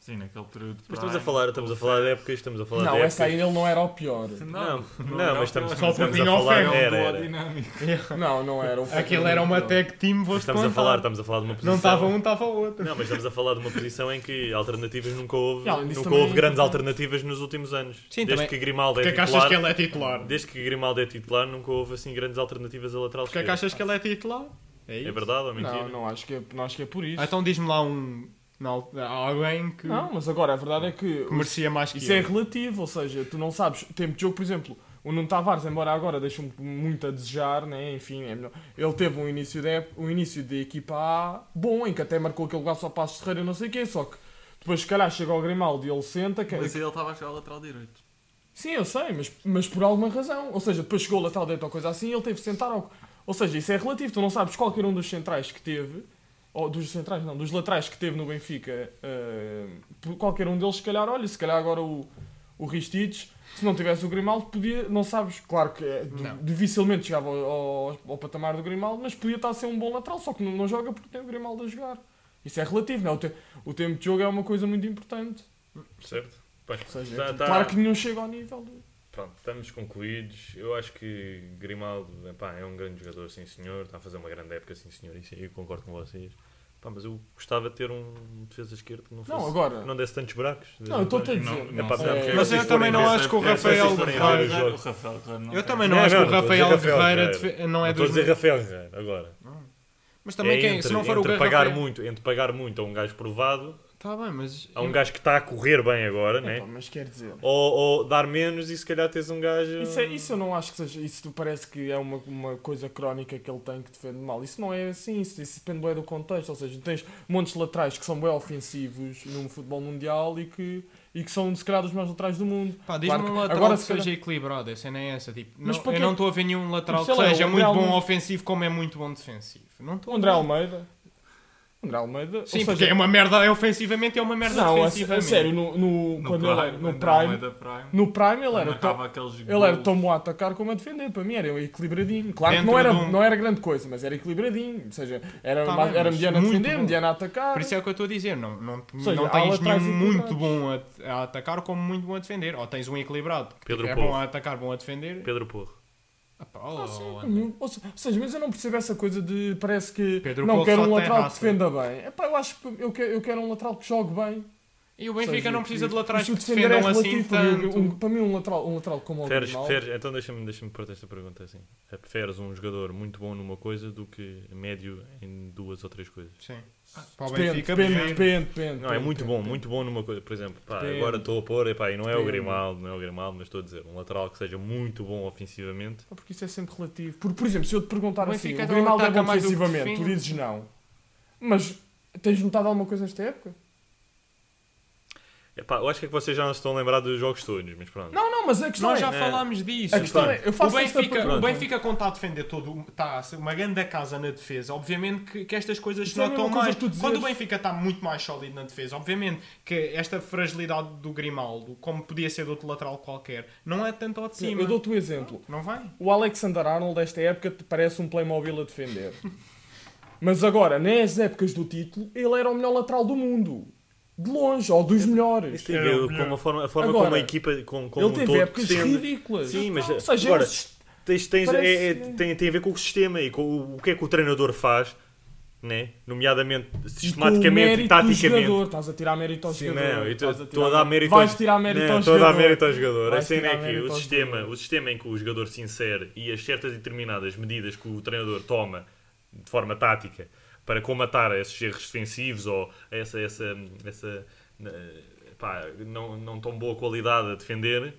[SPEAKER 4] Sim, naquele período. de
[SPEAKER 1] Mas estamos a
[SPEAKER 4] Prime,
[SPEAKER 1] falar, estamos a falar de épocas, estamos a falar de
[SPEAKER 3] Não,
[SPEAKER 1] épocas.
[SPEAKER 3] essa aí ele não era o pior.
[SPEAKER 1] Não, não, mas estamos,
[SPEAKER 4] só
[SPEAKER 1] estamos
[SPEAKER 2] para
[SPEAKER 1] a
[SPEAKER 2] Pinho
[SPEAKER 1] falar.
[SPEAKER 2] Ferro,
[SPEAKER 1] Era, era.
[SPEAKER 4] dinâmico.
[SPEAKER 3] Não, não era. O
[SPEAKER 2] Aquilo era uma
[SPEAKER 3] técnica.
[SPEAKER 2] tag team, vou-te
[SPEAKER 1] Estamos a
[SPEAKER 2] contar.
[SPEAKER 1] falar, estamos a falar de uma posição.
[SPEAKER 2] Não estava um, estava o outro.
[SPEAKER 1] Não, mas estamos a falar de uma posição em que alternativas nunca houve,
[SPEAKER 3] Não, isso
[SPEAKER 1] nunca
[SPEAKER 3] também
[SPEAKER 1] houve
[SPEAKER 3] é
[SPEAKER 1] grandes
[SPEAKER 3] importante.
[SPEAKER 1] alternativas nos últimos anos.
[SPEAKER 2] Sim,
[SPEAKER 1] desde
[SPEAKER 2] também.
[SPEAKER 1] que Grimaldo é
[SPEAKER 2] Porquê é que achas
[SPEAKER 1] titular,
[SPEAKER 2] que ele é titular?
[SPEAKER 1] desde que Grimaldo é titular, nunca houve assim grandes alternativas a lateral
[SPEAKER 2] Porquê é que
[SPEAKER 1] esquerda.
[SPEAKER 2] achas que ele é titular? É
[SPEAKER 1] É
[SPEAKER 2] isso.
[SPEAKER 1] verdade ou mentira?
[SPEAKER 3] Não, não acho, que é, não acho que é por isso.
[SPEAKER 2] Ah, Então diz-me lá um. não, alguém que,
[SPEAKER 3] Não, mas agora a verdade é que
[SPEAKER 2] que merecia mais que
[SPEAKER 3] isso é
[SPEAKER 2] ele.
[SPEAKER 3] relativo, ou seja, tu não sabes. Tempo de jogo, por exemplo, o Nuno Tavares, embora agora deixe-me muito a desejar, né? enfim, é melhor. ele teve um início, de, ép- um início de equipa A bom, em que até marcou aquele gol só passos de Ferreira, não sei o quê, só que depois, se calhar, chega ao Grimaldo e ele senta. Que,
[SPEAKER 4] Mas ele estava a jogar lateral direito.
[SPEAKER 3] Sim, eu sei, mas, mas por alguma razão. Ou seja, depois chegou o lateral direito ou coisa assim ele teve de sentar. Ao... Ou seja, isso é relativo. Tu não sabes qualquer um dos centrais que teve, ou dos centrais, não, dos laterais que teve no Benfica, eh, por qualquer um deles, se calhar, olha, se calhar agora o, o Ristites. Se não tivesse o Grimaldo, podia, não sabes, claro que é,
[SPEAKER 2] Não.
[SPEAKER 3] du- dificilmente chegava ao, ao- ao patamar do Grimaldo, mas podia estar a ser um bom lateral, só que não, não joga porque tem o Grimaldo a jogar. Isso é relativo, não é? O, te- o tempo de jogo é uma coisa muito importante.
[SPEAKER 1] Certo? Pois,
[SPEAKER 3] Ou seja, é tipo,
[SPEAKER 1] tá- tá-
[SPEAKER 3] Claro que nenhum chega ao nível do.
[SPEAKER 1] Pronto, estamos concluídos. Eu acho que Grimaldo epá, é um grande jogador, sim senhor. Está a fazer uma grande época, sim senhor. Isso aí eu concordo com vocês. Pá, mas eu gostava de ter um defesa esquerdo que não fosse.
[SPEAKER 3] Não, agora.
[SPEAKER 1] que não desse tantos buracos.
[SPEAKER 3] Não, eu estou a dizer.
[SPEAKER 4] Não,
[SPEAKER 1] É pá,
[SPEAKER 4] sei.
[SPEAKER 1] não,
[SPEAKER 3] porque
[SPEAKER 2] Mas eu
[SPEAKER 1] vocês
[SPEAKER 2] também
[SPEAKER 1] forem
[SPEAKER 2] não
[SPEAKER 1] ver-
[SPEAKER 2] acho que o
[SPEAKER 1] vocês
[SPEAKER 2] Rafael
[SPEAKER 1] forem ver
[SPEAKER 2] Guerreiro-
[SPEAKER 1] o jogo-
[SPEAKER 4] O Rafael Guerreiro não
[SPEAKER 2] Eu
[SPEAKER 4] quer.
[SPEAKER 2] também não,
[SPEAKER 1] Não,
[SPEAKER 2] acho
[SPEAKER 1] não,
[SPEAKER 2] que o
[SPEAKER 1] não estou a
[SPEAKER 2] Rafael
[SPEAKER 1] dizer Rafael
[SPEAKER 2] Guerreiro
[SPEAKER 1] Guerreiro.
[SPEAKER 2] defe- não
[SPEAKER 1] Não
[SPEAKER 2] é
[SPEAKER 1] estou a
[SPEAKER 2] dos.
[SPEAKER 1] dizer Rafael Guerreiro agora.
[SPEAKER 2] Mas também
[SPEAKER 1] é
[SPEAKER 2] quem,
[SPEAKER 1] entre,
[SPEAKER 2] se não for o
[SPEAKER 1] entre
[SPEAKER 2] Guerreiro.
[SPEAKER 1] pagar muito, entre pagar muito a um gajo provado,
[SPEAKER 2] Tá bem, mas.
[SPEAKER 3] Hum.
[SPEAKER 1] a um gajo que está a correr bem agora, né?
[SPEAKER 3] Epá, mas quer dizer.
[SPEAKER 1] Ou, ou dar menos e se calhar tens um gajo.
[SPEAKER 3] Isso, é, isso eu não acho que seja. Isso tu parece que é uma, uma coisa crónica que ele tem que defende mal. Isso não é assim. Isso, isso depende bem do contexto. Ou seja, tens montes de laterais que são bem ofensivos no futebol mundial e que, e que são, se calhar, dos mais laterais do mundo.
[SPEAKER 2] Pá, diz-me
[SPEAKER 3] Claro
[SPEAKER 2] um
[SPEAKER 3] que-
[SPEAKER 2] lateral
[SPEAKER 3] agora
[SPEAKER 2] que
[SPEAKER 3] se calhar-
[SPEAKER 2] seja equilibrado, a cena é essa. Tipo,
[SPEAKER 3] Mas
[SPEAKER 2] não-
[SPEAKER 3] porquê?
[SPEAKER 2] eu não estou a ver nenhum lateral que
[SPEAKER 3] Sei lá, é um-
[SPEAKER 2] seja
[SPEAKER 3] o
[SPEAKER 2] muito
[SPEAKER 3] André
[SPEAKER 2] bom
[SPEAKER 3] Almeida-
[SPEAKER 2] ofensivo como é muito bom defensivo. Não
[SPEAKER 3] O
[SPEAKER 2] estou
[SPEAKER 3] André Almeida. O André Almeida.
[SPEAKER 2] Sim,
[SPEAKER 3] ou
[SPEAKER 2] porque é
[SPEAKER 3] seja,
[SPEAKER 2] uma merda é ofensivamente e é uma merda
[SPEAKER 3] Não, a,
[SPEAKER 2] defensiva.
[SPEAKER 3] a sério, no, no,
[SPEAKER 4] No
[SPEAKER 3] quando
[SPEAKER 4] Prime,
[SPEAKER 3] ele era- no
[SPEAKER 4] ainda
[SPEAKER 3] Prime.
[SPEAKER 4] Almeida Prime,
[SPEAKER 3] No Prime ele
[SPEAKER 4] quando
[SPEAKER 3] era top.
[SPEAKER 4] acaba aqueles
[SPEAKER 3] Ele era
[SPEAKER 4] golos.
[SPEAKER 3] tão bom a atacar como a defender, para mim era um equilibradinho. Claro que
[SPEAKER 2] Hum. Dentro
[SPEAKER 3] não era,
[SPEAKER 2] de um-
[SPEAKER 3] não era grande coisa, mas era equilibradinho. Ou seja, era,
[SPEAKER 2] Tá
[SPEAKER 3] mais-
[SPEAKER 2] bem,
[SPEAKER 3] era
[SPEAKER 2] mas
[SPEAKER 3] mediano a
[SPEAKER 2] muito
[SPEAKER 3] defender,
[SPEAKER 2] bom.
[SPEAKER 3] mediano a atacar.
[SPEAKER 2] Por isso é o que eu estou a dizer, não, não,
[SPEAKER 3] seja,
[SPEAKER 2] não
[SPEAKER 3] há
[SPEAKER 2] tens nenhum
[SPEAKER 3] laterais
[SPEAKER 2] muito
[SPEAKER 3] equilibrados.
[SPEAKER 2] bom a, a atacar como muito bom a defender. Ou tens um equilibrado. que
[SPEAKER 1] Pedro
[SPEAKER 2] é
[SPEAKER 1] Porro.
[SPEAKER 2] bom a atacar, bom a defender.
[SPEAKER 1] Pedro Porro.
[SPEAKER 2] Ah, pá, oh,
[SPEAKER 3] Ah, sim,
[SPEAKER 2] oh, André.
[SPEAKER 3] nenhum. ou, se- ou seja, mas eu não percebo essa coisa de parece que
[SPEAKER 2] Pedro
[SPEAKER 3] não
[SPEAKER 2] Porro
[SPEAKER 3] quero
[SPEAKER 2] só
[SPEAKER 3] um
[SPEAKER 2] tem
[SPEAKER 3] lateral que
[SPEAKER 2] raça.
[SPEAKER 3] defenda bem. Epá, eu acho que eu quero, eu quero um lateral que jogue bem.
[SPEAKER 2] E o
[SPEAKER 3] Ou
[SPEAKER 2] Benfica
[SPEAKER 3] seja,
[SPEAKER 2] não precisa de
[SPEAKER 3] e
[SPEAKER 2] laterais
[SPEAKER 3] se
[SPEAKER 2] que
[SPEAKER 3] o defender é
[SPEAKER 2] defendam assim
[SPEAKER 3] para mim,
[SPEAKER 2] tanto.
[SPEAKER 3] um- para mim, um lateral, um lateral como o
[SPEAKER 1] Preferes,
[SPEAKER 3] Grimaldo-
[SPEAKER 1] preferes- então deixa-me deixa pôr esta pergunta assim. É, Preferes um jogador muito bom numa coisa do que médio em duas ou três coisas?
[SPEAKER 2] Sim. Para o
[SPEAKER 3] Depende,
[SPEAKER 2] Benfica,
[SPEAKER 3] depende,
[SPEAKER 2] prefiro.
[SPEAKER 3] depende, depende,
[SPEAKER 1] Não, é
[SPEAKER 3] depende,
[SPEAKER 1] muito bom,
[SPEAKER 3] depende.
[SPEAKER 1] muito bom numa coisa. Por exemplo, pá,
[SPEAKER 3] Depende.
[SPEAKER 1] agora estou a pôr, epá, e não é o
[SPEAKER 3] Depende.
[SPEAKER 1] Grimaldo, não é o Grimaldo, mas estou a dizer, um lateral que seja muito bom ofensivamente.
[SPEAKER 3] Ah, Porque isso é sempre relativo. Porque, por exemplo, se eu te perguntar
[SPEAKER 2] O
[SPEAKER 3] assim,
[SPEAKER 2] Benfica
[SPEAKER 3] o
[SPEAKER 2] não
[SPEAKER 3] Grimaldo é
[SPEAKER 2] ataca
[SPEAKER 3] bom
[SPEAKER 2] mais do que
[SPEAKER 3] defensivamente, tu
[SPEAKER 2] defende.
[SPEAKER 3] dizes não. Mas tens notado alguma coisa esta época?
[SPEAKER 1] Epá, eu acho que é que vocês já não se estão a lembrar dos jogos todos, mas pronto.
[SPEAKER 3] Não, não, mas a questão
[SPEAKER 2] Nós
[SPEAKER 3] é...
[SPEAKER 2] já
[SPEAKER 1] É.
[SPEAKER 2] falámos disso.
[SPEAKER 3] A questão é, eu
[SPEAKER 2] O
[SPEAKER 3] faço esta
[SPEAKER 2] Benfica, o
[SPEAKER 3] pergunta.
[SPEAKER 2] Benfica quando está a defender todo, está a ser uma grande casa na defesa, obviamente que, que estas coisas
[SPEAKER 3] Isso
[SPEAKER 2] se
[SPEAKER 3] é a
[SPEAKER 2] notam
[SPEAKER 3] mesma coisa
[SPEAKER 2] mais.
[SPEAKER 3] que tu dizes.
[SPEAKER 2] Quando o Benfica está muito mais sólido na defesa, obviamente que esta fragilidade do Grimaldo, como podia ser do outro lateral qualquer, não é tanto ao de cima.
[SPEAKER 3] Eu dou-te um exemplo.
[SPEAKER 2] Não vai?
[SPEAKER 3] O Alexander Arnold, desta época, te parece um Playmobil a defender. Mas agora, nas épocas do título, ele era o melhor lateral do mundo. De longe, ou dos melhores.
[SPEAKER 1] Isso tem a
[SPEAKER 4] Era o
[SPEAKER 1] ver
[SPEAKER 4] melhor.
[SPEAKER 1] com a forma, a forma
[SPEAKER 3] Agora,
[SPEAKER 1] como a equipa, com, com
[SPEAKER 3] Ele
[SPEAKER 1] um
[SPEAKER 3] teve
[SPEAKER 1] todo
[SPEAKER 3] épocas
[SPEAKER 1] defende.
[SPEAKER 3] ridículas.
[SPEAKER 1] Sim, mas
[SPEAKER 3] Ou seja,
[SPEAKER 1] agora,
[SPEAKER 3] ele se-
[SPEAKER 1] tens, tens-
[SPEAKER 3] parece-
[SPEAKER 1] é- é- tem, tem a ver com o sistema e com o, o que é que o treinador faz, né? nomeadamente
[SPEAKER 3] com o
[SPEAKER 1] sistematicamente
[SPEAKER 3] mérito
[SPEAKER 1] e
[SPEAKER 3] do
[SPEAKER 1] taticamente.
[SPEAKER 3] jogador. Estás a tirar mérito ao
[SPEAKER 1] Sim,
[SPEAKER 3] jogador.
[SPEAKER 1] não, eu
[SPEAKER 3] Estás
[SPEAKER 1] estou a dar mérito
[SPEAKER 3] Vais tirar mérito
[SPEAKER 1] não,
[SPEAKER 3] ao
[SPEAKER 1] estou a dar
[SPEAKER 3] jogador.
[SPEAKER 1] mérito ao jogador. A
[SPEAKER 3] Vais
[SPEAKER 1] cena
[SPEAKER 3] tirar
[SPEAKER 1] é que
[SPEAKER 3] mérito
[SPEAKER 1] o
[SPEAKER 3] ao
[SPEAKER 1] sistema,
[SPEAKER 3] jogador.
[SPEAKER 1] o sistema em que o jogador se insere e as certas determinadas medidas que o treinador toma de forma tática para comatar esses erros defensivos ou essa, essa, essa eh, pá, não, não tão boa qualidade a defender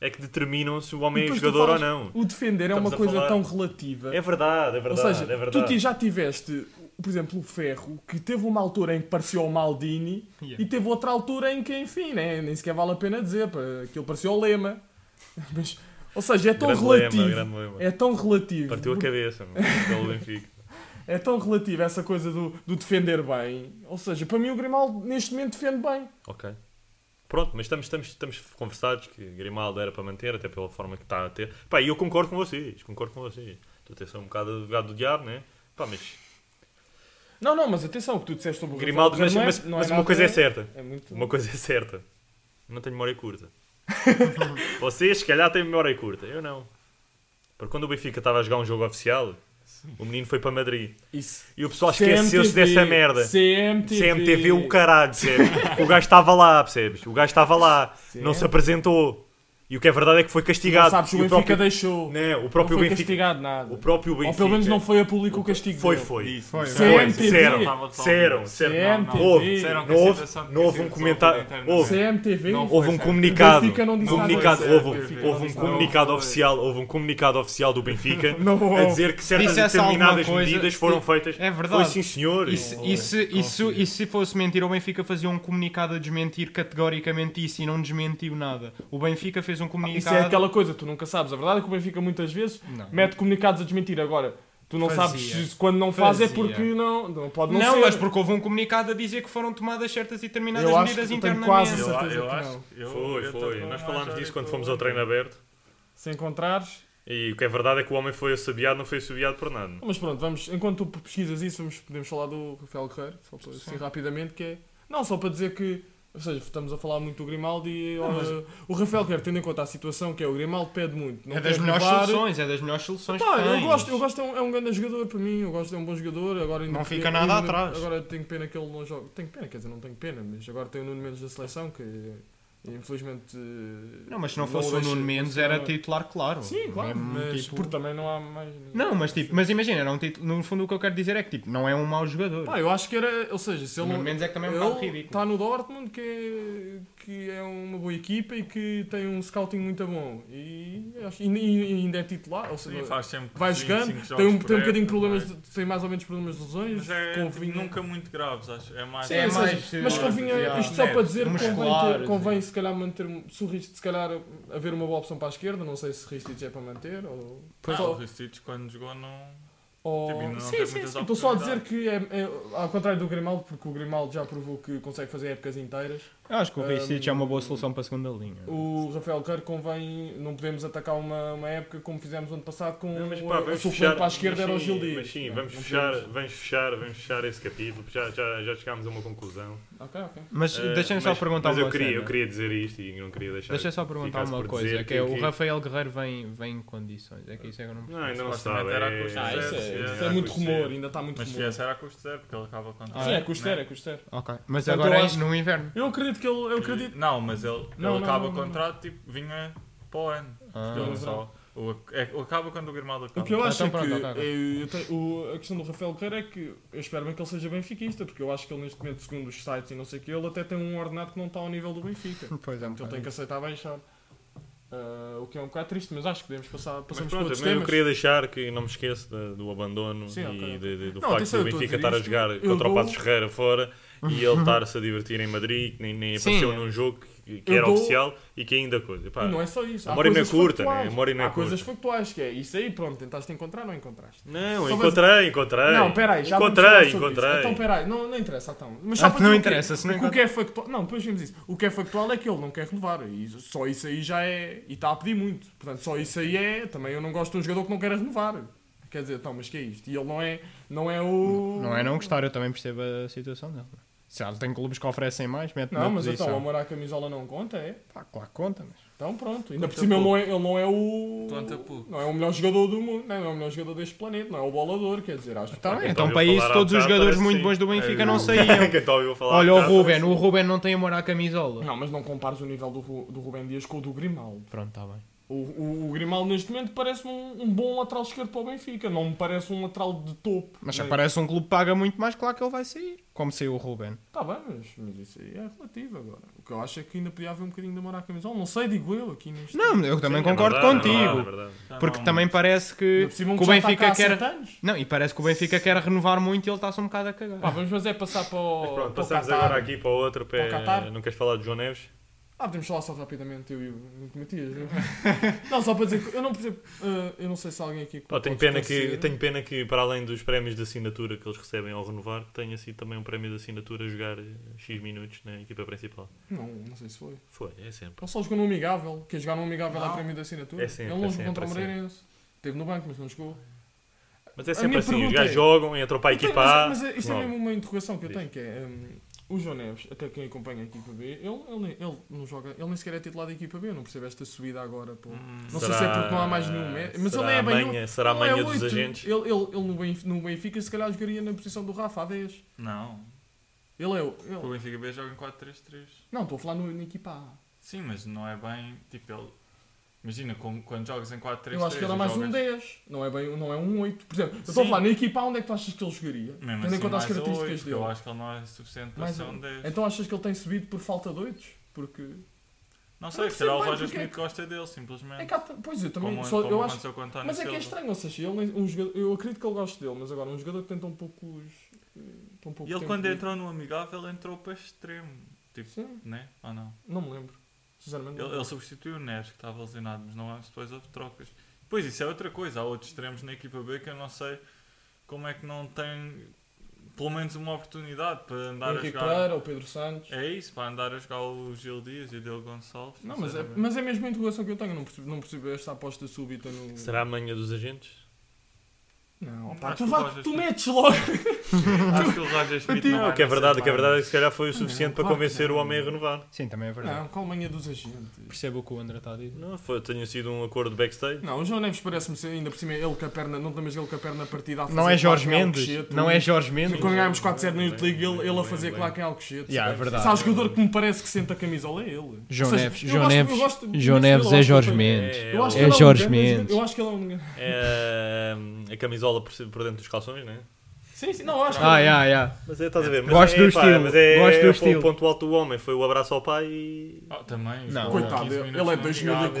[SPEAKER 1] é que determinam se o homem é
[SPEAKER 3] Depois Então tu
[SPEAKER 1] jogador ou
[SPEAKER 3] falas-
[SPEAKER 1] não.
[SPEAKER 3] O defender é
[SPEAKER 1] Estamos
[SPEAKER 3] uma
[SPEAKER 1] a
[SPEAKER 3] coisa
[SPEAKER 1] falar-
[SPEAKER 3] tão relativa.
[SPEAKER 1] É verdade, é
[SPEAKER 3] Ou
[SPEAKER 1] verdade.
[SPEAKER 3] seja,
[SPEAKER 1] é
[SPEAKER 3] tu
[SPEAKER 1] verdade.
[SPEAKER 3] ti- já tiveste, por exemplo, o Ferro, que teve uma altura em que parecia o Maldini
[SPEAKER 2] Yeah.
[SPEAKER 3] e teve outra altura em que, enfim, né, nem sequer vale a pena dizer, pá, aquilo parecia o Lema. Mas, ou seja, é tão
[SPEAKER 1] Grande lema,
[SPEAKER 3] relativo.
[SPEAKER 1] grande lema.
[SPEAKER 3] é tão relativo.
[SPEAKER 1] Partiu a cabeça, mano, pelo Benfica.
[SPEAKER 3] É tão relativo essa coisa do, do defender bem. Ou seja, para mim o Grimaldo neste momento defende bem.
[SPEAKER 1] Ok. Pronto, mas estamos, estamos, estamos conversados que Grimaldo era para manter, até pela forma que está a ter. Pá, e eu concordo com vocês, concordo com vocês. Estou a ter só um bocado advogado do diabo, né? Pá, mas
[SPEAKER 3] Não, não, mas atenção, o que tu disseste sobre o
[SPEAKER 1] Grimaldo,
[SPEAKER 3] Rafael
[SPEAKER 1] mas,
[SPEAKER 3] Guerreiro
[SPEAKER 1] mas,
[SPEAKER 3] não é- não
[SPEAKER 1] mas uma
[SPEAKER 3] nada-
[SPEAKER 1] coisa é certa.
[SPEAKER 3] É muito...
[SPEAKER 1] Uma coisa é certa. Não tenho memória curta. vocês, se calhar, têm memória curta. Eu não. Porque quando o Benfica estava a jogar um jogo oficial, o menino foi para Madrid.
[SPEAKER 3] Isso.
[SPEAKER 1] E o pessoal esqueceu-se dessa merda. um
[SPEAKER 3] CMTV.
[SPEAKER 1] CMTV o caralho, percebes? o gajo estava lá, percebes? O gajo estava lá,
[SPEAKER 3] Sim.
[SPEAKER 1] não se apresentou. E o que é verdade é que foi castigado.
[SPEAKER 3] Não sabes, o
[SPEAKER 1] E
[SPEAKER 3] Benfica
[SPEAKER 1] próprio,
[SPEAKER 3] deixou.
[SPEAKER 1] Não, o
[SPEAKER 3] Não
[SPEAKER 1] próprio
[SPEAKER 3] foi
[SPEAKER 1] Benfica.
[SPEAKER 3] castigado nada.
[SPEAKER 1] O próprio Benfica.
[SPEAKER 3] Ou pelo menos não foi a público o castigo
[SPEAKER 1] Foi,
[SPEAKER 3] dele.
[SPEAKER 1] foi.
[SPEAKER 4] Isso,
[SPEAKER 2] Foi.
[SPEAKER 4] não.
[SPEAKER 1] Foi,
[SPEAKER 3] CMTV.
[SPEAKER 1] disseram,
[SPEAKER 4] Tava- tava-
[SPEAKER 1] disseram, disseram.
[SPEAKER 4] Não, não,
[SPEAKER 3] CMTV.
[SPEAKER 1] Houve,
[SPEAKER 4] disseram que
[SPEAKER 1] não
[SPEAKER 4] a
[SPEAKER 1] houve,
[SPEAKER 4] situação que
[SPEAKER 1] não houve um
[SPEAKER 4] resolveu
[SPEAKER 1] comentário.
[SPEAKER 4] na internet.
[SPEAKER 1] Houve,
[SPEAKER 3] CMTV?
[SPEAKER 4] Não
[SPEAKER 1] houve um
[SPEAKER 4] certo.
[SPEAKER 1] comunicado.
[SPEAKER 3] O Benfica não disse
[SPEAKER 1] um
[SPEAKER 3] nada.
[SPEAKER 1] comunicado
[SPEAKER 4] Não foi
[SPEAKER 1] houve,
[SPEAKER 4] certo,
[SPEAKER 1] houve
[SPEAKER 4] Benfica não
[SPEAKER 1] um
[SPEAKER 4] disse nada.
[SPEAKER 1] comunicado
[SPEAKER 4] Não foi.
[SPEAKER 1] oficial, houve um comunicado oficial do Benfica
[SPEAKER 3] Não
[SPEAKER 1] a
[SPEAKER 3] houve.
[SPEAKER 1] dizer que certas
[SPEAKER 2] Dissesse
[SPEAKER 1] determinadas
[SPEAKER 2] alguma coisa,
[SPEAKER 1] medidas foram feitas.
[SPEAKER 2] é
[SPEAKER 1] Foi
[SPEAKER 2] verdade.
[SPEAKER 1] sim, senhor.
[SPEAKER 2] E se, e, se, e, se, e se fosse mentira, o Benfica fazia um comunicado a desmentir categoricamente isso e não desmentiu nada. O Benfica
[SPEAKER 3] Ah,
[SPEAKER 2] fez um comunicado.
[SPEAKER 3] é Isso é aquela coisa, tu nunca sabes. A verdade é que o Benfica muitas vezes
[SPEAKER 2] Não.
[SPEAKER 3] mete comunicados a desmentir. Agora, Tu não
[SPEAKER 2] Fazia.
[SPEAKER 3] sabes se- quando não faz é
[SPEAKER 2] Fazia.
[SPEAKER 3] porque não, não pode
[SPEAKER 2] Não,
[SPEAKER 3] não, ser.
[SPEAKER 2] mas porque houve um comunicado a dizer que foram tomadas certas e determinadas
[SPEAKER 3] Eu acho
[SPEAKER 2] medidas
[SPEAKER 3] que eu tenho
[SPEAKER 2] internamente.
[SPEAKER 3] quase-
[SPEAKER 4] Eu,
[SPEAKER 3] certeza
[SPEAKER 4] eu
[SPEAKER 3] que
[SPEAKER 4] acho
[SPEAKER 3] não.
[SPEAKER 4] que. eu-
[SPEAKER 1] foi,
[SPEAKER 4] eu
[SPEAKER 1] foi.
[SPEAKER 4] também
[SPEAKER 1] Nós
[SPEAKER 4] acho
[SPEAKER 1] falámos
[SPEAKER 4] que
[SPEAKER 1] disso quando
[SPEAKER 4] eu-
[SPEAKER 1] fomos ao treino aberto.
[SPEAKER 3] Se encontrares.
[SPEAKER 1] E o que é verdade é que o homem foi assobiado, não foi assobiado por nada.
[SPEAKER 3] Mas pronto, vamos, enquanto tu pesquisas isso, vamos, podemos falar do Rafael Guerreiro, só para, assim rapidamente, que é. Não, só para dizer que. Ou seja, estamos a falar muito do Grimaldo e olha, o Rafael Guerreiro, tendo em conta a situação que é, o Grimaldo pede muito. Não
[SPEAKER 2] É das
[SPEAKER 3] quer
[SPEAKER 2] melhores
[SPEAKER 3] levar.
[SPEAKER 2] soluções, é das melhores soluções
[SPEAKER 3] Pá,
[SPEAKER 2] que
[SPEAKER 3] eu
[SPEAKER 2] tens.
[SPEAKER 3] gosto, eu gosto é um, é um grande jogador para mim, eu gosto é um bom jogador. Agora ainda
[SPEAKER 2] Não
[SPEAKER 3] que-
[SPEAKER 2] fica nada
[SPEAKER 3] ainda-
[SPEAKER 2] atrás.
[SPEAKER 3] Agora tenho pena que ele não jogue. Tenho pena, quer dizer, não tenho pena, mas agora tem o Nuno Mendes da seleção que infelizmente.
[SPEAKER 2] Não, mas se não fosse o
[SPEAKER 3] deixa- um-
[SPEAKER 2] Nuno Mendes era titular, claro.
[SPEAKER 3] Sim, claro,
[SPEAKER 2] Mesmo,
[SPEAKER 3] mas
[SPEAKER 2] tipo-
[SPEAKER 3] porque também não há mais.
[SPEAKER 2] Não, mas tipo, mas imagina, era um título, no fundo o que eu quero dizer é que tipo, não é um mau jogador.
[SPEAKER 3] Pá, eu acho que era. Ou seja, se
[SPEAKER 2] o
[SPEAKER 3] ele
[SPEAKER 2] Nuno
[SPEAKER 3] não. tá-
[SPEAKER 2] Mendes é que também é um bocado
[SPEAKER 3] Ele
[SPEAKER 2] ridículo.
[SPEAKER 3] está no Dortmund que é, que é uma boa equipa e que tem um scouting muito bom e, acho- e, e ainda é titular, ou
[SPEAKER 4] Sim,
[SPEAKER 3] seja,
[SPEAKER 4] faz sempre
[SPEAKER 3] vai
[SPEAKER 4] cinco-
[SPEAKER 3] jogando,
[SPEAKER 4] cinco
[SPEAKER 3] tem um,
[SPEAKER 4] jogos
[SPEAKER 3] tem um
[SPEAKER 4] por
[SPEAKER 3] bocadinho de
[SPEAKER 4] época,
[SPEAKER 3] problemas,
[SPEAKER 4] não é?
[SPEAKER 3] de- tem mais ou menos problemas de lesões,
[SPEAKER 4] Mas é
[SPEAKER 3] convinha-
[SPEAKER 4] nunca muito graves, acho. É mais. é,
[SPEAKER 2] Sim,
[SPEAKER 3] Sim,
[SPEAKER 2] é
[SPEAKER 3] ou seja,
[SPEAKER 2] mais,
[SPEAKER 3] mas
[SPEAKER 2] eh,
[SPEAKER 3] convinha,
[SPEAKER 2] yeah.
[SPEAKER 3] isto só para dizer, convém,
[SPEAKER 2] Musculares,
[SPEAKER 3] ter, convém
[SPEAKER 2] e-
[SPEAKER 3] se calhar manter, um- se o Ristich, se calhar haver uma boa opção para a esquerda, não sei se Ristich é para manter ou...
[SPEAKER 4] Ah,
[SPEAKER 3] só-
[SPEAKER 4] o Ristich quando jogou não.
[SPEAKER 3] ou-
[SPEAKER 4] Tipo, ainda não
[SPEAKER 3] Sim,
[SPEAKER 4] teve
[SPEAKER 3] sim,
[SPEAKER 4] muitas
[SPEAKER 3] sim. Estou só a dizer
[SPEAKER 4] oportunidades.
[SPEAKER 3] que é, é- ao contrário do Grimaldo, porque o Grimaldo já provou que consegue fazer épocas inteiras,
[SPEAKER 2] Eu acho que o Ristich
[SPEAKER 3] Um,
[SPEAKER 2] é uma boa solução para a segunda linha.
[SPEAKER 3] o Rafael Carro convém, não podemos atacar uma, uma época como fizemos ano passado com
[SPEAKER 1] Não,
[SPEAKER 3] o, o suplente para a esquerda
[SPEAKER 1] mas
[SPEAKER 3] era o
[SPEAKER 1] sim,
[SPEAKER 3] Gil Dias.
[SPEAKER 1] Mas sim,
[SPEAKER 3] Não,
[SPEAKER 1] vamos,
[SPEAKER 3] não
[SPEAKER 1] fechar,
[SPEAKER 3] podemos.
[SPEAKER 1] vamos fechar, vamos fechar esse capítulo, já, já, já chegámos a uma conclusão.
[SPEAKER 3] Ok, ok.
[SPEAKER 2] Mas
[SPEAKER 1] Eh,
[SPEAKER 2] deixem-me só
[SPEAKER 1] mas-
[SPEAKER 2] perguntar
[SPEAKER 1] mas
[SPEAKER 2] uma
[SPEAKER 1] eu queria,
[SPEAKER 2] cena.
[SPEAKER 1] eu queria dizer isto e não queria deixar.
[SPEAKER 2] Deixa só perguntar
[SPEAKER 1] ficasse
[SPEAKER 2] uma
[SPEAKER 1] por
[SPEAKER 2] coisa,
[SPEAKER 1] dizer
[SPEAKER 2] que é
[SPEAKER 1] que-
[SPEAKER 2] o
[SPEAKER 1] que-
[SPEAKER 2] Rafael Guerreiro vem, vem em condições. É que isso é que eu não
[SPEAKER 1] Não, ainda não se
[SPEAKER 4] Supostamente
[SPEAKER 1] sabe.
[SPEAKER 4] era
[SPEAKER 1] é-
[SPEAKER 4] a custo
[SPEAKER 3] Ah,
[SPEAKER 4] zero,
[SPEAKER 3] isso
[SPEAKER 4] se
[SPEAKER 3] é,
[SPEAKER 1] era
[SPEAKER 3] isso é
[SPEAKER 1] a
[SPEAKER 3] muito
[SPEAKER 1] custo zero.
[SPEAKER 3] rumor, ainda está muito
[SPEAKER 4] Mas se
[SPEAKER 3] rumor.
[SPEAKER 4] viesse era a custo zero, porque ele acaba com. né?
[SPEAKER 3] Sim, é custo zero, é custo zero.
[SPEAKER 2] Ok, mas
[SPEAKER 3] Portanto,
[SPEAKER 2] agora
[SPEAKER 3] eu
[SPEAKER 2] é
[SPEAKER 3] acho-
[SPEAKER 2] no inverno.
[SPEAKER 3] Eu acredito que ele, eu acredito.
[SPEAKER 4] E- Não, mas ele,
[SPEAKER 3] Não,
[SPEAKER 4] ele
[SPEAKER 3] não,
[SPEAKER 4] acaba
[SPEAKER 3] não,
[SPEAKER 4] o
[SPEAKER 3] não,
[SPEAKER 4] contrato, tipo, vinha para o ano.
[SPEAKER 2] Ah,
[SPEAKER 4] Ele
[SPEAKER 3] não.
[SPEAKER 4] só. O, é, ele acaba quando o Grimaldo acaba.
[SPEAKER 3] O que eu
[SPEAKER 2] Então
[SPEAKER 3] acho é
[SPEAKER 2] pronto,
[SPEAKER 3] que
[SPEAKER 2] ok, ok.
[SPEAKER 3] eh, eu tenho- o- a questão do Rafael Guerreiro é que eu espero bem que ele seja benfiquista, porque eu acho que ele neste momento, segundo os sites e não sei o que, ele até tem um ordenado que não está ao nível do Benfica.
[SPEAKER 2] Pois é, um
[SPEAKER 3] Então ele tem
[SPEAKER 2] bocado.
[SPEAKER 3] que aceitar baixar. Ah, o que é um bocado triste, mas acho que podemos passar
[SPEAKER 1] Mas
[SPEAKER 3] passamos para
[SPEAKER 1] pronto,
[SPEAKER 3] outros
[SPEAKER 1] mas eu
[SPEAKER 3] temas.
[SPEAKER 1] queria deixar que não me esqueço da- do abandono
[SPEAKER 3] Sim,
[SPEAKER 1] e
[SPEAKER 3] ok,
[SPEAKER 1] de- de-
[SPEAKER 3] ok.
[SPEAKER 1] do
[SPEAKER 3] Não, é
[SPEAKER 1] facto do
[SPEAKER 3] atenção, eu estou a
[SPEAKER 1] Benfica
[SPEAKER 3] dizer
[SPEAKER 1] estar a
[SPEAKER 3] isto,
[SPEAKER 1] jogar
[SPEAKER 3] eu
[SPEAKER 1] contra
[SPEAKER 3] dou- Uhum.
[SPEAKER 1] o Patos Ferreira fora e ele estar-se a divertir em Madrid, que nem, nem
[SPEAKER 2] Sim.
[SPEAKER 1] apareceu num jogo que, que
[SPEAKER 3] Eu
[SPEAKER 1] era
[SPEAKER 3] dou-
[SPEAKER 1] oficial e que ainda coisa. Pá,
[SPEAKER 3] E não é só isso.
[SPEAKER 1] a
[SPEAKER 3] há
[SPEAKER 1] memória não é
[SPEAKER 3] coisas
[SPEAKER 1] curta,
[SPEAKER 3] factuais.
[SPEAKER 1] né? A memória não é
[SPEAKER 3] Há coisas
[SPEAKER 1] curta.
[SPEAKER 3] factuais, que é isso aí, pronto, tentaste encontrar ou não encontraste?
[SPEAKER 1] Não,
[SPEAKER 3] Só
[SPEAKER 1] encontrei, encontrei.
[SPEAKER 3] é- Não, peraí, já vamos falar
[SPEAKER 1] Encontrei,
[SPEAKER 3] sobre
[SPEAKER 1] encontrei.
[SPEAKER 3] Isso. Então, peraí, não, não interessa, então. Mas
[SPEAKER 2] Ah,
[SPEAKER 3] só para
[SPEAKER 2] não
[SPEAKER 3] dizer o quê?
[SPEAKER 2] interessa, se não
[SPEAKER 3] Porque o que é factual. Não, depois vimos isso. O que é factual é que ele não quer renovar. E só isso aí já é. E está a pedir muito. Portanto, só isso aí é. Também eu não gosto de um jogador que não quer renovar. Quer dizer, então, mas que é isto? E ele não é. Não é o.
[SPEAKER 2] Não é não gostar, eu também percebo a situação dele. é? Se há- tem clubes que oferecem mais, mete
[SPEAKER 3] Não,
[SPEAKER 2] na
[SPEAKER 3] mas
[SPEAKER 2] posição.
[SPEAKER 3] então o amor à camisola não conta, é?
[SPEAKER 2] Pá, claro que conta, mas...
[SPEAKER 3] Então pronto. Ainda por
[SPEAKER 4] Conta
[SPEAKER 3] cima ele não,
[SPEAKER 4] pouco.
[SPEAKER 3] é, ele não é o.
[SPEAKER 4] Conta pouco.
[SPEAKER 3] Não é o melhor jogador do mundo. Não é o melhor jogador deste planeta. Não é o bolador, quer dizer, acho que
[SPEAKER 2] Tá
[SPEAKER 1] Então,
[SPEAKER 2] bem, então
[SPEAKER 1] eu
[SPEAKER 2] para
[SPEAKER 1] falar
[SPEAKER 2] isso
[SPEAKER 1] há
[SPEAKER 2] todos os
[SPEAKER 1] bocado,
[SPEAKER 2] jogadores
[SPEAKER 1] parece
[SPEAKER 2] muito
[SPEAKER 1] sim.
[SPEAKER 2] bons do Benfica não
[SPEAKER 1] que
[SPEAKER 2] saíam.
[SPEAKER 1] então eu vou falar
[SPEAKER 2] Olha
[SPEAKER 1] um
[SPEAKER 2] o
[SPEAKER 1] bocado.
[SPEAKER 2] Ruben, o Ruben não tem amor à camisola.
[SPEAKER 3] Não, mas não compares o nível do, Ru- do Rubem Dias com o do Grimaldo.
[SPEAKER 2] Pronto, está bem.
[SPEAKER 3] O, o, o Grimaldo neste momento parece um, um bom lateral esquerdo para o Benfica, não me parece um lateral de topo.
[SPEAKER 2] Mas se aparece um clube que paga muito mais, claro que ele vai sair. Como saiu o Ruben.
[SPEAKER 3] Está Tá bem, mas, mas isso aí é relativo agora. O que eu acho é que ainda podia haver um bocadinho de amor à camisola, não sei, digo eu aqui neste...
[SPEAKER 2] Não, eu também
[SPEAKER 1] Sim, é
[SPEAKER 2] concordo
[SPEAKER 1] verdade, é
[SPEAKER 2] contigo.
[SPEAKER 1] verdade, é verdade.
[SPEAKER 4] Então,
[SPEAKER 2] porque
[SPEAKER 4] não,
[SPEAKER 2] também parece que,
[SPEAKER 3] Ainda por cima um
[SPEAKER 2] que o
[SPEAKER 3] já está cá
[SPEAKER 2] Benfica
[SPEAKER 3] há
[SPEAKER 2] quer.
[SPEAKER 3] sete anos.
[SPEAKER 2] Não, e parece que o Benfica quer renovar muito e ele está-se um bocado a cagar.
[SPEAKER 3] Pá, vamos fazer passar para o.
[SPEAKER 1] Mas pronto,
[SPEAKER 3] para o
[SPEAKER 1] passamos
[SPEAKER 3] Qatar.
[SPEAKER 1] agora aqui para o outro pé.
[SPEAKER 3] Para o Qatar.
[SPEAKER 1] Não queres falar de João Neves?
[SPEAKER 3] Ah, podemos falar só rapidamente eu e o Matias. né? não, só para dizer que eu não percebo. eh, eu não sei se alguém aqui.
[SPEAKER 1] Pá, tenho,
[SPEAKER 3] pode
[SPEAKER 1] pena que,
[SPEAKER 3] esclarecer.
[SPEAKER 1] tenho pena que, para além dos prémios de assinatura que eles recebem ao renovar, tenha sido também um prémio de assinatura jogar eh, X minutos na equipa principal.
[SPEAKER 3] Não, não sei se foi.
[SPEAKER 1] Foi, é sempre.
[SPEAKER 3] Ele só jogou no amigável. Quer jogar no amigável
[SPEAKER 4] Não.
[SPEAKER 3] é prémio de assinatura.
[SPEAKER 1] É sempre,
[SPEAKER 3] ele não
[SPEAKER 1] é
[SPEAKER 3] jogou contra o
[SPEAKER 1] sempre, é
[SPEAKER 3] Moreirense. Esteve no banco, mas não jogou.
[SPEAKER 1] Mas é
[SPEAKER 3] A
[SPEAKER 1] sempre
[SPEAKER 3] minha
[SPEAKER 1] assim, os
[SPEAKER 3] pergunta
[SPEAKER 1] gajos
[SPEAKER 3] é-
[SPEAKER 1] jogam, entram para
[SPEAKER 3] Eu tenho-
[SPEAKER 1] equipar.
[SPEAKER 3] Mas, mas isto é
[SPEAKER 1] logo.
[SPEAKER 3] mesmo uma interrogação que eu
[SPEAKER 1] Diz.
[SPEAKER 3] tenho, que é... hum, o João Neves, até quem acompanha a equipa B, ele, ele, ele não joga... Ele nem sequer é titular da equipa B. Eu não percebo esta subida agora, pô.
[SPEAKER 4] Hum,
[SPEAKER 3] Não sei se é porque não há mais nenhum mé- mas
[SPEAKER 1] será
[SPEAKER 3] ele é
[SPEAKER 1] a
[SPEAKER 3] bem
[SPEAKER 1] manha- Será a
[SPEAKER 3] Ele é
[SPEAKER 1] manha dos
[SPEAKER 3] oito.
[SPEAKER 1] agentes?
[SPEAKER 3] Ele, ele, ele no, Benf- no Benfica se calhar jogaria na posição do Rafa, a 10.
[SPEAKER 4] Não.
[SPEAKER 3] Ele é o...
[SPEAKER 4] O
[SPEAKER 3] ele-
[SPEAKER 4] Benfica B joga em 4-3-3.
[SPEAKER 3] Não, estou a falar no, na equipa A.
[SPEAKER 4] Sim, mas não é bem. Tipo, ele. Imagina, com- quando jogas em 4-3-3.
[SPEAKER 3] Eu acho que ele é mais
[SPEAKER 4] jogas-
[SPEAKER 3] um 10. Não é, bem, não é um 8. Por exemplo, eu estou a
[SPEAKER 4] Sim.
[SPEAKER 3] falar na equipa A, onde é que tu achas que ele jogaria?
[SPEAKER 4] Mesmo
[SPEAKER 3] Tendo em
[SPEAKER 4] assim,
[SPEAKER 3] conta as
[SPEAKER 4] mais
[SPEAKER 3] características
[SPEAKER 4] oito,
[SPEAKER 3] dele.
[SPEAKER 4] Eu acho que ele não é suficiente para
[SPEAKER 3] Mais
[SPEAKER 4] ser um
[SPEAKER 3] oito.
[SPEAKER 4] 10.
[SPEAKER 3] Então achas que ele tem subido por falta de 8? Porque...
[SPEAKER 4] Não
[SPEAKER 3] Eu
[SPEAKER 4] sei,
[SPEAKER 3] percebo
[SPEAKER 4] será o
[SPEAKER 3] bem
[SPEAKER 4] Roger
[SPEAKER 3] porque é
[SPEAKER 4] Smith gosta dele, simplesmente.
[SPEAKER 3] É que há t- pois eu também
[SPEAKER 4] como
[SPEAKER 3] só,
[SPEAKER 4] como
[SPEAKER 3] eu acho,
[SPEAKER 4] aconteceu com o António
[SPEAKER 3] mas é que é
[SPEAKER 4] Silva.
[SPEAKER 3] estranho, ou seja, ele, nem- um jogador, eu acredito que ele goste dele, mas agora um jogador que tem tão poucos. eh, Tão pouco
[SPEAKER 4] E ele
[SPEAKER 3] tempo
[SPEAKER 4] quando
[SPEAKER 3] de-
[SPEAKER 4] entrou no amigável entrou para extremo, tipo,
[SPEAKER 3] Sim,
[SPEAKER 4] né? Ou não?
[SPEAKER 3] não me lembro. Sinceramente. não
[SPEAKER 4] Ele,
[SPEAKER 3] me
[SPEAKER 4] ele
[SPEAKER 3] lembro.
[SPEAKER 4] substituiu o Neres que é estava lesionado, mas não há depois houve trocas. Pois isso é outra coisa, há outros extremos na equipa B que eu não sei como é que não tem pelo menos uma oportunidade para andar a
[SPEAKER 3] Henrique
[SPEAKER 4] jogar.
[SPEAKER 3] Pereira, o Pedro Santos.
[SPEAKER 4] É isso, para andar a jogar o Gil Dias e o Diogo Gonçalves.
[SPEAKER 3] Não, mas é,
[SPEAKER 4] sinceramente.
[SPEAKER 3] mas é mesmo a interrogação que eu tenho. Não percebo, não percebo esta aposta súbita no.
[SPEAKER 1] Será a manha dos agentes?
[SPEAKER 3] Não,
[SPEAKER 4] Acho
[SPEAKER 3] pá, tu,
[SPEAKER 4] que
[SPEAKER 3] vá-
[SPEAKER 4] o Roger
[SPEAKER 3] tu
[SPEAKER 4] Smith-
[SPEAKER 3] metes logo.
[SPEAKER 4] Acho que o Roger Smith não
[SPEAKER 1] Não,
[SPEAKER 4] vai
[SPEAKER 1] o que é
[SPEAKER 4] nascer
[SPEAKER 1] verdade, o que é
[SPEAKER 4] bem.
[SPEAKER 1] verdade é que se calhar
[SPEAKER 3] Ah,
[SPEAKER 1] foi o suficiente para
[SPEAKER 3] claro que
[SPEAKER 1] convencer o
[SPEAKER 3] não.
[SPEAKER 1] homem a renovar.
[SPEAKER 6] Sim, também é verdade.
[SPEAKER 3] Não, qual manha dos agentes?
[SPEAKER 6] Percebo o que o André
[SPEAKER 2] tá
[SPEAKER 6] está a dizer.
[SPEAKER 1] Não, foi, tenha sido um acordo backstage.
[SPEAKER 3] Não, o João Neves parece-me ser, ainda por cima, ele com a perna, não temos ele com a perna partida a fazer
[SPEAKER 6] Não é Jorge
[SPEAKER 3] claque em
[SPEAKER 6] Mendes?
[SPEAKER 3] Alcochete.
[SPEAKER 6] Não é Jorge Mendes?
[SPEAKER 3] Quando ganhámos 4-0 na Youth League, ele, ele a
[SPEAKER 1] Lembro,
[SPEAKER 3] fazer
[SPEAKER 1] lembro.
[SPEAKER 3] claque em Alcochete.
[SPEAKER 6] Yeah, é
[SPEAKER 3] sabe?
[SPEAKER 6] verdade.
[SPEAKER 3] Se há jogador que me parece que sente a camisola, é ele.
[SPEAKER 2] João
[SPEAKER 3] Ou seja,
[SPEAKER 2] Neves,
[SPEAKER 3] eu
[SPEAKER 2] João
[SPEAKER 3] gosto- eu
[SPEAKER 2] Neves-
[SPEAKER 3] gosto- eu
[SPEAKER 2] João
[SPEAKER 3] gosto
[SPEAKER 2] Neves
[SPEAKER 3] dele, eu
[SPEAKER 2] é
[SPEAKER 3] acho que ele
[SPEAKER 2] Jorge
[SPEAKER 3] tem-
[SPEAKER 2] Mendes.
[SPEAKER 3] Eu acho que
[SPEAKER 2] É
[SPEAKER 3] ele um
[SPEAKER 2] Jorge
[SPEAKER 3] grande-
[SPEAKER 2] Mendes.
[SPEAKER 3] Eu acho que ele é um grande-
[SPEAKER 1] É, hum, a camisola por, por dentro dos calções, não é?
[SPEAKER 3] Sim, sim, não, eu acho que
[SPEAKER 2] Ah,
[SPEAKER 3] ele- um
[SPEAKER 2] yeah, yeah.
[SPEAKER 1] Mas é, estás a ver? Mas
[SPEAKER 2] Gosto
[SPEAKER 1] é,
[SPEAKER 2] do estilo,
[SPEAKER 1] Mas é,
[SPEAKER 2] gosto do
[SPEAKER 1] é o
[SPEAKER 2] estilo.
[SPEAKER 1] ponto alto do homem. Foi o abraço ao pai e.
[SPEAKER 4] Ah, também.
[SPEAKER 6] Não.
[SPEAKER 4] jogou
[SPEAKER 3] Coitado,
[SPEAKER 4] 15
[SPEAKER 3] ele
[SPEAKER 4] minutos
[SPEAKER 3] ele é
[SPEAKER 4] no
[SPEAKER 3] 2004,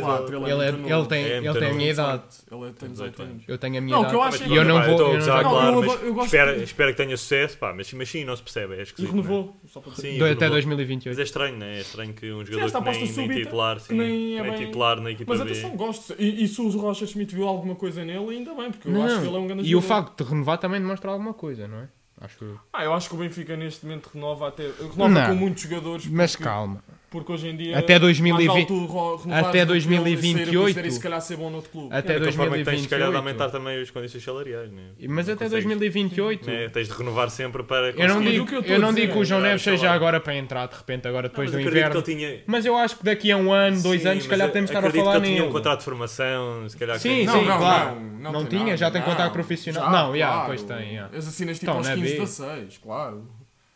[SPEAKER 3] ele é
[SPEAKER 2] Ele, é,
[SPEAKER 3] muito
[SPEAKER 2] ele,
[SPEAKER 3] novo.
[SPEAKER 2] tem,
[SPEAKER 1] É muito
[SPEAKER 2] ele tem a
[SPEAKER 1] novo.
[SPEAKER 2] minha idade.
[SPEAKER 3] Ele tem 18 anos.
[SPEAKER 2] Eu tenho a minha
[SPEAKER 3] Não, o
[SPEAKER 2] idade.
[SPEAKER 3] que eu acho é
[SPEAKER 2] E eu não
[SPEAKER 1] Pá, eu estou a
[SPEAKER 2] vou. Eu
[SPEAKER 1] gozar,
[SPEAKER 2] não
[SPEAKER 3] Não,
[SPEAKER 2] vou.
[SPEAKER 1] claro,
[SPEAKER 3] eu
[SPEAKER 1] mas
[SPEAKER 3] adoro- eu gosto
[SPEAKER 1] espero,
[SPEAKER 3] de-
[SPEAKER 1] espero que tenha sucesso, pá, mas, mas sim, não se percebe, é
[SPEAKER 3] E
[SPEAKER 1] esquisito. não
[SPEAKER 3] renovou, só para
[SPEAKER 1] é?
[SPEAKER 3] dizer.
[SPEAKER 1] Sim,
[SPEAKER 2] Do- Até
[SPEAKER 1] renovou.
[SPEAKER 2] 2028.
[SPEAKER 1] Mas é estranho, né? É estranho que um jogador
[SPEAKER 3] esta
[SPEAKER 1] que nem,
[SPEAKER 3] aposta
[SPEAKER 1] nem
[SPEAKER 3] súbita,
[SPEAKER 1] titular,
[SPEAKER 3] que
[SPEAKER 1] sim,
[SPEAKER 3] nem é
[SPEAKER 1] nem
[SPEAKER 3] bem-
[SPEAKER 1] titular na equipa
[SPEAKER 3] Mas
[SPEAKER 1] B. É
[SPEAKER 3] atenção, gosto. E, e se o Rocha Schmidt viu alguma coisa nele, ainda bem, porque eu
[SPEAKER 2] Não,
[SPEAKER 3] acho que ele é um grande
[SPEAKER 2] E o
[SPEAKER 3] jogador.
[SPEAKER 2] facto de renovar também demonstra alguma coisa, não é? Acho que.
[SPEAKER 3] Ah, eu acho que o Benfica neste momento renova até. Renova
[SPEAKER 2] Não.
[SPEAKER 3] com muitos jogadores.
[SPEAKER 2] Mas
[SPEAKER 3] porque-
[SPEAKER 2] calma.
[SPEAKER 3] Porque hoje em dia. é
[SPEAKER 2] Até
[SPEAKER 3] mais
[SPEAKER 2] 2020.
[SPEAKER 3] vale tu ro- renovares
[SPEAKER 2] até
[SPEAKER 3] do que ele sair a conhecer
[SPEAKER 2] 2028.
[SPEAKER 3] E se calhar ser bom noutro clube.
[SPEAKER 2] Até
[SPEAKER 1] É, da única forma que tens, se calhar, de
[SPEAKER 2] 2028.
[SPEAKER 1] aumentar também as condições salariais, né?
[SPEAKER 2] Mas
[SPEAKER 1] Não
[SPEAKER 2] até
[SPEAKER 1] consegues,
[SPEAKER 2] 2028.
[SPEAKER 1] né? Tens de renovar sempre para
[SPEAKER 2] Eu não
[SPEAKER 1] conseguir-
[SPEAKER 2] digo
[SPEAKER 3] o
[SPEAKER 2] que
[SPEAKER 3] que eu
[SPEAKER 2] eu,
[SPEAKER 3] tô a
[SPEAKER 2] não
[SPEAKER 3] dizer
[SPEAKER 2] digo que
[SPEAKER 1] é
[SPEAKER 2] o João
[SPEAKER 1] melhorar
[SPEAKER 2] Neves
[SPEAKER 1] o
[SPEAKER 2] seja
[SPEAKER 1] salário.
[SPEAKER 2] agora para entrar de repente, agora
[SPEAKER 1] Mas
[SPEAKER 2] depois do
[SPEAKER 1] acredito
[SPEAKER 2] inverno.
[SPEAKER 1] que ele tinha...
[SPEAKER 2] Mas eu acho que daqui a um ano, dois
[SPEAKER 1] Sim,
[SPEAKER 2] anos, se
[SPEAKER 1] mas
[SPEAKER 2] calhar
[SPEAKER 1] eu-
[SPEAKER 2] podemos estar a
[SPEAKER 1] acredito
[SPEAKER 2] falar
[SPEAKER 1] que ele
[SPEAKER 2] nele.
[SPEAKER 1] tinha um contrato de formação, se calhar...
[SPEAKER 2] Sim,
[SPEAKER 1] que-
[SPEAKER 2] sim, claro.
[SPEAKER 3] não,
[SPEAKER 2] Não, tinha, já tem contrato profissional. não, já, pois tem. já.
[SPEAKER 3] Eles assinas tipo
[SPEAKER 2] Estão
[SPEAKER 3] aos
[SPEAKER 2] na
[SPEAKER 3] 15,
[SPEAKER 2] B.
[SPEAKER 3] 16, claro.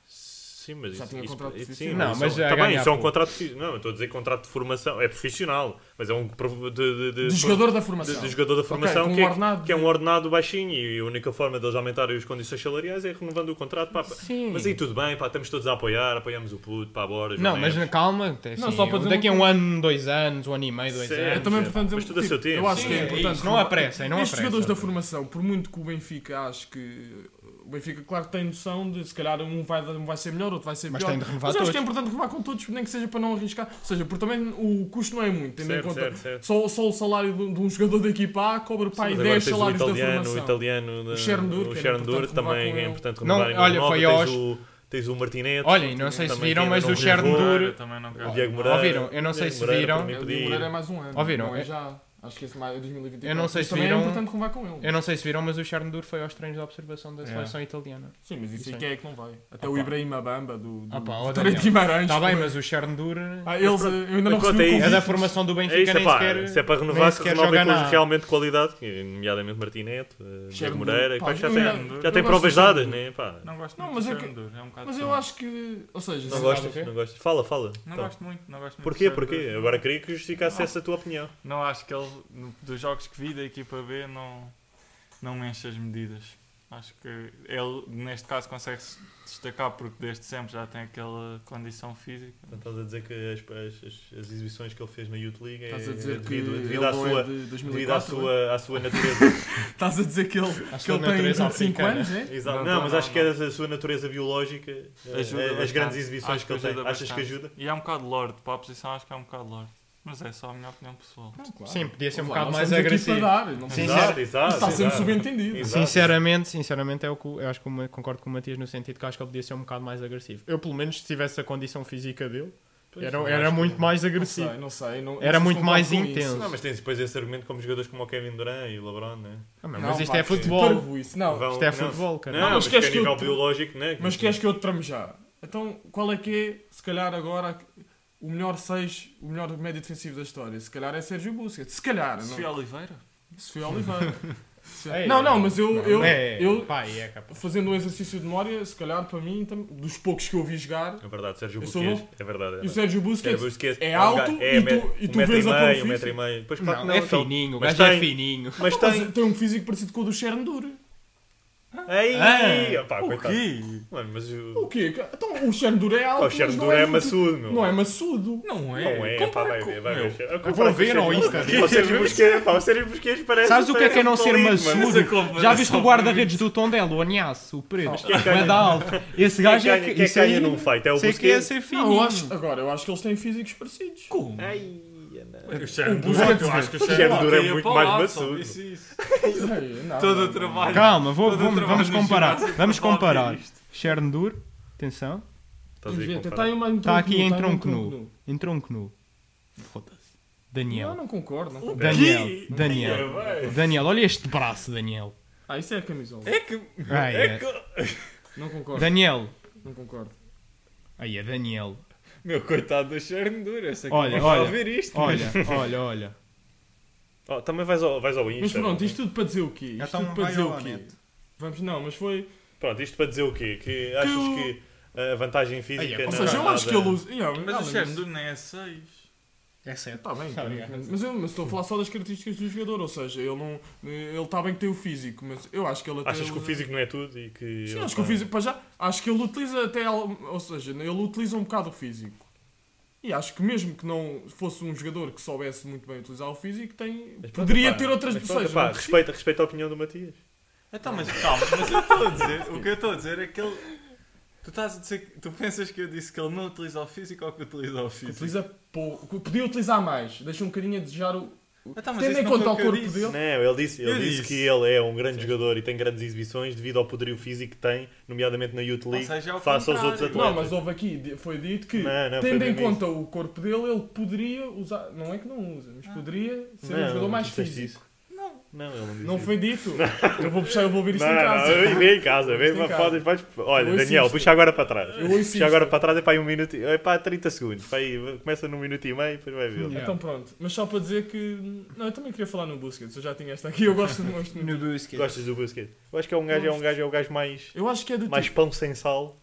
[SPEAKER 1] Sim, mas
[SPEAKER 3] Já
[SPEAKER 1] isso,
[SPEAKER 3] tinha
[SPEAKER 1] isso-
[SPEAKER 3] contrato
[SPEAKER 1] isso-
[SPEAKER 3] profissional.
[SPEAKER 2] Não,
[SPEAKER 1] isso
[SPEAKER 2] mas
[SPEAKER 1] é-
[SPEAKER 2] já
[SPEAKER 1] tá bem,
[SPEAKER 2] ganha
[SPEAKER 1] isso é um
[SPEAKER 2] pouco.
[SPEAKER 1] contrato... fi- Não, eu estou a dizer contrato de formação. É profissional, mas é um... pro- de- de- de-
[SPEAKER 3] De jogador da
[SPEAKER 1] de,
[SPEAKER 3] formação.
[SPEAKER 1] de jogador da formação
[SPEAKER 3] com
[SPEAKER 1] que,
[SPEAKER 3] um ordenado
[SPEAKER 1] é, que é um
[SPEAKER 3] de-
[SPEAKER 1] ordenado baixinho e a única forma deles aumentarem as condições salariais é renovando o contrato. pá, pá.
[SPEAKER 2] Sim.
[SPEAKER 1] Mas aí tudo bem, pá, estamos todos a apoiar, apoiamos o puto, pá, bora. João
[SPEAKER 2] Não, mas
[SPEAKER 1] Neves.
[SPEAKER 2] calma, até assim,
[SPEAKER 3] Não, só para dizer
[SPEAKER 2] daqui a
[SPEAKER 3] uma
[SPEAKER 2] um ano, dois anos, um ano e meio, dois
[SPEAKER 1] Certo.
[SPEAKER 2] anos.
[SPEAKER 3] É também importante dizer
[SPEAKER 1] Mas tudo a seu tempo.
[SPEAKER 3] Eu acho
[SPEAKER 1] Sim,
[SPEAKER 3] que é
[SPEAKER 2] é
[SPEAKER 3] importante.
[SPEAKER 2] isso, não apressem, não
[SPEAKER 3] Estes jogadores da
[SPEAKER 2] apressem.
[SPEAKER 3] formação, por muito que o Benfica acho que. O Benfica, claro, que tem noção de se calhar um vai, um vai ser melhor, outro vai ser
[SPEAKER 2] Mas
[SPEAKER 3] pior.
[SPEAKER 2] tem de renovar
[SPEAKER 3] mas eu acho que é
[SPEAKER 2] todos.
[SPEAKER 3] importante renovar com todos, nem que seja para não arriscar. Ou seja, porque também o custo não é muito, tendo em
[SPEAKER 1] Certo,
[SPEAKER 3] conta.
[SPEAKER 1] certo, certo.
[SPEAKER 3] Só, só o salário de, de um jogador da equipa A cobra para aí
[SPEAKER 1] Mas agora
[SPEAKER 3] 10
[SPEAKER 1] tens o
[SPEAKER 3] salários da
[SPEAKER 1] italiano, o
[SPEAKER 3] formação.
[SPEAKER 1] italiano, da-
[SPEAKER 3] O Chernobyl,
[SPEAKER 1] o
[SPEAKER 2] é
[SPEAKER 3] que era
[SPEAKER 1] Chernobyl
[SPEAKER 3] importante renovar
[SPEAKER 1] também
[SPEAKER 3] com
[SPEAKER 1] é
[SPEAKER 3] ele.
[SPEAKER 1] importante
[SPEAKER 2] Não,
[SPEAKER 1] renovar em
[SPEAKER 2] olha,
[SPEAKER 1] Bonova,
[SPEAKER 2] foi
[SPEAKER 1] tens
[SPEAKER 2] hoje-
[SPEAKER 1] o, tens o Martinete.
[SPEAKER 2] Olhem, não sei se
[SPEAKER 1] Também
[SPEAKER 2] viram,
[SPEAKER 1] quem
[SPEAKER 2] mas
[SPEAKER 1] ainda
[SPEAKER 2] o
[SPEAKER 1] não
[SPEAKER 2] Chernobyl.
[SPEAKER 4] Eu também não quero.
[SPEAKER 1] o Diego Moreira.
[SPEAKER 2] Ouviram? Eu não sei
[SPEAKER 1] Diego
[SPEAKER 2] se
[SPEAKER 1] Moreira,
[SPEAKER 2] viram.
[SPEAKER 1] por mim,
[SPEAKER 3] O
[SPEAKER 1] podia
[SPEAKER 3] Diego
[SPEAKER 1] ir.
[SPEAKER 3] Moreira é mais um ano.
[SPEAKER 2] Ouviram?
[SPEAKER 3] Não, é
[SPEAKER 2] É-
[SPEAKER 3] já. Acho que esse mais é 2024.
[SPEAKER 2] Eu não sei
[SPEAKER 3] Mas
[SPEAKER 2] se
[SPEAKER 3] também
[SPEAKER 2] viram-
[SPEAKER 3] é importante renovar com ele.
[SPEAKER 2] Eu não sei se viram, mas o Chernobyl foi aos treinos de observação
[SPEAKER 1] É.
[SPEAKER 2] da seleção italiana.
[SPEAKER 3] Sim, mas isso
[SPEAKER 2] Sim.
[SPEAKER 3] aí quem é que não vai? Até
[SPEAKER 2] Ah,
[SPEAKER 3] o
[SPEAKER 2] pá.
[SPEAKER 3] Ibrahima Bamba do, do,
[SPEAKER 2] Ah, pá, ó,
[SPEAKER 3] do
[SPEAKER 2] Daniel.
[SPEAKER 3] Tarek Guimarães.
[SPEAKER 2] Está Tá bem,
[SPEAKER 3] foi-
[SPEAKER 2] mas o Chernobyl
[SPEAKER 3] Ah, eles,
[SPEAKER 1] pronto,
[SPEAKER 3] eu ainda não
[SPEAKER 1] enquanto
[SPEAKER 3] recebi o
[SPEAKER 1] é
[SPEAKER 2] é
[SPEAKER 1] isso-
[SPEAKER 2] da
[SPEAKER 3] convite.
[SPEAKER 2] formação do
[SPEAKER 1] É
[SPEAKER 2] Benfica,
[SPEAKER 1] isso, é
[SPEAKER 2] nem
[SPEAKER 1] pá,
[SPEAKER 2] sequer...
[SPEAKER 1] se é para
[SPEAKER 2] nem
[SPEAKER 1] renovar, se
[SPEAKER 2] sequer
[SPEAKER 1] renovem
[SPEAKER 2] joga
[SPEAKER 1] com os
[SPEAKER 2] nada.
[SPEAKER 1] realmente de qualidade, que, nomeadamente Martinete, eh, Diego
[SPEAKER 3] Chernobyl,
[SPEAKER 1] Moreira,
[SPEAKER 3] um pá,
[SPEAKER 1] que já
[SPEAKER 3] eu
[SPEAKER 1] tem,
[SPEAKER 3] não-
[SPEAKER 1] já
[SPEAKER 3] eu
[SPEAKER 1] tem
[SPEAKER 3] gosto
[SPEAKER 1] provas
[SPEAKER 3] do Chernobyl.
[SPEAKER 1] dadas, né? Pá.
[SPEAKER 4] Não gosto
[SPEAKER 3] Não,
[SPEAKER 4] muito
[SPEAKER 3] mas
[SPEAKER 4] do
[SPEAKER 3] eu que-
[SPEAKER 4] Xandur, é um bocado
[SPEAKER 3] Mas
[SPEAKER 4] só.
[SPEAKER 3] eu acho que. Ou seja,
[SPEAKER 1] Não
[SPEAKER 3] se-
[SPEAKER 2] gosto.
[SPEAKER 1] gostas? Não gostas? Fala, fala.
[SPEAKER 4] Não
[SPEAKER 1] Então.
[SPEAKER 4] gosto muito, não gosto muito.
[SPEAKER 1] Porquê?
[SPEAKER 4] do
[SPEAKER 1] Porquê?
[SPEAKER 4] Xandur.
[SPEAKER 1] Agora queria que justificasse essa tua opinião.
[SPEAKER 4] Não acho que ele, no- dos jogos que vi da equipa B, não, não enche as medidas. Acho que ele, neste caso, consegue se destacar porque desde sempre já tem aquela condição física.
[SPEAKER 1] Portanto, Então, Estás a dizer que as, as- as- as exibições que ele fez na Youth League é
[SPEAKER 3] Estás a dizer que
[SPEAKER 1] devido,
[SPEAKER 3] ele
[SPEAKER 1] devido à
[SPEAKER 3] não
[SPEAKER 1] sua,
[SPEAKER 3] é de
[SPEAKER 1] devido à
[SPEAKER 3] 2004. é?
[SPEAKER 1] sua, à sua natureza.
[SPEAKER 3] Estás a dizer que ele, que
[SPEAKER 2] sua
[SPEAKER 3] ele tem
[SPEAKER 2] natureza né?
[SPEAKER 3] 25
[SPEAKER 2] africana.
[SPEAKER 3] anos, é?
[SPEAKER 1] Exato.
[SPEAKER 4] Não,
[SPEAKER 1] Não,
[SPEAKER 4] não,
[SPEAKER 1] mas
[SPEAKER 4] não,
[SPEAKER 1] acho que é da sua natureza biológica eh,
[SPEAKER 4] Ajuda
[SPEAKER 1] eh, as
[SPEAKER 4] bastante.
[SPEAKER 1] grandes exibições
[SPEAKER 4] Acho
[SPEAKER 1] que ele tem.
[SPEAKER 4] ajuda
[SPEAKER 1] Achas que
[SPEAKER 4] bastante.
[SPEAKER 1] ajuda?
[SPEAKER 4] E é um bocado lorde, para a posição acho que é um bocado lorde. Mas é só a minha opinião pessoal.
[SPEAKER 2] Sim, podia ser um
[SPEAKER 3] Claro,
[SPEAKER 2] bocado
[SPEAKER 3] nós
[SPEAKER 2] mais
[SPEAKER 3] estamos aqui
[SPEAKER 2] agressivo.
[SPEAKER 3] para dar, não é-
[SPEAKER 2] Sim,
[SPEAKER 3] precisamos-
[SPEAKER 1] Exato, exato.
[SPEAKER 3] Isso está sendo
[SPEAKER 1] exato.
[SPEAKER 3] subentendido.
[SPEAKER 1] Exato.
[SPEAKER 2] Sinceramente, sinceramente é o que eu acho que o- concordo com o Matias no sentido que acho que ele podia ser um bocado mais agressivo. Eu pelo menos se tivesse a condição física dele, era, era muito mais
[SPEAKER 3] Não
[SPEAKER 2] agressivo.
[SPEAKER 3] sei, não sei. não- não
[SPEAKER 2] Era
[SPEAKER 3] sei se
[SPEAKER 2] muito
[SPEAKER 3] concordo
[SPEAKER 2] mais
[SPEAKER 3] com isso.
[SPEAKER 2] intenso.
[SPEAKER 1] Não, mas tens depois esse argumento como jogadores como o Kevin Durant e o LeBron, né?
[SPEAKER 2] Ah, mas,
[SPEAKER 3] Não,
[SPEAKER 2] isto
[SPEAKER 3] pá,
[SPEAKER 2] é
[SPEAKER 3] que
[SPEAKER 2] futebol.
[SPEAKER 3] parvo isso. Não,
[SPEAKER 1] Vão-
[SPEAKER 2] Isto é
[SPEAKER 1] não.
[SPEAKER 2] futebol, cara.
[SPEAKER 1] Não,
[SPEAKER 3] mas
[SPEAKER 1] mas, que é
[SPEAKER 3] queres que
[SPEAKER 1] nível
[SPEAKER 3] eu-
[SPEAKER 1] biológico, né?
[SPEAKER 3] Mas queres que eu te trame já? Então, qual é que é, se calhar agora, o melhor 6, o melhor médio defensivo da história? Se calhar é Sérgio Busquets. Se calhar, Ah, não.
[SPEAKER 4] Sofia Oliveira?
[SPEAKER 3] Sofia Oliveira.
[SPEAKER 2] É,
[SPEAKER 3] não, não, mas eu, eu,
[SPEAKER 2] é,
[SPEAKER 3] eu,
[SPEAKER 2] pá, é capaz.
[SPEAKER 3] fazendo um exercício de memória, se calhar para mim, tam- dos poucos que eu vi jogar,
[SPEAKER 1] É verdade, Sérgio
[SPEAKER 3] Eu sou
[SPEAKER 1] Busquets. É verdade. é
[SPEAKER 3] e o
[SPEAKER 1] verdade.
[SPEAKER 3] Sérgio
[SPEAKER 1] Sérgio
[SPEAKER 3] Busquets
[SPEAKER 1] Busquets
[SPEAKER 3] é
[SPEAKER 1] um
[SPEAKER 3] alto
[SPEAKER 1] gajo-
[SPEAKER 3] e
[SPEAKER 1] é
[SPEAKER 3] tu-
[SPEAKER 1] metro-
[SPEAKER 3] e tu
[SPEAKER 1] um metro
[SPEAKER 3] vês a
[SPEAKER 1] meio,
[SPEAKER 3] profície.
[SPEAKER 1] Um metro e meio. Pois, claro que
[SPEAKER 2] Não,
[SPEAKER 1] não,
[SPEAKER 2] é
[SPEAKER 1] então.
[SPEAKER 2] fininho, o
[SPEAKER 1] Mas
[SPEAKER 2] gajo é
[SPEAKER 1] tem-
[SPEAKER 2] fininho.
[SPEAKER 1] Mas
[SPEAKER 3] Mas
[SPEAKER 1] tem.
[SPEAKER 3] tem um físico parecido com o do Chernobyl.
[SPEAKER 2] Ah.
[SPEAKER 1] Ei! Opá,
[SPEAKER 4] O
[SPEAKER 1] coitado.
[SPEAKER 4] quê?
[SPEAKER 1] Mano, mas
[SPEAKER 3] O
[SPEAKER 1] o.
[SPEAKER 3] quê? Então o Chernobyl é alto,
[SPEAKER 1] O Chernobyl
[SPEAKER 3] mas não é,
[SPEAKER 1] é
[SPEAKER 3] muito-
[SPEAKER 1] maçudo, meu.
[SPEAKER 3] Não é maçudo.
[SPEAKER 4] Não
[SPEAKER 1] Não é, pá,
[SPEAKER 4] Compara
[SPEAKER 1] vai
[SPEAKER 4] com-
[SPEAKER 1] ver, vai
[SPEAKER 4] meu,
[SPEAKER 1] ver.
[SPEAKER 2] vou ver ao Insta.
[SPEAKER 1] O Sérgio Busquets, pá, o Sérgio Busquets parece.
[SPEAKER 2] Sabes o que é que é não ser
[SPEAKER 1] parece um tolido, mano.
[SPEAKER 2] maçudo?
[SPEAKER 4] comparação
[SPEAKER 2] Já viste o
[SPEAKER 4] foi
[SPEAKER 2] guarda-redes do Tondela, o Anhaço, o Preto,
[SPEAKER 1] quem
[SPEAKER 2] o Adalto. Esse
[SPEAKER 1] Quem
[SPEAKER 2] gajo é
[SPEAKER 1] ganha-
[SPEAKER 2] que.
[SPEAKER 1] Quem
[SPEAKER 2] isso aí-
[SPEAKER 1] ganha num fight é o
[SPEAKER 2] sei que ia
[SPEAKER 1] Busquets.
[SPEAKER 2] ser
[SPEAKER 3] Não, eu
[SPEAKER 2] fininho.
[SPEAKER 3] acho, agora, eu acho que eles têm físicos parecidos.
[SPEAKER 4] Como?
[SPEAKER 1] Ai, anda. É, O Xerno
[SPEAKER 3] O Busquets, é
[SPEAKER 1] eu acho que o
[SPEAKER 4] Sei
[SPEAKER 1] Xerno
[SPEAKER 4] lá,
[SPEAKER 1] Dura é
[SPEAKER 4] caía
[SPEAKER 1] muito
[SPEAKER 4] para o
[SPEAKER 1] mais
[SPEAKER 4] lado, só
[SPEAKER 1] maçudo. Tá
[SPEAKER 4] disse isso.
[SPEAKER 3] Ei, não,
[SPEAKER 4] Todo
[SPEAKER 3] não,
[SPEAKER 4] o trabalho.
[SPEAKER 7] Calma, vou-
[SPEAKER 4] todo o
[SPEAKER 7] vamos,
[SPEAKER 4] trabalho
[SPEAKER 7] vamos
[SPEAKER 4] no
[SPEAKER 7] comparar.
[SPEAKER 4] ginásio
[SPEAKER 7] Vamos
[SPEAKER 4] para falar
[SPEAKER 7] comparar.
[SPEAKER 4] disto.
[SPEAKER 7] Dur, atenção,
[SPEAKER 1] Estás aí a
[SPEAKER 3] Está
[SPEAKER 1] comparar.
[SPEAKER 7] Está Tá aqui em
[SPEAKER 3] tá
[SPEAKER 7] tronco nu. em tronco nu. Foda-se.
[SPEAKER 3] Não,
[SPEAKER 7] Daniel.
[SPEAKER 3] não concordo. Não concordo.
[SPEAKER 7] Daniel.
[SPEAKER 4] quê?
[SPEAKER 7] Daniel. Daniel, olha este braço, Daniel.
[SPEAKER 3] Ah, isso é a camisola.
[SPEAKER 4] É que.
[SPEAKER 7] Ai,
[SPEAKER 4] É
[SPEAKER 7] é.
[SPEAKER 4] que.
[SPEAKER 3] Não concordo.
[SPEAKER 7] Daniel.
[SPEAKER 3] Não concordo.
[SPEAKER 7] Aí é Daniel.
[SPEAKER 4] Meu coitado do Xerno Dura. Eu sei que
[SPEAKER 7] Olha,
[SPEAKER 4] ele vai
[SPEAKER 7] olha,
[SPEAKER 4] ouvir isto.
[SPEAKER 7] Olha, olha, olha.
[SPEAKER 1] Oh, também vais ao, vais ao Insta.
[SPEAKER 3] Mas pronto,
[SPEAKER 1] não?
[SPEAKER 3] isto tudo para dizer o quê? Isto
[SPEAKER 5] Então
[SPEAKER 3] tudo para
[SPEAKER 5] vai
[SPEAKER 3] dizer
[SPEAKER 5] ao
[SPEAKER 3] o quê?
[SPEAKER 5] Neto.
[SPEAKER 3] Vamos, não, mas foi.
[SPEAKER 1] Pronto, isto para dizer o quê? Que achas
[SPEAKER 3] eu-
[SPEAKER 1] que a vantagem física
[SPEAKER 7] Ai, é,
[SPEAKER 1] não
[SPEAKER 3] Ou
[SPEAKER 7] Não,
[SPEAKER 3] seja, eu
[SPEAKER 1] é
[SPEAKER 3] acho que
[SPEAKER 1] nada-
[SPEAKER 3] ele usa. Yeah,
[SPEAKER 4] Mas
[SPEAKER 3] ah,
[SPEAKER 4] o Xerno Dura nem é 6.
[SPEAKER 7] É certo.
[SPEAKER 3] Está bem,
[SPEAKER 1] Tá
[SPEAKER 3] está bem. mas eu mas estou a falar só das características do jogador, ou seja, ele não. Ele está bem que tem o físico, mas eu acho que ele até.
[SPEAKER 1] Achas que o
[SPEAKER 3] usa-
[SPEAKER 1] físico não é tudo e que.
[SPEAKER 3] Sim,
[SPEAKER 1] ele
[SPEAKER 3] acho que o
[SPEAKER 1] tá-
[SPEAKER 3] físico. Para já, acho que ele utiliza até. al- Ou seja, ele utiliza um bocado o físico. E acho que mesmo que não fosse um jogador que soubesse muito bem utilizar o físico, tem,
[SPEAKER 1] Mas pronto,
[SPEAKER 3] poderia
[SPEAKER 1] pá,
[SPEAKER 3] ter outras
[SPEAKER 1] mas pronto,
[SPEAKER 3] pessoas.
[SPEAKER 1] pá,
[SPEAKER 3] não? é?
[SPEAKER 1] respeita, respeita a opinião do Matias.
[SPEAKER 4] Então, mas calma, mas eu estou a dizer, o que eu estou a dizer é que ele. Tu estás a dizer que. Tu pensas que eu disse que ele não utiliza o físico ou que utiliza o físico?
[SPEAKER 3] Utiliza pouco. Podia utilizar mais. Deixa um bocadinho a desejar o.
[SPEAKER 4] Então, mas
[SPEAKER 3] Tendo
[SPEAKER 4] isso
[SPEAKER 3] em
[SPEAKER 4] não
[SPEAKER 3] conta
[SPEAKER 4] foi
[SPEAKER 3] o
[SPEAKER 4] o que eu
[SPEAKER 3] corpo
[SPEAKER 4] disse.
[SPEAKER 3] dele.
[SPEAKER 1] Não, ele disse, ele
[SPEAKER 4] Eu
[SPEAKER 1] disse
[SPEAKER 4] disse.
[SPEAKER 1] que ele é um grande jogador e tem grandes exibições devido ao poderio físico que tem, nomeadamente na Youth League,
[SPEAKER 4] seja, é o
[SPEAKER 1] face aos outros
[SPEAKER 4] contrário.
[SPEAKER 1] atletas.
[SPEAKER 3] Não, mas houve aqui, di- foi dito que,
[SPEAKER 1] Não, não,
[SPEAKER 3] tendo
[SPEAKER 1] foi
[SPEAKER 3] em
[SPEAKER 1] bem
[SPEAKER 3] conta o corpo dele, ele poderia usar. Não é que não usa, mas poderia ser um
[SPEAKER 1] Não,
[SPEAKER 3] jogador mais
[SPEAKER 1] tu disseste
[SPEAKER 3] físico.
[SPEAKER 1] isso. Não, ele não disse
[SPEAKER 3] Não
[SPEAKER 1] isso.
[SPEAKER 3] foi dito. Eu vou puxar, eu vou ouvir isto
[SPEAKER 1] Não,
[SPEAKER 3] em
[SPEAKER 1] não,
[SPEAKER 3] casa.
[SPEAKER 1] eu- vem em casa,
[SPEAKER 3] Isto
[SPEAKER 1] vem
[SPEAKER 3] em
[SPEAKER 1] para
[SPEAKER 3] casa.
[SPEAKER 1] fodas, vais. Olha,
[SPEAKER 3] Eu
[SPEAKER 1] Daniel,
[SPEAKER 3] insisto.
[SPEAKER 1] puxa agora para trás.
[SPEAKER 3] Eu insisto.
[SPEAKER 1] Puxa agora para trás é para aí um minuto, é para 30 segundos. Para aí, começa num minuto e meio, depois vai ver.
[SPEAKER 7] Yeah.
[SPEAKER 3] Então pronto, mas só para dizer que. Não, eu também queria falar no Busquets, eu já tinha esta aqui, eu gosto de gosto muito.
[SPEAKER 1] Gostas do Busquets? Eu acho que é um gajo, é um gajo, é o gajo mais,
[SPEAKER 3] Eu acho que é do
[SPEAKER 1] mais
[SPEAKER 3] tipo.
[SPEAKER 1] pão sem sal.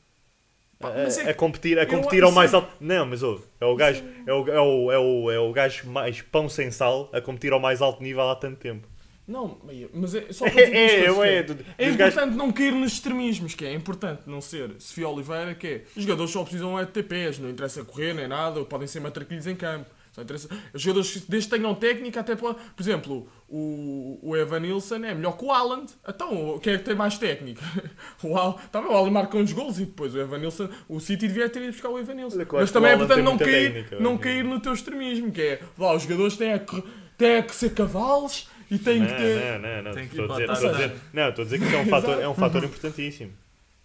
[SPEAKER 3] Pá,
[SPEAKER 1] a-
[SPEAKER 3] mas é
[SPEAKER 1] a,
[SPEAKER 3] que-
[SPEAKER 1] competir, a
[SPEAKER 3] eu
[SPEAKER 1] competir
[SPEAKER 3] acho-
[SPEAKER 1] ao mais alto. Não, mas ouve, é o gajo, é o, é, o, é, o, é o gajo mais pão sem sal a competir ao mais alto nível há tanto tempo.
[SPEAKER 3] Não, mas é só
[SPEAKER 1] É,
[SPEAKER 3] para dizer duas
[SPEAKER 1] é,
[SPEAKER 3] coisas, que
[SPEAKER 1] é,
[SPEAKER 3] é.
[SPEAKER 1] do- dos
[SPEAKER 3] É
[SPEAKER 1] gajos-
[SPEAKER 3] importante não cair nos extremismos, que é importante não ser Sofia Oliveira, que é. Os jogadores só precisam é de TPs, não interessa correr nem nada, ou podem ser matraquilhos em campo. Só interessa... Os jogadores, desde que tenham técnica, até pode... Por exemplo, o, o Evan Nilsson é melhor que o Haaland. Então, quem é que tem mais técnica? O Haaland. Tá bem, o Haaland marca uns gols e depois o Evan Nilsson. O City devia ter ido buscar o Evan Nilsson.
[SPEAKER 1] Olha que eu
[SPEAKER 3] Mas
[SPEAKER 1] acho que o
[SPEAKER 3] também é
[SPEAKER 1] Haaland tem
[SPEAKER 3] importante não
[SPEAKER 1] muita
[SPEAKER 3] cair,
[SPEAKER 1] técnica,
[SPEAKER 3] não
[SPEAKER 1] olha.
[SPEAKER 3] cair no teu extremismo, que é. Lá, os jogadores têm a, cor- têm que ser cavalos e têm
[SPEAKER 1] Né,
[SPEAKER 3] que ter. Uhum.
[SPEAKER 1] Não, não, não, não.
[SPEAKER 4] Tem que
[SPEAKER 1] Estou a
[SPEAKER 4] ir
[SPEAKER 1] dizer,
[SPEAKER 4] para a
[SPEAKER 1] estou a
[SPEAKER 3] taça.
[SPEAKER 1] dizer, não, estou a dizer que isso é um fator, é um fator importantíssimo.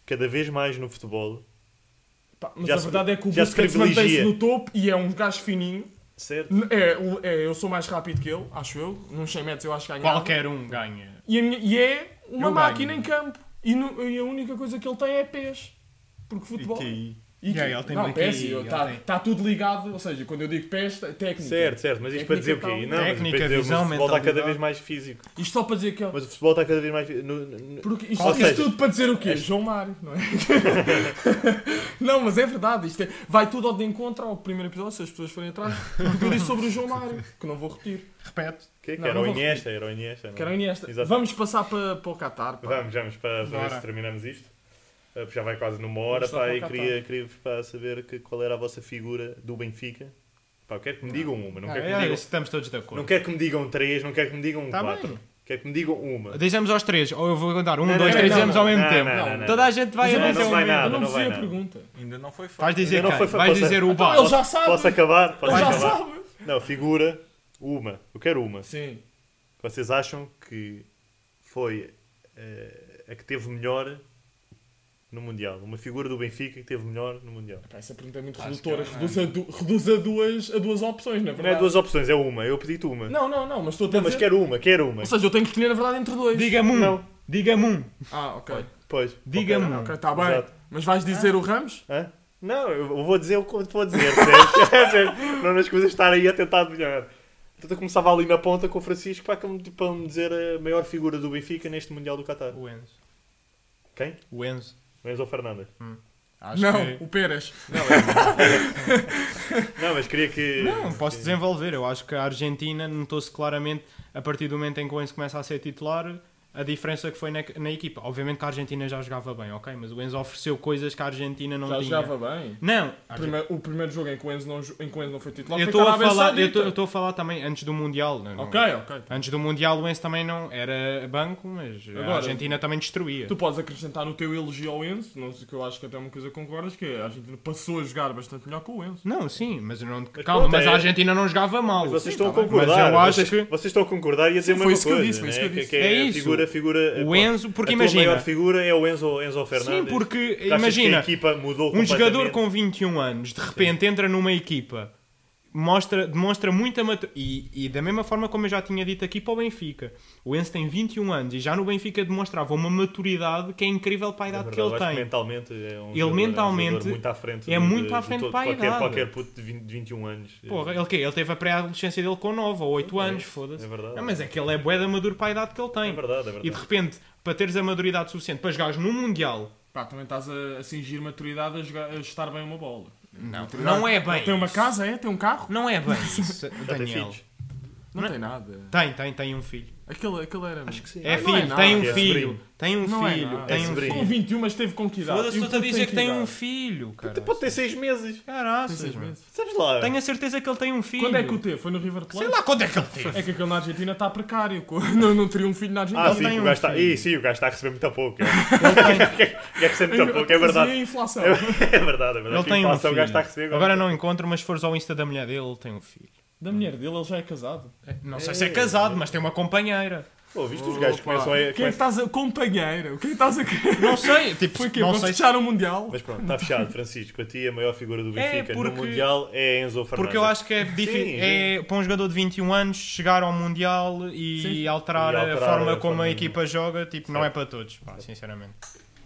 [SPEAKER 1] Cada vez mais no futebol,
[SPEAKER 3] Pá, mas
[SPEAKER 1] Já
[SPEAKER 3] a
[SPEAKER 1] se-
[SPEAKER 3] verdade é que o
[SPEAKER 1] já se
[SPEAKER 3] Busquets
[SPEAKER 1] privilegia.
[SPEAKER 3] mantém-se no topo e é um gajo fininho.
[SPEAKER 1] certo?
[SPEAKER 3] N- É, o- é, eu sou mais rápido que ele, acho eu. Num 100 metros eu acho que ganhava.
[SPEAKER 7] Qualquer um ganha.
[SPEAKER 3] E, a minha- e é uma
[SPEAKER 7] Eu
[SPEAKER 3] máquina
[SPEAKER 7] ganho.
[SPEAKER 3] em campo. E, no- e a única coisa que ele tem é pés. Porque futebol...
[SPEAKER 4] QI.
[SPEAKER 3] E
[SPEAKER 7] Yeah, ele tem
[SPEAKER 3] não,
[SPEAKER 7] bem
[SPEAKER 3] pés,
[SPEAKER 7] QI, ele
[SPEAKER 3] está
[SPEAKER 7] tem.
[SPEAKER 3] tá tudo ligado. Ou seja, quando eu digo pés, te- técnica.
[SPEAKER 1] Certo, certo, mas isto
[SPEAKER 3] Técnica
[SPEAKER 1] para dizer o
[SPEAKER 3] tal.
[SPEAKER 1] quê? Não, mas
[SPEAKER 7] Técnica,
[SPEAKER 1] para dizer,
[SPEAKER 7] visão,
[SPEAKER 1] o futebol está cada
[SPEAKER 7] mentalidade.
[SPEAKER 1] vez mais físico.
[SPEAKER 3] Isto só para dizer que ele...
[SPEAKER 1] Mas o futebol está cada vez mais físico. No- no-
[SPEAKER 3] Porque isto,
[SPEAKER 1] Ou
[SPEAKER 3] isto
[SPEAKER 1] seja,
[SPEAKER 3] tudo para dizer o quê? João Mário, não é? não, mas é verdade. Isto é- vai tudo ao de encontro ao primeiro episódio, se as pessoas forem atrás. Porque eu disse sobre o João Mário, que não vou repetir.
[SPEAKER 7] Repete.
[SPEAKER 1] o que é que
[SPEAKER 3] Não,
[SPEAKER 1] era?
[SPEAKER 3] não
[SPEAKER 1] O
[SPEAKER 3] vou
[SPEAKER 1] Iniesta, era o Iniesta. não? é?
[SPEAKER 3] Que era o Iniesta.
[SPEAKER 1] Exato.
[SPEAKER 3] Vamos passar para, para o Qatar. pá.
[SPEAKER 1] Vamos, vamos, para, para ver
[SPEAKER 7] Bora.
[SPEAKER 1] se terminamos isto. Ah, porque Já vai quase numa hora,
[SPEAKER 3] Vamos só
[SPEAKER 1] pá,
[SPEAKER 3] para
[SPEAKER 1] e
[SPEAKER 3] o Qatar.
[SPEAKER 1] queria, queria pá, saber que, qual era a vossa figura do Benfica. Pá, eu quero que me digam uma, não
[SPEAKER 7] Ah,
[SPEAKER 1] quero que
[SPEAKER 7] é,
[SPEAKER 1] me digam,
[SPEAKER 7] estamos todos de acordo.
[SPEAKER 1] não quero que me digam três, não quero que me digam
[SPEAKER 7] Tá
[SPEAKER 1] quatro.
[SPEAKER 7] bem.
[SPEAKER 1] Quero que me digam uma.
[SPEAKER 7] Dizemos aos três, ou eu vou contar um,
[SPEAKER 1] Não, não,
[SPEAKER 7] dois,
[SPEAKER 1] não,
[SPEAKER 7] três,
[SPEAKER 3] não,
[SPEAKER 7] dizemos
[SPEAKER 3] não.
[SPEAKER 7] ao mesmo
[SPEAKER 1] Não,
[SPEAKER 7] tempo.
[SPEAKER 1] não, não, não.
[SPEAKER 7] Toda a gente vai
[SPEAKER 3] Mas eu
[SPEAKER 1] não
[SPEAKER 7] dizer
[SPEAKER 1] vai
[SPEAKER 7] um-
[SPEAKER 1] nada,
[SPEAKER 3] eu não
[SPEAKER 1] não vai
[SPEAKER 3] percebi a
[SPEAKER 1] nada.
[SPEAKER 3] pergunta.
[SPEAKER 4] Ainda não foi
[SPEAKER 1] Tá
[SPEAKER 4] fácil.
[SPEAKER 7] Vais dizer
[SPEAKER 1] Ainda não
[SPEAKER 7] quem?
[SPEAKER 1] foi- foi
[SPEAKER 7] Vais
[SPEAKER 1] passar-
[SPEAKER 7] dizer o
[SPEAKER 3] Então,
[SPEAKER 7] Bá.
[SPEAKER 3] ele já sabe.
[SPEAKER 1] Posso acabar? Posso
[SPEAKER 3] ele já
[SPEAKER 1] acabar?
[SPEAKER 3] sabe.
[SPEAKER 1] Não, figura, uma. Eu quero uma.
[SPEAKER 3] Sim.
[SPEAKER 1] Vocês acham que foi eh, a que teve melhor no Mundial? Uma figura do Benfica que teve melhor no Mundial?
[SPEAKER 3] Pá, essa pergunta é muito
[SPEAKER 7] Acho
[SPEAKER 3] redutora.
[SPEAKER 7] que é,
[SPEAKER 3] Reduz, a du- reduz a duas, a duas opções, na
[SPEAKER 1] Não é
[SPEAKER 3] verdade.
[SPEAKER 1] duas opções, é uma. Eu pedi-te uma.
[SPEAKER 3] Não, não, não, mas estou a
[SPEAKER 1] Não, mas
[SPEAKER 3] dizer...
[SPEAKER 1] quero uma, quero uma.
[SPEAKER 3] Ou seja, eu tenho que escolher, na verdade, entre dois.
[SPEAKER 7] Diga-me um. Diga-me um.
[SPEAKER 3] Ah, ok.
[SPEAKER 1] Pois.
[SPEAKER 7] Diga-me
[SPEAKER 1] Ok.
[SPEAKER 7] um.
[SPEAKER 3] Ok, está bem.
[SPEAKER 1] Exato.
[SPEAKER 3] Mas vais dizer o Ramos?
[SPEAKER 1] Hã? Não, eu vou dizer o que vou dizer. percebes? não nas coisas estar aí a tentar melhorar. Então eu começava ali na ponta com o Francisco para, que, me- tipo, para me dizer a maior figura do Benfica neste Mundial do Qatar.
[SPEAKER 7] O Enzo.
[SPEAKER 1] Quem?
[SPEAKER 7] O Enzo.
[SPEAKER 1] Enzo Fernandes.
[SPEAKER 3] não, o Pérez.
[SPEAKER 1] Não, mas queria que.
[SPEAKER 7] Não, posso desenvolver. Eu acho que a Argentina notou-se claramente, a partir do momento em que o Enzo começa a ser titular,
[SPEAKER 2] a diferença que foi na, na equipa. Obviamente que a Argentina já jogava bem, ok? Mas o Enzo ofereceu coisas que a Argentina não
[SPEAKER 3] Já
[SPEAKER 2] tinha.
[SPEAKER 3] jogava bem.
[SPEAKER 2] Não, a Argentina-
[SPEAKER 3] Primeiro- o primeiro jogo em que o Enzo não, jo- em que o Enzo não foi titular
[SPEAKER 2] eu
[SPEAKER 3] foi
[SPEAKER 2] estou a
[SPEAKER 3] Arábia
[SPEAKER 2] falar, eu
[SPEAKER 3] Saudita.
[SPEAKER 2] estou- eu estou a falar também antes do mundial. não- não-
[SPEAKER 3] Ok, ok.
[SPEAKER 2] Antes do mundial o Enzo também não era banco, mas a
[SPEAKER 3] Agora-
[SPEAKER 2] Argentina também destruía.
[SPEAKER 3] Tu podes acrescentar no teu elogio ao Enzo, não sei que eu acho que até é uma coisa que concordas, que a Argentina passou a jogar bastante melhor que o Enzo.
[SPEAKER 2] Não, sim, mas eu não. calma,
[SPEAKER 1] pronto,
[SPEAKER 2] mas a
[SPEAKER 1] é-
[SPEAKER 2] Argentina não jogava mal.
[SPEAKER 1] Mas vocês
[SPEAKER 2] Sim,
[SPEAKER 1] estão
[SPEAKER 2] tá
[SPEAKER 1] a
[SPEAKER 2] bem.
[SPEAKER 1] concordar.
[SPEAKER 2] Mas eu acho
[SPEAKER 1] vocês,
[SPEAKER 2] que
[SPEAKER 1] vocês estão a concordar e a dizer
[SPEAKER 3] Sim,
[SPEAKER 1] uma
[SPEAKER 3] foi isso que eu
[SPEAKER 1] coisa.
[SPEAKER 3] disse, foi isso
[SPEAKER 1] né?
[SPEAKER 3] que eu disse.
[SPEAKER 1] é,
[SPEAKER 2] É
[SPEAKER 1] a
[SPEAKER 2] isso.
[SPEAKER 1] Figura, a figura,
[SPEAKER 2] o
[SPEAKER 1] pá,
[SPEAKER 2] Enzo, porque
[SPEAKER 1] a tua
[SPEAKER 2] imagina.
[SPEAKER 1] maior figura é o Enzo, Enzo Fernandes.
[SPEAKER 2] Sim, porque
[SPEAKER 1] Tu achas
[SPEAKER 2] imagina,
[SPEAKER 1] que a equipa mudou
[SPEAKER 2] um jogador
[SPEAKER 1] completamente?
[SPEAKER 2] com 21 anos de repente entra numa equipa, mostra, demonstra muita maturidade. E, e da mesma forma como eu já tinha dito aqui para o Benfica, o Enzo tem 21 anos e já no Benfica demonstrava uma maturidade que é incrível para a
[SPEAKER 1] Na
[SPEAKER 2] idade que
[SPEAKER 1] verdade,
[SPEAKER 2] ele
[SPEAKER 1] acho
[SPEAKER 2] tem.
[SPEAKER 1] mentalmente é um
[SPEAKER 2] Ele
[SPEAKER 1] jogador- é um
[SPEAKER 2] mentalmente
[SPEAKER 1] jogador muito à frente.
[SPEAKER 2] é
[SPEAKER 1] de-
[SPEAKER 2] muito
[SPEAKER 1] de-
[SPEAKER 2] à
[SPEAKER 1] de
[SPEAKER 2] frente
[SPEAKER 1] todo-
[SPEAKER 2] para a
[SPEAKER 1] qualquer,
[SPEAKER 2] idade.
[SPEAKER 1] qualquer puto de 20, 21 anos.
[SPEAKER 2] Porra,
[SPEAKER 1] é,
[SPEAKER 2] ele, quê? ele teve a pré-adolescência dele com 9 ou 8 anos,
[SPEAKER 1] é
[SPEAKER 2] foda-se.
[SPEAKER 1] verdade.
[SPEAKER 2] Não, mas é que ele é bué de amaduro para a idade que ele
[SPEAKER 1] É
[SPEAKER 2] tem.
[SPEAKER 1] verdade, é
[SPEAKER 2] e de
[SPEAKER 1] verdade.
[SPEAKER 2] repente, para teres a maturidade suficiente para jogares num Mundial,
[SPEAKER 3] Pá, também estás a, a cingir maturidade a, jogar, a estar bem uma bola.
[SPEAKER 2] não,
[SPEAKER 3] Maturidade-
[SPEAKER 2] não é bem.
[SPEAKER 3] Tem uma
[SPEAKER 2] isso.
[SPEAKER 3] casa, é? Tem um carro?
[SPEAKER 2] Não é bem isso,
[SPEAKER 1] Já tem
[SPEAKER 2] Daniel.
[SPEAKER 1] filhos.
[SPEAKER 3] Não,
[SPEAKER 2] Não-
[SPEAKER 3] tem nada.
[SPEAKER 2] Tem, tem, tem um filho.
[SPEAKER 3] Aquele, aquele era. Acho que sim.
[SPEAKER 2] É
[SPEAKER 3] Não
[SPEAKER 2] filho,
[SPEAKER 3] nada.
[SPEAKER 2] tem um
[SPEAKER 1] É
[SPEAKER 2] filho,
[SPEAKER 1] sobrinho.
[SPEAKER 2] tem um
[SPEAKER 3] Não é
[SPEAKER 2] filho,
[SPEAKER 3] nada.
[SPEAKER 1] É
[SPEAKER 2] tem um
[SPEAKER 1] sobrinho.
[SPEAKER 3] Com
[SPEAKER 2] filho.
[SPEAKER 3] 21, mas teve com que idade?
[SPEAKER 2] Foda-se,
[SPEAKER 3] E o
[SPEAKER 2] tu
[SPEAKER 3] puto
[SPEAKER 2] estás a dizer que tem
[SPEAKER 3] idade?
[SPEAKER 2] um filho, cara.
[SPEAKER 1] Pode ter 6 meses.
[SPEAKER 3] Tem seis
[SPEAKER 2] Caraças,
[SPEAKER 3] meses.
[SPEAKER 1] Sabes lá.
[SPEAKER 2] tenho a certeza que ele tem um filho.
[SPEAKER 3] Quando é que o teve? Foi no River Plate?
[SPEAKER 2] Sei lá quando é que ele teve.
[SPEAKER 3] É que aquele na Argentina está precário. co- Não, não teria um filho na Argentina.
[SPEAKER 1] Ah,
[SPEAKER 3] Ele
[SPEAKER 1] sim,
[SPEAKER 3] tem
[SPEAKER 1] o
[SPEAKER 3] um
[SPEAKER 1] gajo está.
[SPEAKER 3] filho.
[SPEAKER 1] Ih, sim, o gajo está a receber muito pouco. é. Quer receber muito pouco, é
[SPEAKER 3] Fazia
[SPEAKER 1] verdade.
[SPEAKER 3] a inflação.
[SPEAKER 1] É verdade, é verdade.
[SPEAKER 2] um Ele
[SPEAKER 1] Que
[SPEAKER 2] tem um
[SPEAKER 1] inflação
[SPEAKER 2] filho.
[SPEAKER 1] o gajo está a receber agora.
[SPEAKER 2] Agora não encontro, mas se fores ao Insta da mulher dele, ele tem um filho.
[SPEAKER 3] Da mulher dele, ele já é casado.
[SPEAKER 2] Não sei se é casado, mas tem uma companheira.
[SPEAKER 1] Pô, viste os gajos que
[SPEAKER 3] Opa.
[SPEAKER 1] começam a.
[SPEAKER 3] Quem é
[SPEAKER 2] tá-
[SPEAKER 3] que estás a. Companheira? O que é que estás a querer?
[SPEAKER 2] Não sei, tipo,
[SPEAKER 3] Foi o quê?
[SPEAKER 2] não
[SPEAKER 3] Para
[SPEAKER 2] sei se-
[SPEAKER 3] fechar o Mundial?
[SPEAKER 1] Mas pronto, está fechado, Francisco. A ti a maior figura do Benfica no
[SPEAKER 2] É, porque-
[SPEAKER 1] Mundial é Enzo Fernandes.
[SPEAKER 2] Porque eu acho que é, difi-
[SPEAKER 1] Sim,
[SPEAKER 2] é para um jogador de 21 anos chegar ao Mundial e, alterar,
[SPEAKER 1] E alterar
[SPEAKER 2] a forma
[SPEAKER 1] a
[SPEAKER 2] como
[SPEAKER 1] forma-
[SPEAKER 2] a equipa joga, tipo, não é para todos, pá, sinceramente.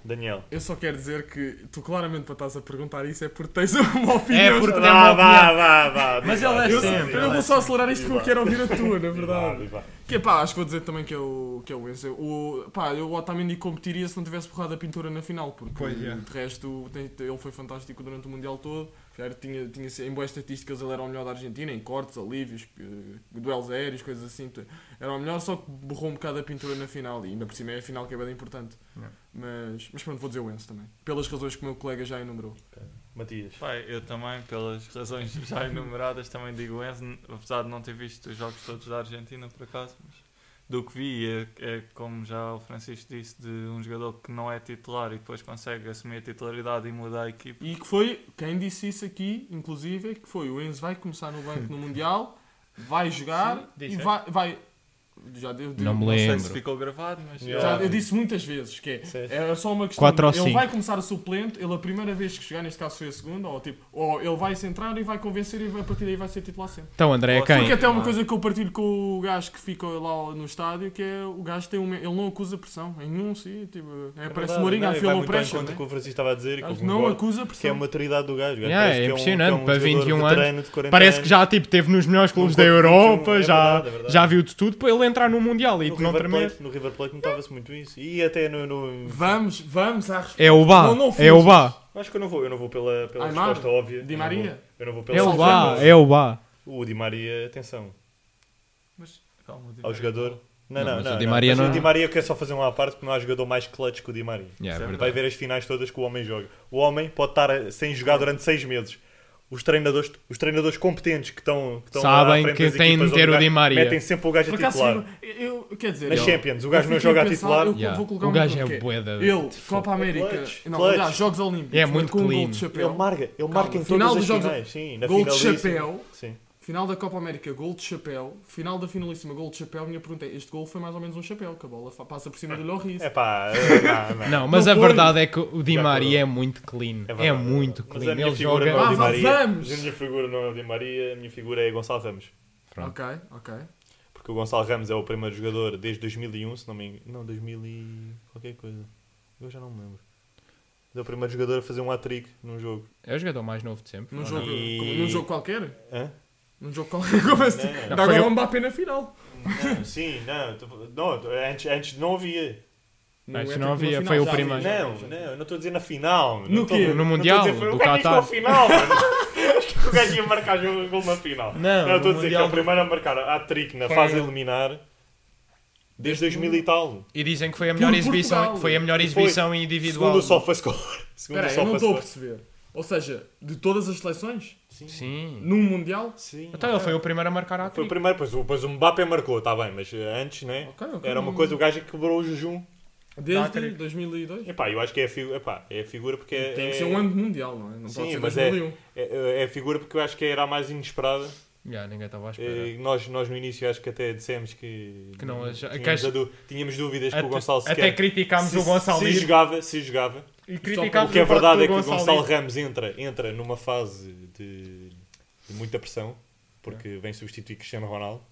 [SPEAKER 1] Daniel.
[SPEAKER 3] Eu só quero dizer que tu claramente para estás a perguntar isso é porque tens uma opinião.
[SPEAKER 2] É porque tem
[SPEAKER 1] Vá,
[SPEAKER 2] uma
[SPEAKER 1] vá,
[SPEAKER 2] opinião.
[SPEAKER 1] vá, vá.
[SPEAKER 2] Mas
[SPEAKER 1] vá,
[SPEAKER 2] ele
[SPEAKER 1] vá,
[SPEAKER 2] é sempre,
[SPEAKER 1] vá,
[SPEAKER 3] Eu
[SPEAKER 1] vá,
[SPEAKER 3] vou só acelerar isto porque eu quero ouvir a tua, na
[SPEAKER 1] vá,
[SPEAKER 3] verdade.
[SPEAKER 1] vá.
[SPEAKER 3] Que pá, acho que vou dizer também que é o, que é o Enzo. O, pá, eu o Otamendi competiria se não tivesse borrado a pintura na final, porque
[SPEAKER 2] Pois é.
[SPEAKER 3] de resto tem- tem- ele foi fantástico durante o Mundial todo. Claro, tinha, tinha, se- em boas estatísticas ele era o melhor da Argentina, em cortes, alívios, eh, duelos aéreos, coisas assim. tu- Era o melhor, só que borrou um bocado a pintura na final e ainda por cima é a final que é bem importante.
[SPEAKER 2] É.
[SPEAKER 3] Mas, mas pronto, vou dizer o Enzo também, pelas razões que o meu colega já enumerou.
[SPEAKER 1] Matias.
[SPEAKER 4] Pá, eu também, pelas razões já enumeradas, também digo Enzo, apesar de não ter visto os jogos todos da Argentina, por acaso, mas do que vi, é, é como já o Francisco disse, de um jogador que não é titular e depois consegue assumir a titularidade e mudar a equipe.
[SPEAKER 3] E que foi, quem disse isso aqui, inclusive, que foi o Enzo vai começar no banco no Mundial, vai jogar
[SPEAKER 2] Sim,
[SPEAKER 3] e
[SPEAKER 1] é.
[SPEAKER 2] disse,
[SPEAKER 3] vai, vai. Já devo dizer.
[SPEAKER 2] Não me
[SPEAKER 4] Não sei
[SPEAKER 2] lembro.
[SPEAKER 4] se ficou gravado, mas
[SPEAKER 1] Yeah.
[SPEAKER 3] Já, eu disse muitas vezes que é,
[SPEAKER 1] Certo.
[SPEAKER 3] era só uma questão.
[SPEAKER 2] Quatro ou
[SPEAKER 3] de-
[SPEAKER 2] cinco.
[SPEAKER 3] ele vai começar a suplente, ele a primeira vez que chegar, neste caso foi a segunda, ou tipo, ou ele vai centrar e vai convencer e vai- a partir daí vai ser titular sempre.
[SPEAKER 2] Então, André, é
[SPEAKER 4] Porque
[SPEAKER 3] Porque
[SPEAKER 2] quem?
[SPEAKER 3] até uma coisa que eu partilho com o gajo que fica lá no estádio, que é o gajo tem um, ele não acusa pressão em nenhum sim, tipo, é, parece
[SPEAKER 1] verdade,
[SPEAKER 3] Mourinho,
[SPEAKER 1] não, e
[SPEAKER 3] afilou
[SPEAKER 1] vai
[SPEAKER 3] o
[SPEAKER 1] muito ao encontro
[SPEAKER 3] pressure,
[SPEAKER 2] é?
[SPEAKER 3] né?
[SPEAKER 1] do que o Francisco estava a dizer e que eu
[SPEAKER 3] Gajo não
[SPEAKER 1] concordo,
[SPEAKER 3] acusa
[SPEAKER 1] que é a
[SPEAKER 3] pressão.
[SPEAKER 1] maturidade do gajo. o gajo
[SPEAKER 2] Yeah,
[SPEAKER 1] parece
[SPEAKER 2] é
[SPEAKER 1] que um-
[SPEAKER 2] impressionante,
[SPEAKER 1] que é um
[SPEAKER 2] para
[SPEAKER 1] jogador
[SPEAKER 2] 21
[SPEAKER 1] veterano de 40
[SPEAKER 2] Parece que
[SPEAKER 1] anos.
[SPEAKER 2] já tipo, teve nos melhores clubes da
[SPEAKER 1] Nunca teve
[SPEAKER 2] Europa,
[SPEAKER 1] um- é
[SPEAKER 2] já,
[SPEAKER 1] verdade, é verdade.
[SPEAKER 2] já viu de tudo para ele entrar no Mundial e
[SPEAKER 1] No
[SPEAKER 2] tu não
[SPEAKER 1] River,
[SPEAKER 2] tremer.
[SPEAKER 1] Plate, no River Plate notava-se muito isso. E até no. no-
[SPEAKER 3] Vamos, vamos à resposta.
[SPEAKER 2] É o Bá,
[SPEAKER 3] Não, não
[SPEAKER 2] é o Bá,
[SPEAKER 1] Acho que eu não vou, eu não vou pela, pela
[SPEAKER 3] Aymar,
[SPEAKER 1] resposta óbvia.
[SPEAKER 3] Di
[SPEAKER 1] Eu não vou-
[SPEAKER 3] Maria?
[SPEAKER 1] Eu não vou pela
[SPEAKER 2] é o
[SPEAKER 3] Salvador.
[SPEAKER 2] Bá, é o Bá.
[SPEAKER 1] O Di Maria, atenção.
[SPEAKER 4] Calma, Di
[SPEAKER 1] Ao
[SPEAKER 4] Maria.
[SPEAKER 1] jogador. Não,
[SPEAKER 2] Não,
[SPEAKER 1] não,
[SPEAKER 2] mas
[SPEAKER 1] não.
[SPEAKER 2] o Di Maria
[SPEAKER 1] Mas
[SPEAKER 2] não-
[SPEAKER 1] O Di Maria eu quero só fazer uma à parte porque não há jogador mais clutch que o Di Maria.
[SPEAKER 2] Yeah, é
[SPEAKER 4] Sempre.
[SPEAKER 1] Vai ver as finais todas que o homem joga. O homem pode estar eh, sem jogar durante seis meses. Os treinadores, os treinadores competentes que estão que estão lá à
[SPEAKER 2] Sabem
[SPEAKER 1] frente
[SPEAKER 2] que
[SPEAKER 1] das
[SPEAKER 2] têm de
[SPEAKER 1] equipas
[SPEAKER 2] meter
[SPEAKER 1] onde
[SPEAKER 2] o
[SPEAKER 1] o
[SPEAKER 2] Di
[SPEAKER 1] gajo-
[SPEAKER 2] Maria.
[SPEAKER 1] Metem sempre o gajo a
[SPEAKER 3] Por acaso,
[SPEAKER 1] titular.
[SPEAKER 3] eu, eu- quer dizer,
[SPEAKER 1] Na
[SPEAKER 3] eu-
[SPEAKER 1] Champions, o gajo
[SPEAKER 3] eu
[SPEAKER 1] não
[SPEAKER 3] fiquei
[SPEAKER 1] joga a
[SPEAKER 3] pensar,
[SPEAKER 1] titular.
[SPEAKER 3] Eu
[SPEAKER 2] Yeah.
[SPEAKER 3] vou colocar
[SPEAKER 2] O
[SPEAKER 3] um
[SPEAKER 2] gajo
[SPEAKER 3] ponto,
[SPEAKER 2] é
[SPEAKER 3] que
[SPEAKER 2] bué da-
[SPEAKER 3] Ele, Copa América,
[SPEAKER 1] clutch,
[SPEAKER 3] não,
[SPEAKER 1] clutch.
[SPEAKER 3] aliás, Jogos Olímpicos,
[SPEAKER 2] É muito
[SPEAKER 3] marcou um gol
[SPEAKER 2] clean.
[SPEAKER 3] de
[SPEAKER 1] Ele
[SPEAKER 3] chapéu.
[SPEAKER 1] marca, ele marca em
[SPEAKER 3] final
[SPEAKER 1] todas as
[SPEAKER 3] dos jogos-
[SPEAKER 1] finais. Sim, na
[SPEAKER 3] gol de
[SPEAKER 1] finalíssima.
[SPEAKER 3] chapéu,
[SPEAKER 1] Sim.
[SPEAKER 3] final da Copa América, gol de chapéu, final da finalíssima, gol de chapéu. Minha pergunta é: este gol foi mais ou menos um chapéu, que a bola fa- passa por cima do Lloris.
[SPEAKER 1] É pá, eh, não, não.
[SPEAKER 2] Não, mas
[SPEAKER 3] Não
[SPEAKER 2] a
[SPEAKER 3] foi.
[SPEAKER 2] verdade é que o Di
[SPEAKER 1] Já
[SPEAKER 2] Maria é muito clean. É,
[SPEAKER 1] verdade.
[SPEAKER 2] muito
[SPEAKER 1] Mas a
[SPEAKER 2] clean.
[SPEAKER 1] minha
[SPEAKER 2] Ele
[SPEAKER 1] figura
[SPEAKER 2] joga.
[SPEAKER 1] não é o Di
[SPEAKER 3] Ah,
[SPEAKER 1] Maria.
[SPEAKER 3] vamos!
[SPEAKER 1] A minha figura não é o Di Maria, a minha figura é Gonçalo Ramos.
[SPEAKER 2] Pronto.
[SPEAKER 3] Ok, ok.
[SPEAKER 1] Porque o Gonçalo Ramos é o primeiro jogador desde 2001, se não me engano. Não, 2000 e qualquer coisa. Eu já não me lembro. Mas É o primeiro jogador a fazer um hat-trick num jogo.
[SPEAKER 2] É o jogador mais novo de sempre.
[SPEAKER 3] Num
[SPEAKER 2] Ou
[SPEAKER 3] jogo,
[SPEAKER 1] E-
[SPEAKER 3] como- num jogo qualquer?
[SPEAKER 1] Hã?
[SPEAKER 3] Num jogo qualquer, como assim?
[SPEAKER 1] Não,
[SPEAKER 3] Dá
[SPEAKER 2] Foi
[SPEAKER 3] agora
[SPEAKER 2] eu-
[SPEAKER 3] o Mbappé na final.
[SPEAKER 1] não, sim, não, tu- não, tu- antes, antes não havia.
[SPEAKER 2] Antes
[SPEAKER 3] é
[SPEAKER 2] não
[SPEAKER 3] tipo
[SPEAKER 2] havia, foi
[SPEAKER 3] uma final,
[SPEAKER 2] o
[SPEAKER 3] já
[SPEAKER 2] primeiro.
[SPEAKER 3] havia, já
[SPEAKER 1] Não,
[SPEAKER 3] havia.
[SPEAKER 1] não, eu não estou a dizer na final.
[SPEAKER 3] No quê?
[SPEAKER 1] Estou,
[SPEAKER 2] No
[SPEAKER 1] não
[SPEAKER 2] Mundial
[SPEAKER 1] estou a dizer, foi,
[SPEAKER 2] do
[SPEAKER 1] o gajo
[SPEAKER 2] Qatar.
[SPEAKER 1] na final. mano. Acho que o gajo ia marcar jogo- gol na final.
[SPEAKER 2] Não,
[SPEAKER 1] não eu estou a
[SPEAKER 2] no
[SPEAKER 1] dizer que é
[SPEAKER 2] Mundial
[SPEAKER 1] o primeiro a marcar hat-trick na
[SPEAKER 2] Foi-
[SPEAKER 1] fase eliminar. desde 2000 e tal.
[SPEAKER 2] E dizem que foi a
[SPEAKER 8] Por
[SPEAKER 2] melhor exibição,
[SPEAKER 8] Portugal.
[SPEAKER 2] que foi a melhor
[SPEAKER 1] Foi.
[SPEAKER 2] exibição
[SPEAKER 1] Segundo
[SPEAKER 2] individual.
[SPEAKER 1] o SofaScore. Segundo
[SPEAKER 3] Espera
[SPEAKER 1] o
[SPEAKER 3] aí, eu não estou a
[SPEAKER 1] SofaScore.
[SPEAKER 3] perceber. Ou seja, de todas as seleções,
[SPEAKER 1] Hum.
[SPEAKER 2] Sim.
[SPEAKER 3] num Mundial,
[SPEAKER 1] Sim.
[SPEAKER 2] Então ele foi o primeiro a marcar a
[SPEAKER 1] é. Foi o
[SPEAKER 2] foi
[SPEAKER 1] primeiro, pois, o- pois o Mbappé marcou, está bem, mas eh, antes, né?
[SPEAKER 3] Ok, ok.
[SPEAKER 1] Era uma coisa, o gajo é que quebrou o jejum.
[SPEAKER 3] desde 2002.
[SPEAKER 1] Epá, eu acho que é a, figu- epá, é a figura porque é.
[SPEAKER 3] Tem
[SPEAKER 1] é-
[SPEAKER 3] que ser um ano de Mundial, não é? Não
[SPEAKER 1] Sim,
[SPEAKER 3] pode ser
[SPEAKER 1] mas é-
[SPEAKER 3] 2001.
[SPEAKER 1] É, é a figura porque eu acho que era a mais inesperada.
[SPEAKER 2] yeah, ninguém estava à espera.
[SPEAKER 1] Eh, Nós, nós no início acho que até dissemos que,
[SPEAKER 2] Que não acha- que
[SPEAKER 1] tínhamos,
[SPEAKER 2] acha-
[SPEAKER 1] a du- tínhamos dúvidas que
[SPEAKER 2] Até,
[SPEAKER 1] o Gonçalo sequer
[SPEAKER 2] até criticámos
[SPEAKER 1] se,
[SPEAKER 2] o Gonçalo
[SPEAKER 1] se
[SPEAKER 2] Lira
[SPEAKER 1] jogava, se jogava.
[SPEAKER 2] e
[SPEAKER 1] O
[SPEAKER 2] criticámos
[SPEAKER 1] que é
[SPEAKER 2] voto
[SPEAKER 1] verdade
[SPEAKER 2] do
[SPEAKER 1] é que o Gonçalo
[SPEAKER 2] Lira.
[SPEAKER 1] Ramos entra, entra numa fase de, de muita pressão, porque vem substituir Cristiano Ronaldo.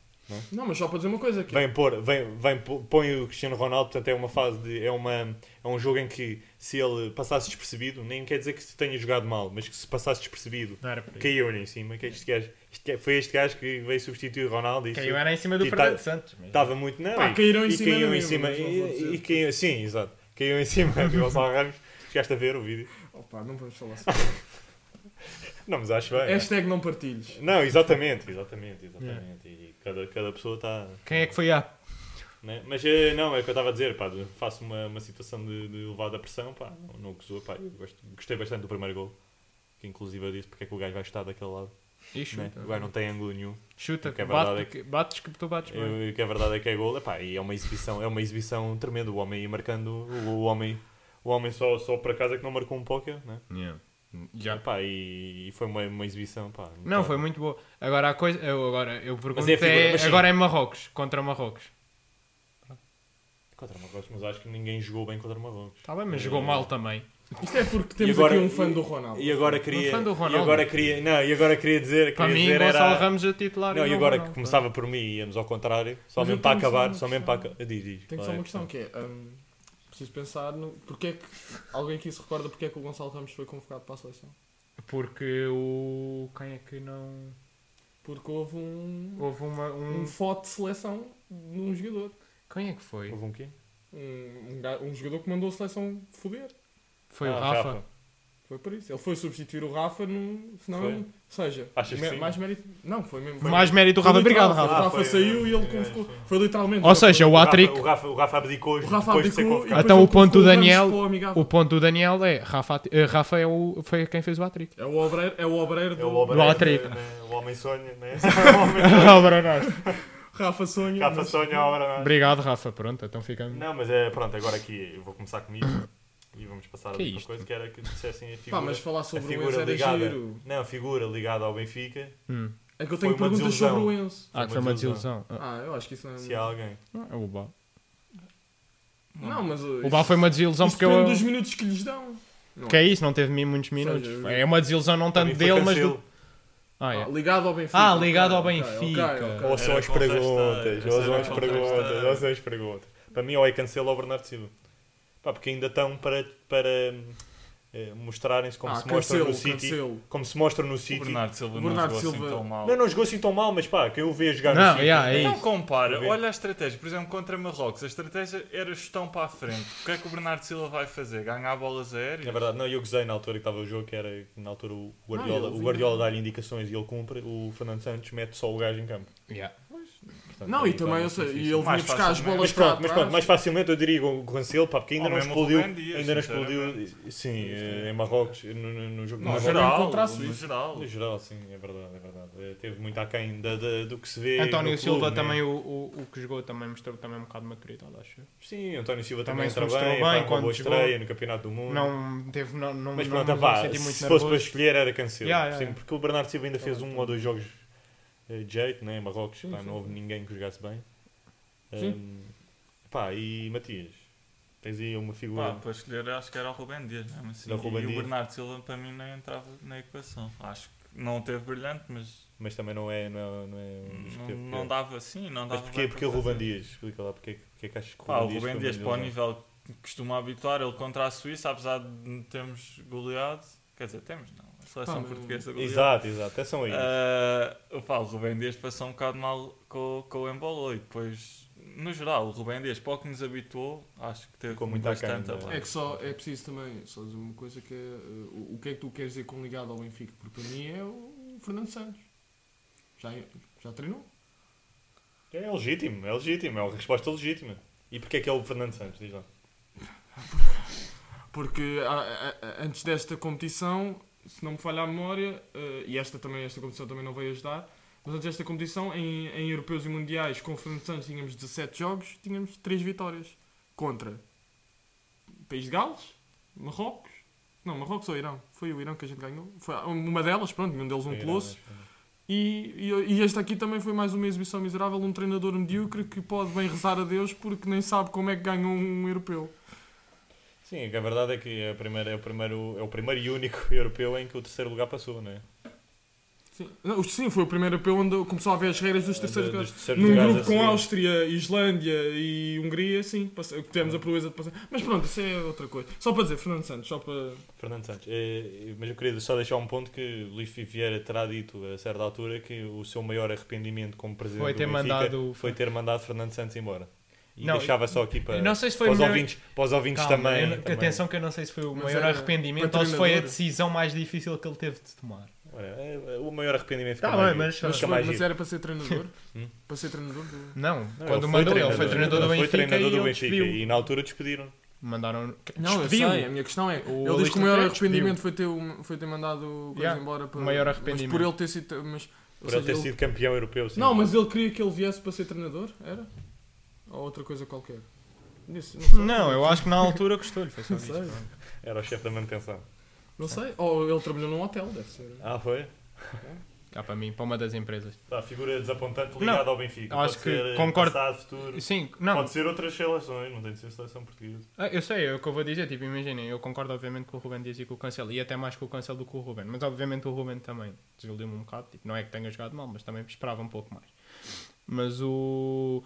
[SPEAKER 3] Não, mas só para dizer uma coisa aqui.
[SPEAKER 1] Vem pôr, vem, vem pô- põe o Cristiano Ronaldo, portanto é uma fase de. É, uma, é um jogo em que se ele passasse despercebido, nem quer dizer que se tenha jogado mal, mas que se passasse despercebido,
[SPEAKER 2] Não era por aí.
[SPEAKER 1] caiu-lhe em cima. Que é este gajo, este gajo- foi este gajo que veio substituir o Ronaldo e
[SPEAKER 2] Caiu era em cima do
[SPEAKER 1] E tá-
[SPEAKER 2] Fernando Santos. mas-
[SPEAKER 1] estava muito. Não,
[SPEAKER 3] Pá,
[SPEAKER 1] e-
[SPEAKER 3] caíram em
[SPEAKER 1] e
[SPEAKER 3] cima
[SPEAKER 1] caíram
[SPEAKER 3] da
[SPEAKER 1] em
[SPEAKER 3] mesma,
[SPEAKER 1] cima.
[SPEAKER 3] mas não vou
[SPEAKER 1] E,
[SPEAKER 3] dizer.
[SPEAKER 1] e caíram- sim, exato. Caiu em cima do Gonçalo Ramos. Chegaste a ver o vídeo.
[SPEAKER 3] Opa, não vamos falar sobre
[SPEAKER 1] Não, mas acho bem. não é?
[SPEAKER 3] Hashtag não partilhes.
[SPEAKER 1] Não, exatamente, exatamente, exatamente. E cada, cada pessoa está.
[SPEAKER 2] Quem é que foi a.
[SPEAKER 1] Né? Mas eh, não, é o que eu estava a dizer, pá, de- faço uma, uma situação de, de elevada pressão, pá, não, não gozou, pá, eu gosto- gostei bastante do primeiro gol. Que inclusive eu disse porque é que o gajo vai estar daquele lado.
[SPEAKER 2] E
[SPEAKER 1] Né?
[SPEAKER 2] chuta.
[SPEAKER 1] O gajo não tem ângulo nenhum.
[SPEAKER 2] então. Chuta,
[SPEAKER 1] O que é
[SPEAKER 2] bate,
[SPEAKER 1] verdade é
[SPEAKER 2] porque- bates que tu bates bem.
[SPEAKER 1] Eu- E o que a verdade é que é gol, epá, e é uma exibição, é uma exibição tremenda. O homem ia marcando, o, o homem, o homem só, só para casa que não marcou um póquer, né?
[SPEAKER 2] Já.
[SPEAKER 1] Epá, e, e foi uma, uma exibição, pá.
[SPEAKER 2] Não, foi muito boa. Agora a coisa. Eu, agora, eu pergunto
[SPEAKER 1] é figura,
[SPEAKER 2] é-
[SPEAKER 1] mas sim.
[SPEAKER 2] agora é Marrocos, contra Marrocos.
[SPEAKER 1] Contra o Marrocos, mas acho que ninguém jogou bem contra o Marrocos.
[SPEAKER 2] Está Tá bem, mas
[SPEAKER 1] É.
[SPEAKER 2] jogou mal também.
[SPEAKER 3] Isto é porque temos
[SPEAKER 1] agora-
[SPEAKER 3] aqui um fã do Ronaldo.
[SPEAKER 1] E agora queria.
[SPEAKER 2] fã do
[SPEAKER 1] e
[SPEAKER 2] Ronaldo.
[SPEAKER 1] agora queria. Não, e agora queria dizer.
[SPEAKER 2] Para
[SPEAKER 1] queria
[SPEAKER 2] mim,
[SPEAKER 1] dizer
[SPEAKER 2] Gonçalo
[SPEAKER 1] era...
[SPEAKER 2] Ramos a titular.
[SPEAKER 1] Não, e
[SPEAKER 2] não
[SPEAKER 1] agora
[SPEAKER 2] Ronaldo.
[SPEAKER 1] que começava por mim e íamos ao contrário, só
[SPEAKER 3] Mas
[SPEAKER 1] mesmo
[SPEAKER 3] eu
[SPEAKER 1] para
[SPEAKER 3] tenho só
[SPEAKER 1] acabar,
[SPEAKER 3] uma
[SPEAKER 1] só mesmo para acabar. Diz, diz.
[SPEAKER 3] Tenho
[SPEAKER 1] qual
[SPEAKER 3] só
[SPEAKER 1] é a
[SPEAKER 3] uma questão que é. hum, preciso pensar no. Porque é que. Alguém aqui se recorda porque é que o Gonçalo Ramos foi convocado para a seleção?
[SPEAKER 2] Porque o. Quem é que não.
[SPEAKER 3] Porque houve um.
[SPEAKER 2] Houve uma. Um...
[SPEAKER 1] Hum.
[SPEAKER 3] Um foto de seleção num jogador.
[SPEAKER 2] Quem é que foi?
[SPEAKER 1] Houve um quê?
[SPEAKER 3] Um, um ga- um jogador que mandou a seleção foder.
[SPEAKER 2] Foi
[SPEAKER 1] Ah,
[SPEAKER 2] o Rafa.
[SPEAKER 3] Foi por isso. Ele foi substituir o Rafa no. Senão
[SPEAKER 1] Foi?
[SPEAKER 3] ele- Ou seja,
[SPEAKER 1] Achas que
[SPEAKER 3] me-
[SPEAKER 1] sim?
[SPEAKER 3] mais mérito. Não, foi mesmo.
[SPEAKER 2] Mais mérito do Rafa.
[SPEAKER 3] Foi literal,
[SPEAKER 2] Obrigado, Rafa.
[SPEAKER 3] O
[SPEAKER 1] Ah,
[SPEAKER 3] Rafa
[SPEAKER 1] foi-
[SPEAKER 3] saiu e ele
[SPEAKER 1] é,
[SPEAKER 3] convocou. Foi literalmente.
[SPEAKER 2] Ou seja, o
[SPEAKER 1] O Rafa,
[SPEAKER 2] hat-trick.
[SPEAKER 1] o, Rafa, o Rafa abdicou hoje
[SPEAKER 3] O Rafa
[SPEAKER 1] depois de ser
[SPEAKER 3] abdicou
[SPEAKER 1] convocado.
[SPEAKER 3] tipo, e depois
[SPEAKER 2] Então
[SPEAKER 3] ele
[SPEAKER 2] o ponto
[SPEAKER 3] convocou
[SPEAKER 2] do
[SPEAKER 3] o Ramos
[SPEAKER 2] Daniel-
[SPEAKER 3] para o amigável.
[SPEAKER 2] O ponto do Daniel é Rafa, eh, Rafa é o, foi quem fez o hat-trick.
[SPEAKER 3] É o obreiro, é o obreiro do
[SPEAKER 1] É o obreiro,
[SPEAKER 2] No hat-trick.
[SPEAKER 1] né? O homem sonha, né?
[SPEAKER 2] Obra nossa.
[SPEAKER 3] Rafa Sonho.
[SPEAKER 1] Rafa
[SPEAKER 3] mas-
[SPEAKER 1] sonha, obra. não é?
[SPEAKER 2] Obrigado, Rafa. Pronto, então ficamos.
[SPEAKER 1] Não, mas é pronto, agora aqui eu vou começar comigo e vamos passar a
[SPEAKER 2] Que é
[SPEAKER 1] outra
[SPEAKER 2] isto?
[SPEAKER 1] coisa que era que dissessem a
[SPEAKER 3] Pá,
[SPEAKER 1] figura.
[SPEAKER 3] mas falar
[SPEAKER 1] a
[SPEAKER 3] sobre o
[SPEAKER 1] figura
[SPEAKER 3] Enzo era
[SPEAKER 1] ligada.
[SPEAKER 3] giro.
[SPEAKER 1] Não, a figura ligada ao Benfica.
[SPEAKER 2] Hum.
[SPEAKER 3] É que eu tenho
[SPEAKER 1] Foi uma
[SPEAKER 3] perguntas
[SPEAKER 1] desilusão.
[SPEAKER 3] sobre o Enzo.
[SPEAKER 2] Ah, que foi uma desilusão. Ah,
[SPEAKER 3] Ah, eu acho que isso não é.
[SPEAKER 1] Se há alguém.
[SPEAKER 2] ah, o Bal.
[SPEAKER 3] Não, mas. uh,
[SPEAKER 2] O Bal foi uma desilusão
[SPEAKER 3] isso
[SPEAKER 2] porque
[SPEAKER 1] um
[SPEAKER 3] depende
[SPEAKER 2] eu.
[SPEAKER 3] dos minutos que lhes dão.
[SPEAKER 2] Que é isso, não teve mi- muitos minutos.
[SPEAKER 1] um
[SPEAKER 3] Seja,
[SPEAKER 2] É uma desilusão não
[SPEAKER 1] Para mim
[SPEAKER 2] tanto
[SPEAKER 1] foi
[SPEAKER 2] dele, mas
[SPEAKER 1] Cancelo.
[SPEAKER 2] do. Ah, é.
[SPEAKER 3] Ah, ligado ao Benfica.
[SPEAKER 2] Ah,
[SPEAKER 3] ok,
[SPEAKER 2] ligado ao
[SPEAKER 3] ok,
[SPEAKER 2] Benfica.
[SPEAKER 3] ok, ok.
[SPEAKER 1] Ou são
[SPEAKER 4] Era
[SPEAKER 1] as
[SPEAKER 4] contestar,
[SPEAKER 1] perguntas,
[SPEAKER 4] essa
[SPEAKER 1] ou são
[SPEAKER 4] era
[SPEAKER 1] as
[SPEAKER 4] contestar.
[SPEAKER 1] perguntas, ou são as perguntas. Para mim, ou é Cancelo ou Bernardo Silva. Pá, porque ainda estão para, para eh, mostrarem-se como
[SPEAKER 3] Ah,
[SPEAKER 1] se mostram
[SPEAKER 3] cancelo,
[SPEAKER 1] no City.
[SPEAKER 3] cancelo.
[SPEAKER 1] Como se mostram no
[SPEAKER 4] O
[SPEAKER 1] City.
[SPEAKER 4] Bernardo Silva
[SPEAKER 3] O
[SPEAKER 4] não
[SPEAKER 3] Bernardo
[SPEAKER 4] jogou
[SPEAKER 3] Silva-
[SPEAKER 4] assim tão mal.
[SPEAKER 1] Não, não jogou assim tão mal, mas pá, quem o vê a jogar no
[SPEAKER 2] Não,
[SPEAKER 1] City.
[SPEAKER 2] yeah, é
[SPEAKER 1] né?
[SPEAKER 2] isso.
[SPEAKER 4] Então compara,
[SPEAKER 1] Vou ver.
[SPEAKER 4] olha a estratégia, por exemplo, contra Marrocos, a estratégia era chutão para a frente. O que é que o Bernardo Silva vai fazer? Ganhar bolas
[SPEAKER 1] É
[SPEAKER 4] aéreas?
[SPEAKER 1] verdade, não, eu gozei na altura que estava o jogo, que era na altura o Guardiola,
[SPEAKER 3] Ah, eu
[SPEAKER 1] o
[SPEAKER 3] vi.
[SPEAKER 1] Guardiola dá-lhe indicações e ele cumpre, o Fernando Santos mete só o gajo em campo.
[SPEAKER 2] Yeah.
[SPEAKER 1] Portanto, aí
[SPEAKER 3] Não,
[SPEAKER 1] tá é
[SPEAKER 3] e
[SPEAKER 1] está
[SPEAKER 3] também, eu
[SPEAKER 1] muito
[SPEAKER 3] sei,
[SPEAKER 1] difícil.
[SPEAKER 3] e ele vinha
[SPEAKER 4] Mais
[SPEAKER 3] buscar
[SPEAKER 4] fácil,
[SPEAKER 3] as
[SPEAKER 4] né?
[SPEAKER 3] bolas
[SPEAKER 1] Mas
[SPEAKER 3] para
[SPEAKER 1] pronto, mas pronto,
[SPEAKER 3] trás.
[SPEAKER 1] mais facilmente eu diria o Cancelo, pá, porque ainda
[SPEAKER 4] Ou
[SPEAKER 1] não
[SPEAKER 4] mesmo o
[SPEAKER 1] explodiu,
[SPEAKER 4] Rubén Dias,
[SPEAKER 1] ainda não
[SPEAKER 4] sinceramente. é
[SPEAKER 1] explodiu, sim, eh, em Marrocos, no, no- no jogo de
[SPEAKER 4] No
[SPEAKER 1] Marrocos.
[SPEAKER 4] geral,
[SPEAKER 3] contra a
[SPEAKER 4] no
[SPEAKER 3] Suíça.
[SPEAKER 4] geral.
[SPEAKER 1] No geral, sim, é verdade, é verdade. Eh, Teve muito aquém da, da, do que se vê.
[SPEAKER 2] António
[SPEAKER 1] no clube,
[SPEAKER 2] Silva
[SPEAKER 1] né?
[SPEAKER 2] também, o, o, o que jogou, também mostrou também um bocado de maturidade, acho. eu.
[SPEAKER 1] Sim, António Silva também,
[SPEAKER 2] Também se
[SPEAKER 1] entra
[SPEAKER 2] mostrou
[SPEAKER 1] bem,
[SPEAKER 2] bem
[SPEAKER 1] bem uma
[SPEAKER 2] quando
[SPEAKER 1] boa
[SPEAKER 2] jogou.
[SPEAKER 1] estreia no Campeonato do Mundo.
[SPEAKER 2] Não teve. Não, não,
[SPEAKER 1] mas
[SPEAKER 2] não,
[SPEAKER 1] pronto,
[SPEAKER 2] não
[SPEAKER 1] pá,
[SPEAKER 2] me senti
[SPEAKER 1] se
[SPEAKER 2] muito
[SPEAKER 1] fosse para
[SPEAKER 2] nervoso.
[SPEAKER 1] escolher era Cancelo.
[SPEAKER 2] Yeah, yeah,
[SPEAKER 1] Sim,
[SPEAKER 2] yeah.
[SPEAKER 1] porque o Bernardo Silva ainda fez
[SPEAKER 3] bem,
[SPEAKER 1] um
[SPEAKER 3] tá
[SPEAKER 1] ou dois jogos eh, de jeito, né? em Marrocos,
[SPEAKER 3] Sim,
[SPEAKER 1] pá,
[SPEAKER 3] sim,
[SPEAKER 1] não houve ninguém que jogasse bem.
[SPEAKER 3] Sim.
[SPEAKER 1] Ahm, pá, e Matias, tens aí uma
[SPEAKER 4] Pá,
[SPEAKER 1] figura.
[SPEAKER 4] para escolher, acho que era o Rubén Dias, mesmo assim.
[SPEAKER 1] Era o Rubén
[SPEAKER 4] e
[SPEAKER 1] Dias.
[SPEAKER 4] o Bernardo Silva para mim nem entrava na equação. Acho que não teve brilhante, mas
[SPEAKER 1] Mas também não é, não é, não é um dos que
[SPEAKER 4] não,
[SPEAKER 1] teve
[SPEAKER 4] não
[SPEAKER 1] pior.
[SPEAKER 4] dava assim, não dava
[SPEAKER 1] Mas porquê,
[SPEAKER 4] bem
[SPEAKER 1] porquê o
[SPEAKER 4] para
[SPEAKER 1] Ruben
[SPEAKER 4] fazer.
[SPEAKER 1] Dias? Explica lá, porquê, porquê é que achas que o
[SPEAKER 4] Pá, Ah, o
[SPEAKER 1] Ruben Dias... foi
[SPEAKER 4] Rubén Dias,
[SPEAKER 1] uma
[SPEAKER 4] para o
[SPEAKER 1] desilusão?
[SPEAKER 4] nível que costuma habituar, ele contra a Suíça, apesar de termos goleado, quer dizer, temos não, a
[SPEAKER 3] Pá,
[SPEAKER 4] seleção
[SPEAKER 3] mas-
[SPEAKER 4] portuguesa goleou.
[SPEAKER 1] Exato, exato, atenção aí.
[SPEAKER 4] Ah, eu falo, o Rubem Dias passou um bocado mal com, com o Embolo e depois, no geral, o Rubem Dias, para o que nos habituou, acho que teve
[SPEAKER 1] Ficou muito né?
[SPEAKER 4] bastante
[SPEAKER 1] aquém,
[SPEAKER 4] abaixo.
[SPEAKER 3] É que só é preciso também só dizer uma coisa que é uh, o, o que é que tu queres dizer com ligado ao Benfica? Porque para mim é o Fernando Santos. Já, já treinou?
[SPEAKER 1] É legítimo, é legítimo, é uma resposta legítima. E porquê é que é o Fernando Santos? Diz lá.
[SPEAKER 3] Porque a- a- a- antes desta competição, se não me falha a memória, eh, e esta, também, esta competição também não veio ajudar, mas antes desta competição, em, em europeus e mundiais, com o Fernando Santos tínhamos 17 jogos, tínhamos 3 vitórias. Contra País de Gales, Marrocos, não, Marrocos ou Irão, foi o Irão que a gente ganhou. Foi uma delas, pronto, um deles um colosso. E, e, e este aqui também foi mais uma exibição miserável, um treinador medíocre que pode bem rezar a Deus porque nem sabe como é que ganhou um europeu.
[SPEAKER 1] Sim, é que a verdade é que é, a primeira, é, o primeiro, é o primeiro e único europeu em que o terceiro lugar passou, não é?
[SPEAKER 3] Sim, não, sim foi o primeiro europeu onde começou a ver as regras dos terceiros
[SPEAKER 1] Dos
[SPEAKER 3] lugares.
[SPEAKER 1] terceiros
[SPEAKER 3] Num
[SPEAKER 1] lugares
[SPEAKER 3] grupo
[SPEAKER 1] a
[SPEAKER 3] com
[SPEAKER 1] seguir.
[SPEAKER 3] Áustria, Islândia e Hungria, sim, passa- tivemos a proeza de passar. Mas pronto, isso é outra coisa. Só para dizer, Fernando Santos, só para.
[SPEAKER 1] Fernando Santos. Eh, mas eu queria só deixar um ponto que o Luís Filipe Vieira terá dito a certa altura que o seu maior arrependimento como presidente
[SPEAKER 2] Foi
[SPEAKER 1] do
[SPEAKER 2] ter
[SPEAKER 1] Benfica
[SPEAKER 2] mandado o-
[SPEAKER 1] foi ter mandado Fernando Santos embora. E
[SPEAKER 2] Não,
[SPEAKER 1] deixava só aqui para,
[SPEAKER 2] eu não sei se foi
[SPEAKER 1] para os
[SPEAKER 2] o melhor-
[SPEAKER 1] ouvintes, para os ouvintes
[SPEAKER 2] Calma,
[SPEAKER 1] também,
[SPEAKER 2] eu não-
[SPEAKER 1] também.
[SPEAKER 2] Atenção que eu não sei se foi o
[SPEAKER 3] Mas
[SPEAKER 2] maior
[SPEAKER 3] era
[SPEAKER 2] arrependimento
[SPEAKER 3] para
[SPEAKER 2] ou se foi a
[SPEAKER 3] treinador.
[SPEAKER 2] decisão mais difícil que ele teve de tomar.
[SPEAKER 1] Olha, é- é- o maior arrependimento
[SPEAKER 2] Tá
[SPEAKER 1] fica
[SPEAKER 2] bem,
[SPEAKER 1] mais giro.
[SPEAKER 2] mas-
[SPEAKER 1] Fica
[SPEAKER 3] Mas, foi-
[SPEAKER 1] mais
[SPEAKER 3] mas
[SPEAKER 1] giro.
[SPEAKER 3] era para ser treinador?
[SPEAKER 1] Hum?
[SPEAKER 3] para ser treinador? do-
[SPEAKER 2] Não,
[SPEAKER 1] Não,
[SPEAKER 2] quando mandou, ele foi treinador do
[SPEAKER 1] Ele
[SPEAKER 2] Benfica
[SPEAKER 1] foi treinador
[SPEAKER 2] e
[SPEAKER 1] do
[SPEAKER 2] ele
[SPEAKER 1] Benfica
[SPEAKER 2] despediu.
[SPEAKER 1] e na altura despediram.
[SPEAKER 2] Mandaram...
[SPEAKER 3] Não, eu
[SPEAKER 2] despediu.
[SPEAKER 3] sei, a minha questão é.
[SPEAKER 2] O
[SPEAKER 3] ele diz que o maior
[SPEAKER 2] Luís Tafete
[SPEAKER 3] arrependimento foi ter, o- foi ter mandado o coisa
[SPEAKER 2] Yeah,
[SPEAKER 3] embora para.
[SPEAKER 2] o maior
[SPEAKER 3] Mas
[SPEAKER 2] arrependimento.
[SPEAKER 3] por ele ter sido. Mas, ou
[SPEAKER 1] Por ele
[SPEAKER 3] seja,
[SPEAKER 1] ter sido campeão europeu. sim.
[SPEAKER 3] Não, mas ele queria que ele viesse para ser treinador? Era? Ou outra coisa qualquer? Isso, não sei.
[SPEAKER 2] Não, eu acho que na altura gostou-lhe, foi só isso.
[SPEAKER 3] sei.
[SPEAKER 1] Era o chefe da manutenção.
[SPEAKER 3] Não sei. Ou ele trabalhou num hotel, deve ser.
[SPEAKER 1] Ah, foi?
[SPEAKER 2] Cá Ah, para mim, para uma das empresas.
[SPEAKER 1] Tá, figura desapontante ligada ao Benfica.
[SPEAKER 2] acho
[SPEAKER 1] Pode
[SPEAKER 2] que
[SPEAKER 1] ser, eh,
[SPEAKER 2] concordo.
[SPEAKER 1] Passado, futuro.
[SPEAKER 2] Sim, não,
[SPEAKER 1] Pode ser outras seleções, não tem de ser seleção portuguesa.
[SPEAKER 2] Ah, Eu sei, é o que eu vou dizer, tipo, imaginem, eu concordo obviamente com o Ruben Dias e com o Cancelo, e até mais com o Cancelo do que com o Ruben, mas obviamente o Ruben também desiludiu-me um bocado, tipo, não é que tenha jogado mal, mas também esperava um pouco mais. Mas o...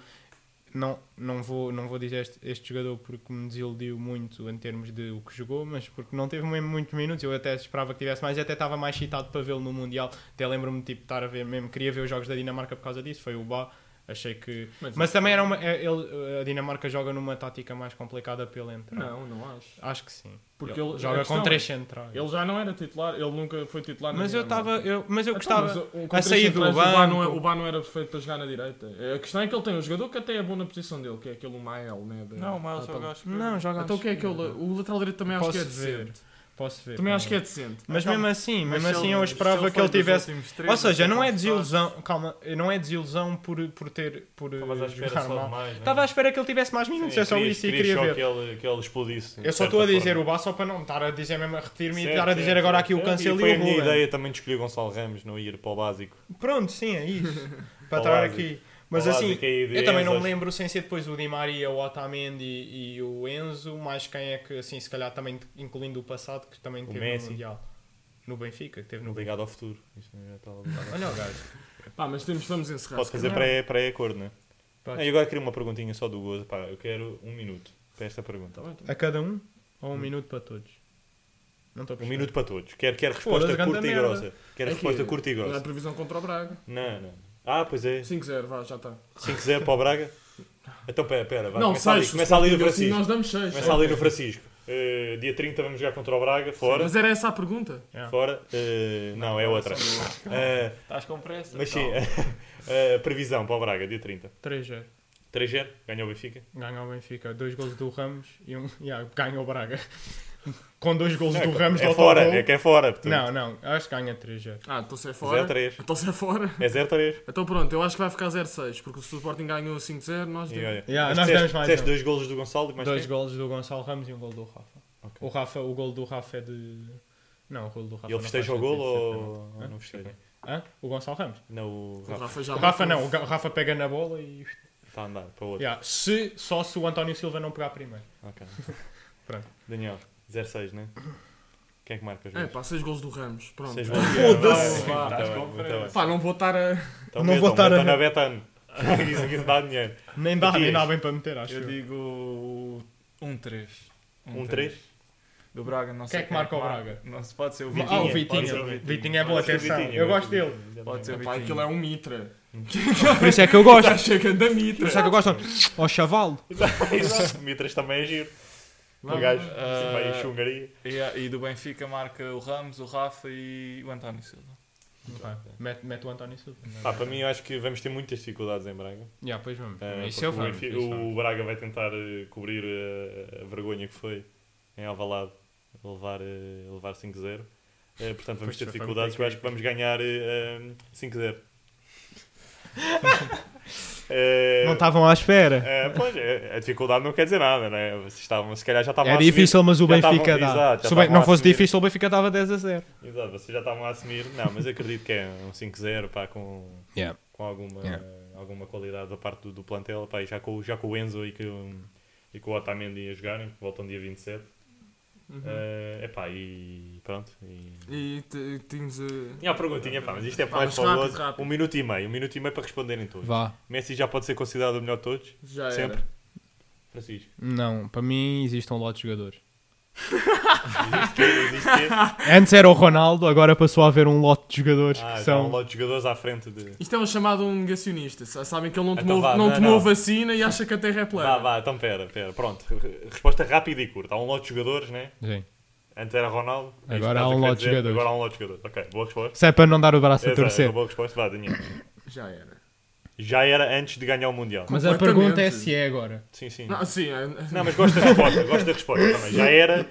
[SPEAKER 2] Não, não, vou, não vou dizer este, este jogador porque me desiludiu muito em termos de o que jogou, mas porque não teve mesmo muitos minutos, eu até esperava que tivesse mais e até estava mais excitado para vê-lo no Mundial, até lembro-me de tipo, estar a ver mesmo, queria ver os jogos da Dinamarca por causa disso, foi o Bá, achei que...
[SPEAKER 3] Mas,
[SPEAKER 2] Mas também era uma, é- ele- a Dinamarca joga numa tática mais complicada pela entrada.
[SPEAKER 3] Não, não acho.
[SPEAKER 2] Acho que sim.
[SPEAKER 3] Porque ele- a
[SPEAKER 2] joga
[SPEAKER 3] questão
[SPEAKER 2] com
[SPEAKER 3] é,
[SPEAKER 2] três centrais.
[SPEAKER 3] Ele já não era titular, ele nunca foi titular na
[SPEAKER 2] Mas eu
[SPEAKER 3] Dinamarca.
[SPEAKER 2] estava. Eu, mas eu
[SPEAKER 3] Então,
[SPEAKER 2] gostava.
[SPEAKER 3] mas o- o-
[SPEAKER 2] a sair do
[SPEAKER 3] com três centrais, o Bá não é-
[SPEAKER 2] banco.
[SPEAKER 3] O Bá não era perfeito para jogar na direita. A questão é que ele tem um jogador que até é bom na posição dele, que é aquele Mael, né? da-
[SPEAKER 4] Não, mas
[SPEAKER 3] Ah,
[SPEAKER 4] eu
[SPEAKER 3] tá.
[SPEAKER 4] acho que.
[SPEAKER 2] Não, joga.
[SPEAKER 3] Então o que é que ele. O lateral direito também acho
[SPEAKER 2] Posso
[SPEAKER 3] que é
[SPEAKER 2] ver.
[SPEAKER 3] decente.
[SPEAKER 2] Posso ver.
[SPEAKER 3] Também acho que é
[SPEAKER 2] calma.
[SPEAKER 3] decente.
[SPEAKER 2] Mas
[SPEAKER 4] Então,
[SPEAKER 2] mesmo assim,
[SPEAKER 4] mas
[SPEAKER 2] mesmo
[SPEAKER 4] se
[SPEAKER 2] assim
[SPEAKER 4] ele-
[SPEAKER 2] eu
[SPEAKER 4] se
[SPEAKER 2] esperava
[SPEAKER 4] ele
[SPEAKER 2] que ele
[SPEAKER 4] foi dos
[SPEAKER 2] tivesse.
[SPEAKER 4] últimos três,
[SPEAKER 2] Ou seja, não é
[SPEAKER 4] sei quantos
[SPEAKER 2] desilusão. Calma, não é desilusão por, por ter. Por
[SPEAKER 1] Estavas à
[SPEAKER 2] eh,
[SPEAKER 1] espera
[SPEAKER 2] jogar
[SPEAKER 1] só de
[SPEAKER 2] mal.
[SPEAKER 1] mais. né? é?
[SPEAKER 2] Estava à espera que ele tivesse mais minutos, é só isso e queria ver.
[SPEAKER 1] Que ele, que ele explodisse. de
[SPEAKER 2] Eu só estou a
[SPEAKER 1] certa
[SPEAKER 2] dizer
[SPEAKER 1] forma.
[SPEAKER 2] o Bá só para não me estar a dizer mesmo a repetir-me e
[SPEAKER 1] Certo,
[SPEAKER 2] estar a dizer
[SPEAKER 1] certo,
[SPEAKER 2] agora
[SPEAKER 1] certo,
[SPEAKER 2] aqui o é.
[SPEAKER 1] certo.
[SPEAKER 2] Cancelo
[SPEAKER 1] foi
[SPEAKER 2] e
[SPEAKER 1] a
[SPEAKER 2] o
[SPEAKER 1] minha
[SPEAKER 2] Ruben.
[SPEAKER 1] ideia também de escolher Gonçalo Ramos, não ir para o básico.
[SPEAKER 2] Pronto, sim, é isso. para estar
[SPEAKER 1] Falar de-
[SPEAKER 2] aqui. Mas
[SPEAKER 1] Falar de
[SPEAKER 2] assim,
[SPEAKER 1] que é
[SPEAKER 2] eu também não me
[SPEAKER 1] ideias,
[SPEAKER 2] lembro sem ser depois o Di Maria, o Otamendi e, e o Enzo, mais quem é que, assim, se calhar também incluindo o passado, que também
[SPEAKER 1] O
[SPEAKER 2] teve
[SPEAKER 1] Messi.
[SPEAKER 2] no Mundial. No Benfica, que teve no Benfica.
[SPEAKER 1] Ligado ao futuro. Isto não é tal- tal-
[SPEAKER 2] Olha o gajo.
[SPEAKER 3] Pá, mas temos, vamos encerrar.
[SPEAKER 1] Posso
[SPEAKER 3] se
[SPEAKER 1] fazer
[SPEAKER 3] calhar.
[SPEAKER 1] pré- pré-acordo, não é?
[SPEAKER 2] Podes.
[SPEAKER 1] Ah, E agora queria uma perguntinha só do Gozo. Pá, eu quero um minuto para esta pergunta.
[SPEAKER 3] Tá bem, tá bem.
[SPEAKER 2] A cada um? Ou um minuto para todos? Não
[SPEAKER 1] Hum.
[SPEAKER 2] estou a
[SPEAKER 1] Um
[SPEAKER 2] perceber.
[SPEAKER 1] minuto para todos. Quero, quero
[SPEAKER 2] Foda-se,
[SPEAKER 1] resposta
[SPEAKER 2] grande
[SPEAKER 1] curta e
[SPEAKER 2] merda.
[SPEAKER 1] grossa. Quero
[SPEAKER 3] É que-
[SPEAKER 1] resposta curta e
[SPEAKER 3] Não é
[SPEAKER 1] grossa.
[SPEAKER 3] previsão contra o Braga.
[SPEAKER 1] Não, não. Ah, pois é.
[SPEAKER 3] 5-0, vá, já tá. está.
[SPEAKER 1] 5-0 para o Braga? Então, pera, pera. Vai,
[SPEAKER 3] Não,
[SPEAKER 1] começa ali-
[SPEAKER 3] 6.
[SPEAKER 1] Começa ali do
[SPEAKER 3] Assim,
[SPEAKER 1] Francisco.
[SPEAKER 3] nós damos 6.
[SPEAKER 1] Começa ali no Francisco. Eh, dia 30 vamos jogar contra o Braga, fora.
[SPEAKER 3] Mas era essa a pergunta?
[SPEAKER 1] Fora. Eh, não, é outra. Eh,
[SPEAKER 4] Estás com pressa.
[SPEAKER 1] mas sim,
[SPEAKER 4] calma.
[SPEAKER 1] eh, previsão para o Braga, dia 30.
[SPEAKER 2] 3-0.
[SPEAKER 1] 3-0, ganhou o Benfica.
[SPEAKER 2] Ganha o Benfica. Dois golos do Ramos e um. Yeah, ganha o Braga. Com dois golos do
[SPEAKER 1] é,
[SPEAKER 2] Ramos
[SPEAKER 1] é
[SPEAKER 2] do
[SPEAKER 1] fora,
[SPEAKER 2] autogol.
[SPEAKER 1] é que é fora. portanto.
[SPEAKER 2] Não, não. Acho que ganha 3-0.
[SPEAKER 3] Ah, então se é fora.
[SPEAKER 1] 0-3.
[SPEAKER 3] Então se é fora.
[SPEAKER 1] É 0-3.
[SPEAKER 3] Então pronto, eu acho que vai ficar 0-6, porque se o Sporting ganhou 5-0, nós
[SPEAKER 1] E
[SPEAKER 3] demos.
[SPEAKER 1] olha,
[SPEAKER 2] Yeah,
[SPEAKER 1] mas
[SPEAKER 2] nós
[SPEAKER 1] disseste-
[SPEAKER 2] demos mais
[SPEAKER 1] disseste
[SPEAKER 2] um.
[SPEAKER 1] dois golos do Gonçalo e mais
[SPEAKER 2] Dois
[SPEAKER 1] quem?
[SPEAKER 2] golos do Gonçalo Ramos e um gol do Rafa.
[SPEAKER 1] Ok.
[SPEAKER 2] O, Rafa, o gol do Rafa é de. Não, o gol do Rafa.
[SPEAKER 1] E ele
[SPEAKER 2] não faz
[SPEAKER 1] festeja o gol
[SPEAKER 2] sentido,
[SPEAKER 1] ou ou
[SPEAKER 2] Hã?
[SPEAKER 1] não festeja?
[SPEAKER 2] certamente. Hã? O Gonçalo Ramos.
[SPEAKER 1] Não, o
[SPEAKER 3] O
[SPEAKER 1] Rafa
[SPEAKER 3] Rafa já
[SPEAKER 2] O Rafa não, o Ga- o Rafa pega na bola e.
[SPEAKER 1] está a andar para o outro.
[SPEAKER 2] Yeah, se, só se o António Silva não pegar primeiro.
[SPEAKER 1] Ok.
[SPEAKER 2] Pronto.
[SPEAKER 1] Daniel, 0-6, né? Quem é que marca os
[SPEAKER 3] É
[SPEAKER 1] gols?
[SPEAKER 3] pá, 6 gols do Ramos. Pronto.
[SPEAKER 1] Seis golos.
[SPEAKER 2] Foda-se!
[SPEAKER 1] Tá bem,
[SPEAKER 4] Estás
[SPEAKER 1] tá bem,
[SPEAKER 4] com
[SPEAKER 1] tá
[SPEAKER 4] pressa.
[SPEAKER 1] bem.
[SPEAKER 3] Pá, não vou estar a.
[SPEAKER 1] Então
[SPEAKER 2] Não
[SPEAKER 1] metam,
[SPEAKER 2] vou estar a-
[SPEAKER 1] metam na Betano. isso, isso dá dinheiro.
[SPEAKER 2] Nem dá,
[SPEAKER 1] Matias.
[SPEAKER 2] nem dá bem para meter, acho.
[SPEAKER 4] Eu
[SPEAKER 2] eu.
[SPEAKER 4] digo 1-3.
[SPEAKER 2] Hum,
[SPEAKER 1] Um
[SPEAKER 4] três.
[SPEAKER 1] 3?
[SPEAKER 4] Do Braga, não sei.
[SPEAKER 2] é que marca o Braga?
[SPEAKER 4] Não se pode ser o
[SPEAKER 2] Vi-
[SPEAKER 4] Vitinho.
[SPEAKER 2] Ah, o
[SPEAKER 1] Vitinha, pode ser
[SPEAKER 2] Vitinho.
[SPEAKER 1] o
[SPEAKER 2] Vitinho.
[SPEAKER 1] Vitinha.
[SPEAKER 2] é boa,
[SPEAKER 1] Acho que o
[SPEAKER 2] atenção.
[SPEAKER 1] Vitinho,
[SPEAKER 2] Eu
[SPEAKER 1] acho
[SPEAKER 2] gosto
[SPEAKER 1] que o
[SPEAKER 2] dele.
[SPEAKER 1] Vitinho.
[SPEAKER 4] Pode ser o
[SPEAKER 3] Pá,
[SPEAKER 4] Vitinho.
[SPEAKER 3] aquilo é um Mitra.
[SPEAKER 2] Por isso é que eu gosto.
[SPEAKER 3] Já chega da Mitra.
[SPEAKER 2] Por isso é que eu gosto. Ó chaval.
[SPEAKER 1] Exato, o Mitras também é giro. O gajo
[SPEAKER 9] ah,
[SPEAKER 1] assim, vai em Xungaria.
[SPEAKER 4] E, e do Benfica marca o Ramos, o Rafa e o António Silva.
[SPEAKER 9] Ok. Mete, mete o António Silva.
[SPEAKER 2] é?
[SPEAKER 1] Pá, para mim, eu acho que vamos ter muitas dificuldades em Braga.
[SPEAKER 9] Já, pois vamos.
[SPEAKER 1] Eh,
[SPEAKER 2] é
[SPEAKER 9] isso eu
[SPEAKER 1] porque o
[SPEAKER 9] vamos.
[SPEAKER 1] Benfica-
[SPEAKER 9] isso vamos.
[SPEAKER 1] o Braga vai tentar eh, cobrir eh, a, vergonha que foi em Alvalade, a levar, eh, a levar 5-0. Eh, portanto, vamos
[SPEAKER 9] Pois foi,
[SPEAKER 1] ter
[SPEAKER 9] foi
[SPEAKER 1] dificuldades.
[SPEAKER 9] muito
[SPEAKER 1] Eu acho que vamos ganhar eh, eh, 5-0. Eh,
[SPEAKER 2] Não tá estavam à espera.
[SPEAKER 1] eh, pois, eh, a dificuldade não quer dizer nada, né? Vocês estavam, se calhar já estavam
[SPEAKER 2] É
[SPEAKER 1] a assumir-
[SPEAKER 2] difícil, mas o
[SPEAKER 1] já estavam-
[SPEAKER 2] Benfica dá.
[SPEAKER 1] exato, já
[SPEAKER 2] Se o Ben-
[SPEAKER 1] estavam
[SPEAKER 2] não
[SPEAKER 1] a
[SPEAKER 2] fosse
[SPEAKER 1] assumir.
[SPEAKER 2] difícil, o Benfica dava 10 a 0.
[SPEAKER 1] Exato, vocês já estavam a assumir. Não, mas acredito que é um 5-0, pá, com,
[SPEAKER 2] Yeah.
[SPEAKER 1] com alguma,
[SPEAKER 2] Yeah.
[SPEAKER 1] alguma qualidade da parte do, do plantel, pá, e já com, já com o Enzo e com, e com o Otamendi a jogarem, que voltam dia 27.
[SPEAKER 2] Uhum.
[SPEAKER 1] é pá, e pronto. E...
[SPEAKER 3] E te- tínhamos. eh,
[SPEAKER 1] E há perguntinha, pá, mas isto é mais
[SPEAKER 3] Vamos
[SPEAKER 1] famoso.
[SPEAKER 3] rápido, rápido.
[SPEAKER 1] Um minuto e meio, um minuto e meio para responderem todos.
[SPEAKER 2] Vá.
[SPEAKER 1] Messi já pode ser considerado o melhor de todos?
[SPEAKER 3] Já era.
[SPEAKER 1] Sempre? Francisco.
[SPEAKER 2] Não, para mim existem um lote de jogadores.
[SPEAKER 1] Existe quê? Existe quê?
[SPEAKER 2] Antes era o Ronaldo, agora passou a haver um lote de jogadores
[SPEAKER 1] Ah,
[SPEAKER 2] que
[SPEAKER 1] já há um
[SPEAKER 2] são.
[SPEAKER 1] lote de jogadores à frente de.
[SPEAKER 3] Isto é um chamado um negacionista. sa- Sabem que ele não
[SPEAKER 1] Então
[SPEAKER 3] tomou,
[SPEAKER 1] vá,
[SPEAKER 3] não
[SPEAKER 1] não,
[SPEAKER 3] tomou
[SPEAKER 1] não.
[SPEAKER 3] vacina e acha que a Terra é
[SPEAKER 1] Vá,
[SPEAKER 3] plana.
[SPEAKER 1] vá, então pera, pera. Pronto, re- resposta rápida e curta. Há um lote de jogadores, né?
[SPEAKER 2] Sim.
[SPEAKER 1] Antes era Ronaldo. é isso
[SPEAKER 2] Agora
[SPEAKER 1] que
[SPEAKER 2] há
[SPEAKER 1] estás
[SPEAKER 2] um
[SPEAKER 1] a querer
[SPEAKER 2] lote de
[SPEAKER 1] dizer?
[SPEAKER 2] jogadores.
[SPEAKER 1] Agora há um lote de jogadores. Ok, boa resposta.
[SPEAKER 2] Se é para não dar o braço a
[SPEAKER 1] Essa é
[SPEAKER 2] torcer.
[SPEAKER 1] uma boa resposta. Vá, Daniel.
[SPEAKER 3] Já era.
[SPEAKER 1] Já era antes de ganhar o Mundial.
[SPEAKER 2] Mas a
[SPEAKER 3] Completamente.
[SPEAKER 2] pergunta é se é agora.
[SPEAKER 1] Sim, sim.
[SPEAKER 3] Não,
[SPEAKER 1] Não,
[SPEAKER 3] sim, é-
[SPEAKER 1] mas gosto da resposta. Gosto da resposta também. Já era.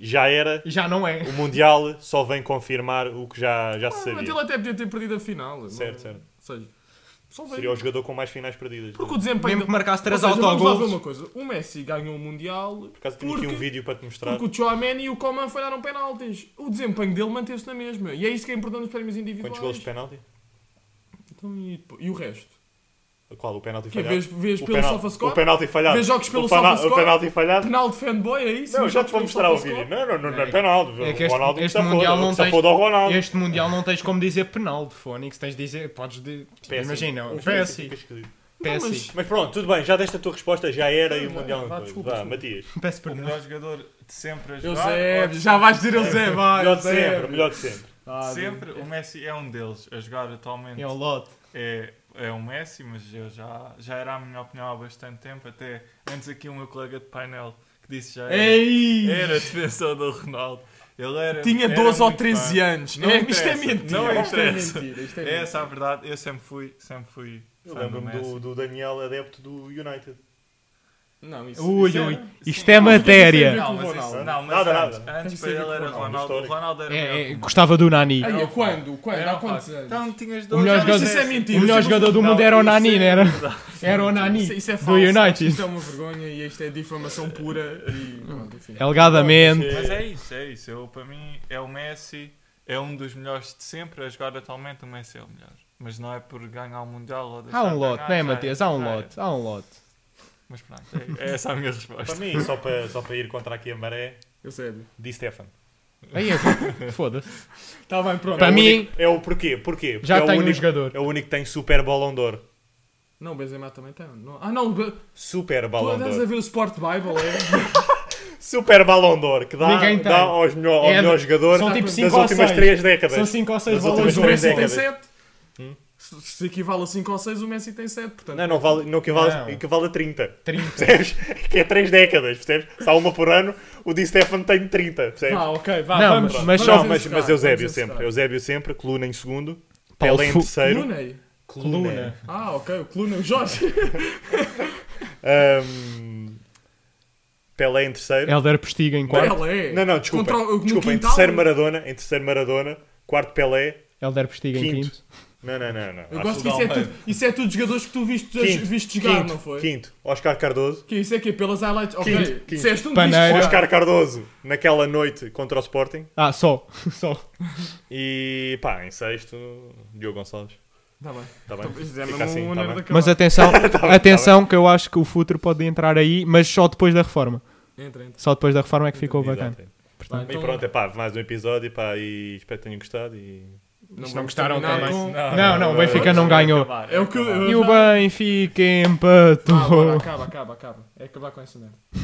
[SPEAKER 1] Já era.
[SPEAKER 2] Já não é.
[SPEAKER 1] O Mundial só vem confirmar o que já, já se
[SPEAKER 3] Ah, mas ele
[SPEAKER 1] sabia.
[SPEAKER 3] até podia ter perdido a final.
[SPEAKER 1] Certo,
[SPEAKER 3] Não-
[SPEAKER 1] certo.
[SPEAKER 3] é? Ou seja, só veio.
[SPEAKER 1] Seria o jogador com mais finais perdidas.
[SPEAKER 3] Porque
[SPEAKER 1] Por
[SPEAKER 3] o desempenho.
[SPEAKER 2] Mesmo que
[SPEAKER 3] do-
[SPEAKER 2] marcasse
[SPEAKER 3] Ou
[SPEAKER 2] 3
[SPEAKER 3] seja, vamos lá ver
[SPEAKER 2] autogolos.
[SPEAKER 3] uma coisa. O Messi ganhou o Mundial
[SPEAKER 1] acaso tenho aqui um
[SPEAKER 3] Porque-
[SPEAKER 1] vídeo para te mostrar.
[SPEAKER 3] porque o Chouameni e o Coman falharam penaltis. O desempenho dele manteve-se na mesma. E é isso que é importante nos prémios individuais.
[SPEAKER 1] Quantos golos de penalti?
[SPEAKER 3] Então, e, depois- e o resto?
[SPEAKER 1] Qual? O penalti
[SPEAKER 3] Que é,
[SPEAKER 1] falhado?
[SPEAKER 3] vês, vês
[SPEAKER 1] O
[SPEAKER 3] pelo
[SPEAKER 1] penal-
[SPEAKER 3] SofaScore?
[SPEAKER 1] O penalti falhado.
[SPEAKER 3] Vês jogos pelo
[SPEAKER 1] o pena-
[SPEAKER 3] SofaScore?
[SPEAKER 1] O penalti falhado.
[SPEAKER 3] Penalti fanboy, é isso?
[SPEAKER 1] Não, já
[SPEAKER 3] Vês jogos
[SPEAKER 1] te vou
[SPEAKER 3] pelo
[SPEAKER 1] mostrar o
[SPEAKER 3] SofaScore?
[SPEAKER 1] vídeo. Não, não, não, não é
[SPEAKER 2] É
[SPEAKER 1] penalti.
[SPEAKER 2] que
[SPEAKER 1] o
[SPEAKER 2] este-
[SPEAKER 1] Ronaldo
[SPEAKER 2] este
[SPEAKER 1] está
[SPEAKER 2] Mundial
[SPEAKER 1] foda.
[SPEAKER 2] não
[SPEAKER 1] Está
[SPEAKER 2] tem- É,
[SPEAKER 1] foda ao Ronaldo.
[SPEAKER 2] Este Mundial não tens como dizer penal de Fónix, tens de dizer. Podes de. Imagina,
[SPEAKER 1] O
[SPEAKER 2] Pessi.
[SPEAKER 1] fica esquisito.
[SPEAKER 3] Então,
[SPEAKER 2] Pessi.
[SPEAKER 3] mas-
[SPEAKER 1] assim Mas pronto, tudo bem, já deste a tua resposta, já era e o
[SPEAKER 3] Não,
[SPEAKER 1] Mundial não
[SPEAKER 3] vá,
[SPEAKER 1] foi.
[SPEAKER 3] desculpa,
[SPEAKER 1] Vá,
[SPEAKER 3] desculpa.
[SPEAKER 1] Matias.
[SPEAKER 2] Peço
[SPEAKER 4] O
[SPEAKER 2] perdão.
[SPEAKER 4] melhor jogador de sempre a jogar. ou
[SPEAKER 3] Eusébio,
[SPEAKER 4] de
[SPEAKER 3] já vais dizer Eusébio,
[SPEAKER 2] Ah,
[SPEAKER 3] vai.
[SPEAKER 1] Melhor de
[SPEAKER 3] Eusébio.
[SPEAKER 1] sempre, melhor de sempre.
[SPEAKER 3] Ah,
[SPEAKER 4] Sempre o Messi é um deles a jogar atualmente.
[SPEAKER 2] É um lote.
[SPEAKER 4] É, é o Messi, mas eu já, já era a minha opinião há bastante tempo. Até antes aqui o meu colega de painel que disse já era,
[SPEAKER 3] Ei!
[SPEAKER 4] era defensor do Ronaldo. Ele era,
[SPEAKER 3] Tinha
[SPEAKER 4] era
[SPEAKER 3] 12 ou
[SPEAKER 4] muito
[SPEAKER 3] 13
[SPEAKER 4] fã.
[SPEAKER 3] anos.
[SPEAKER 4] Não
[SPEAKER 3] É, isto
[SPEAKER 4] interessa,
[SPEAKER 3] é mentira.
[SPEAKER 4] não
[SPEAKER 3] isto é
[SPEAKER 4] interessa.
[SPEAKER 3] mentira. Isto é
[SPEAKER 4] É
[SPEAKER 3] mentira.
[SPEAKER 4] essa a verdade. Eu sempre fui, sempre fui
[SPEAKER 1] Eu
[SPEAKER 4] fã do
[SPEAKER 1] lembro-me
[SPEAKER 4] Messi.
[SPEAKER 1] do, do Daniel adepto do United.
[SPEAKER 3] Não, isso,
[SPEAKER 2] Ui,
[SPEAKER 3] isso é-
[SPEAKER 2] ui. Isto
[SPEAKER 4] Sim.
[SPEAKER 2] é
[SPEAKER 4] Não,
[SPEAKER 2] matéria.
[SPEAKER 3] Não,
[SPEAKER 4] Não,
[SPEAKER 3] mas
[SPEAKER 4] mas
[SPEAKER 3] isso-
[SPEAKER 4] isso, não, mas
[SPEAKER 1] Nada, nada.
[SPEAKER 4] antes, antes
[SPEAKER 3] Tem
[SPEAKER 4] para
[SPEAKER 3] que ser
[SPEAKER 4] ele
[SPEAKER 3] com
[SPEAKER 4] era
[SPEAKER 3] Ronaldo,
[SPEAKER 4] Ronaldo. O
[SPEAKER 1] histórico.
[SPEAKER 4] Ronaldo era
[SPEAKER 2] É, é,
[SPEAKER 4] melhor.
[SPEAKER 2] gostava do Nani.
[SPEAKER 3] Aí,
[SPEAKER 4] Não,
[SPEAKER 3] quando? Quando?
[SPEAKER 4] Era
[SPEAKER 3] Há quantos
[SPEAKER 4] fácil.
[SPEAKER 3] anos?
[SPEAKER 4] Então tinhas
[SPEAKER 2] O
[SPEAKER 4] dois
[SPEAKER 2] melhor
[SPEAKER 3] Não, mas
[SPEAKER 2] jogador,
[SPEAKER 3] isso é mentira.
[SPEAKER 2] o melhor
[SPEAKER 3] Isso é-
[SPEAKER 2] jogador do
[SPEAKER 4] Não,
[SPEAKER 2] mundo era o
[SPEAKER 4] isso é
[SPEAKER 2] Nani, não era? Era o
[SPEAKER 3] Isso,
[SPEAKER 2] Nani.
[SPEAKER 3] isso é
[SPEAKER 2] do
[SPEAKER 3] falso.
[SPEAKER 2] United.
[SPEAKER 3] Isto é uma vergonha e isto é difamação pura. E pronto, enfim.
[SPEAKER 2] É um Alegadamente.
[SPEAKER 4] Mas é isso, é isso. Eu, para mim, é o Messi, é um dos melhores de sempre. A jogar atualmente, o Messi é o melhor. Mas não é por ganhar o Mundial ou deixar
[SPEAKER 2] Há um
[SPEAKER 4] de
[SPEAKER 2] lote,
[SPEAKER 4] ganhar,
[SPEAKER 2] não é,
[SPEAKER 4] Ah, já
[SPEAKER 2] Matias? Há um
[SPEAKER 4] já
[SPEAKER 2] lote, há um lote.
[SPEAKER 4] Mas pronto, é, é essa a minha
[SPEAKER 1] Para
[SPEAKER 4] resposta.
[SPEAKER 1] mim, só para, só para ir contra aqui a maré,
[SPEAKER 3] Eusébio.
[SPEAKER 1] Di Stefano.
[SPEAKER 2] Aí é- Foda-se. Tá
[SPEAKER 3] Está bem, pronto.
[SPEAKER 2] Para
[SPEAKER 1] É o
[SPEAKER 2] mim-
[SPEAKER 1] único- É o porquê? Porquê? Porque
[SPEAKER 2] Já
[SPEAKER 1] é o
[SPEAKER 2] tenho um
[SPEAKER 1] único,
[SPEAKER 2] jogador.
[SPEAKER 1] É o único que tem Super Ballon d'Or.
[SPEAKER 3] Não, o Benzema também tem. Não- Ah, não. Be-
[SPEAKER 1] Super
[SPEAKER 3] Tu
[SPEAKER 1] Ballon
[SPEAKER 3] andas a
[SPEAKER 1] d'Or.
[SPEAKER 3] ver o Sport Bible, é?
[SPEAKER 1] Super Ballon d'Or, que dá,
[SPEAKER 2] Ninguém tem.
[SPEAKER 1] dá aos melhor, ao
[SPEAKER 2] É,
[SPEAKER 1] melhor jogador
[SPEAKER 2] são tipo
[SPEAKER 1] das
[SPEAKER 2] cinco ou
[SPEAKER 1] últimas
[SPEAKER 2] seis.
[SPEAKER 1] três
[SPEAKER 2] São
[SPEAKER 1] décadas.
[SPEAKER 2] 5 ou 6
[SPEAKER 1] Mas outras
[SPEAKER 2] valores
[SPEAKER 3] Mas o
[SPEAKER 1] três
[SPEAKER 3] Messi um tem
[SPEAKER 1] décadas. Hum?
[SPEAKER 3] 7. Se se equivale a 5 ou 6, o Messi tem 7. Portanto,
[SPEAKER 1] Não, não vale, não equivale,
[SPEAKER 2] Não.
[SPEAKER 1] equivale a 30.
[SPEAKER 2] 30.
[SPEAKER 1] Percebes? Que é três décadas, percebes? Se há uma por ano, o Di Stefano tem 30, percebes?
[SPEAKER 3] Ah, ok, vá,
[SPEAKER 2] Não,
[SPEAKER 3] vamos.
[SPEAKER 2] mas- mas só-
[SPEAKER 3] vamos
[SPEAKER 1] Não, mas,
[SPEAKER 3] encerrar,
[SPEAKER 1] mas
[SPEAKER 3] vamos
[SPEAKER 1] Eusébio
[SPEAKER 3] encerrar.
[SPEAKER 1] sempre. Eusébio sempre, Coluna em segundo,
[SPEAKER 2] Paulo
[SPEAKER 1] Pelé em
[SPEAKER 2] Fu-
[SPEAKER 1] terceiro.
[SPEAKER 3] Clooney?
[SPEAKER 2] Coluna.
[SPEAKER 3] Ah, ok, o Cluna, o Jorge.
[SPEAKER 1] Ahm, Pelé em terceiro.
[SPEAKER 2] Helder Postiga em quarto.
[SPEAKER 3] Pelé.
[SPEAKER 1] Não, não, desculpa.
[SPEAKER 3] É Contra o- no
[SPEAKER 1] desculpa, em
[SPEAKER 3] quintal?
[SPEAKER 1] terceiro Maradona, em terceiro Maradona, quarto Pelé.
[SPEAKER 2] Helder Postiga em
[SPEAKER 1] Quinto.
[SPEAKER 2] quinto.
[SPEAKER 1] Não, não, não, não.
[SPEAKER 3] Eu
[SPEAKER 1] Acho-
[SPEAKER 3] gosto que isso é,
[SPEAKER 2] um
[SPEAKER 3] tudo, isso é tudo jogadores que tu viste,
[SPEAKER 1] Quinto,
[SPEAKER 3] viste jogar,
[SPEAKER 1] quinto,
[SPEAKER 3] não foi?
[SPEAKER 1] quinto, Oscar Cardoso.
[SPEAKER 3] Que isso é que Pelas highlights. Ok,
[SPEAKER 1] Quinto, quinto.
[SPEAKER 3] disseste um que viste
[SPEAKER 2] Paneira.
[SPEAKER 3] jogar.
[SPEAKER 1] Oscar Cardoso naquela noite contra o Sporting.
[SPEAKER 2] Ah, só. Só.
[SPEAKER 1] E pá, em sexto, Diogo Gonçalves.
[SPEAKER 3] Tá bem.
[SPEAKER 1] Tá bem?
[SPEAKER 3] Isto é
[SPEAKER 1] Fica
[SPEAKER 3] mesmo
[SPEAKER 1] assim,
[SPEAKER 3] um
[SPEAKER 1] tá
[SPEAKER 3] honor
[SPEAKER 1] bem? tá
[SPEAKER 3] da
[SPEAKER 2] Mas
[SPEAKER 3] cavalo.
[SPEAKER 2] atenção, atenção que eu acho que o futuro pode entrar aí, mas só depois da reforma.
[SPEAKER 3] Entra, entra.
[SPEAKER 2] Só depois da reforma é que ficou
[SPEAKER 1] Exato.
[SPEAKER 2] bacana.
[SPEAKER 3] Vai,
[SPEAKER 2] Portanto,
[SPEAKER 1] E
[SPEAKER 3] então,
[SPEAKER 1] pronto, é pá, mais um episódio pá, e espero que tenham gostado. E...
[SPEAKER 3] não,
[SPEAKER 2] se não
[SPEAKER 3] vamos
[SPEAKER 2] gostaram
[SPEAKER 3] terminar
[SPEAKER 2] também.
[SPEAKER 3] com-
[SPEAKER 2] não, não, o Benfica não ganhou.
[SPEAKER 3] É o que eu.
[SPEAKER 2] E o
[SPEAKER 3] já-
[SPEAKER 2] Benfica
[SPEAKER 3] Ah, bora,
[SPEAKER 2] empatou.
[SPEAKER 3] acaba, acaba, acaba. É acabar com essa merda.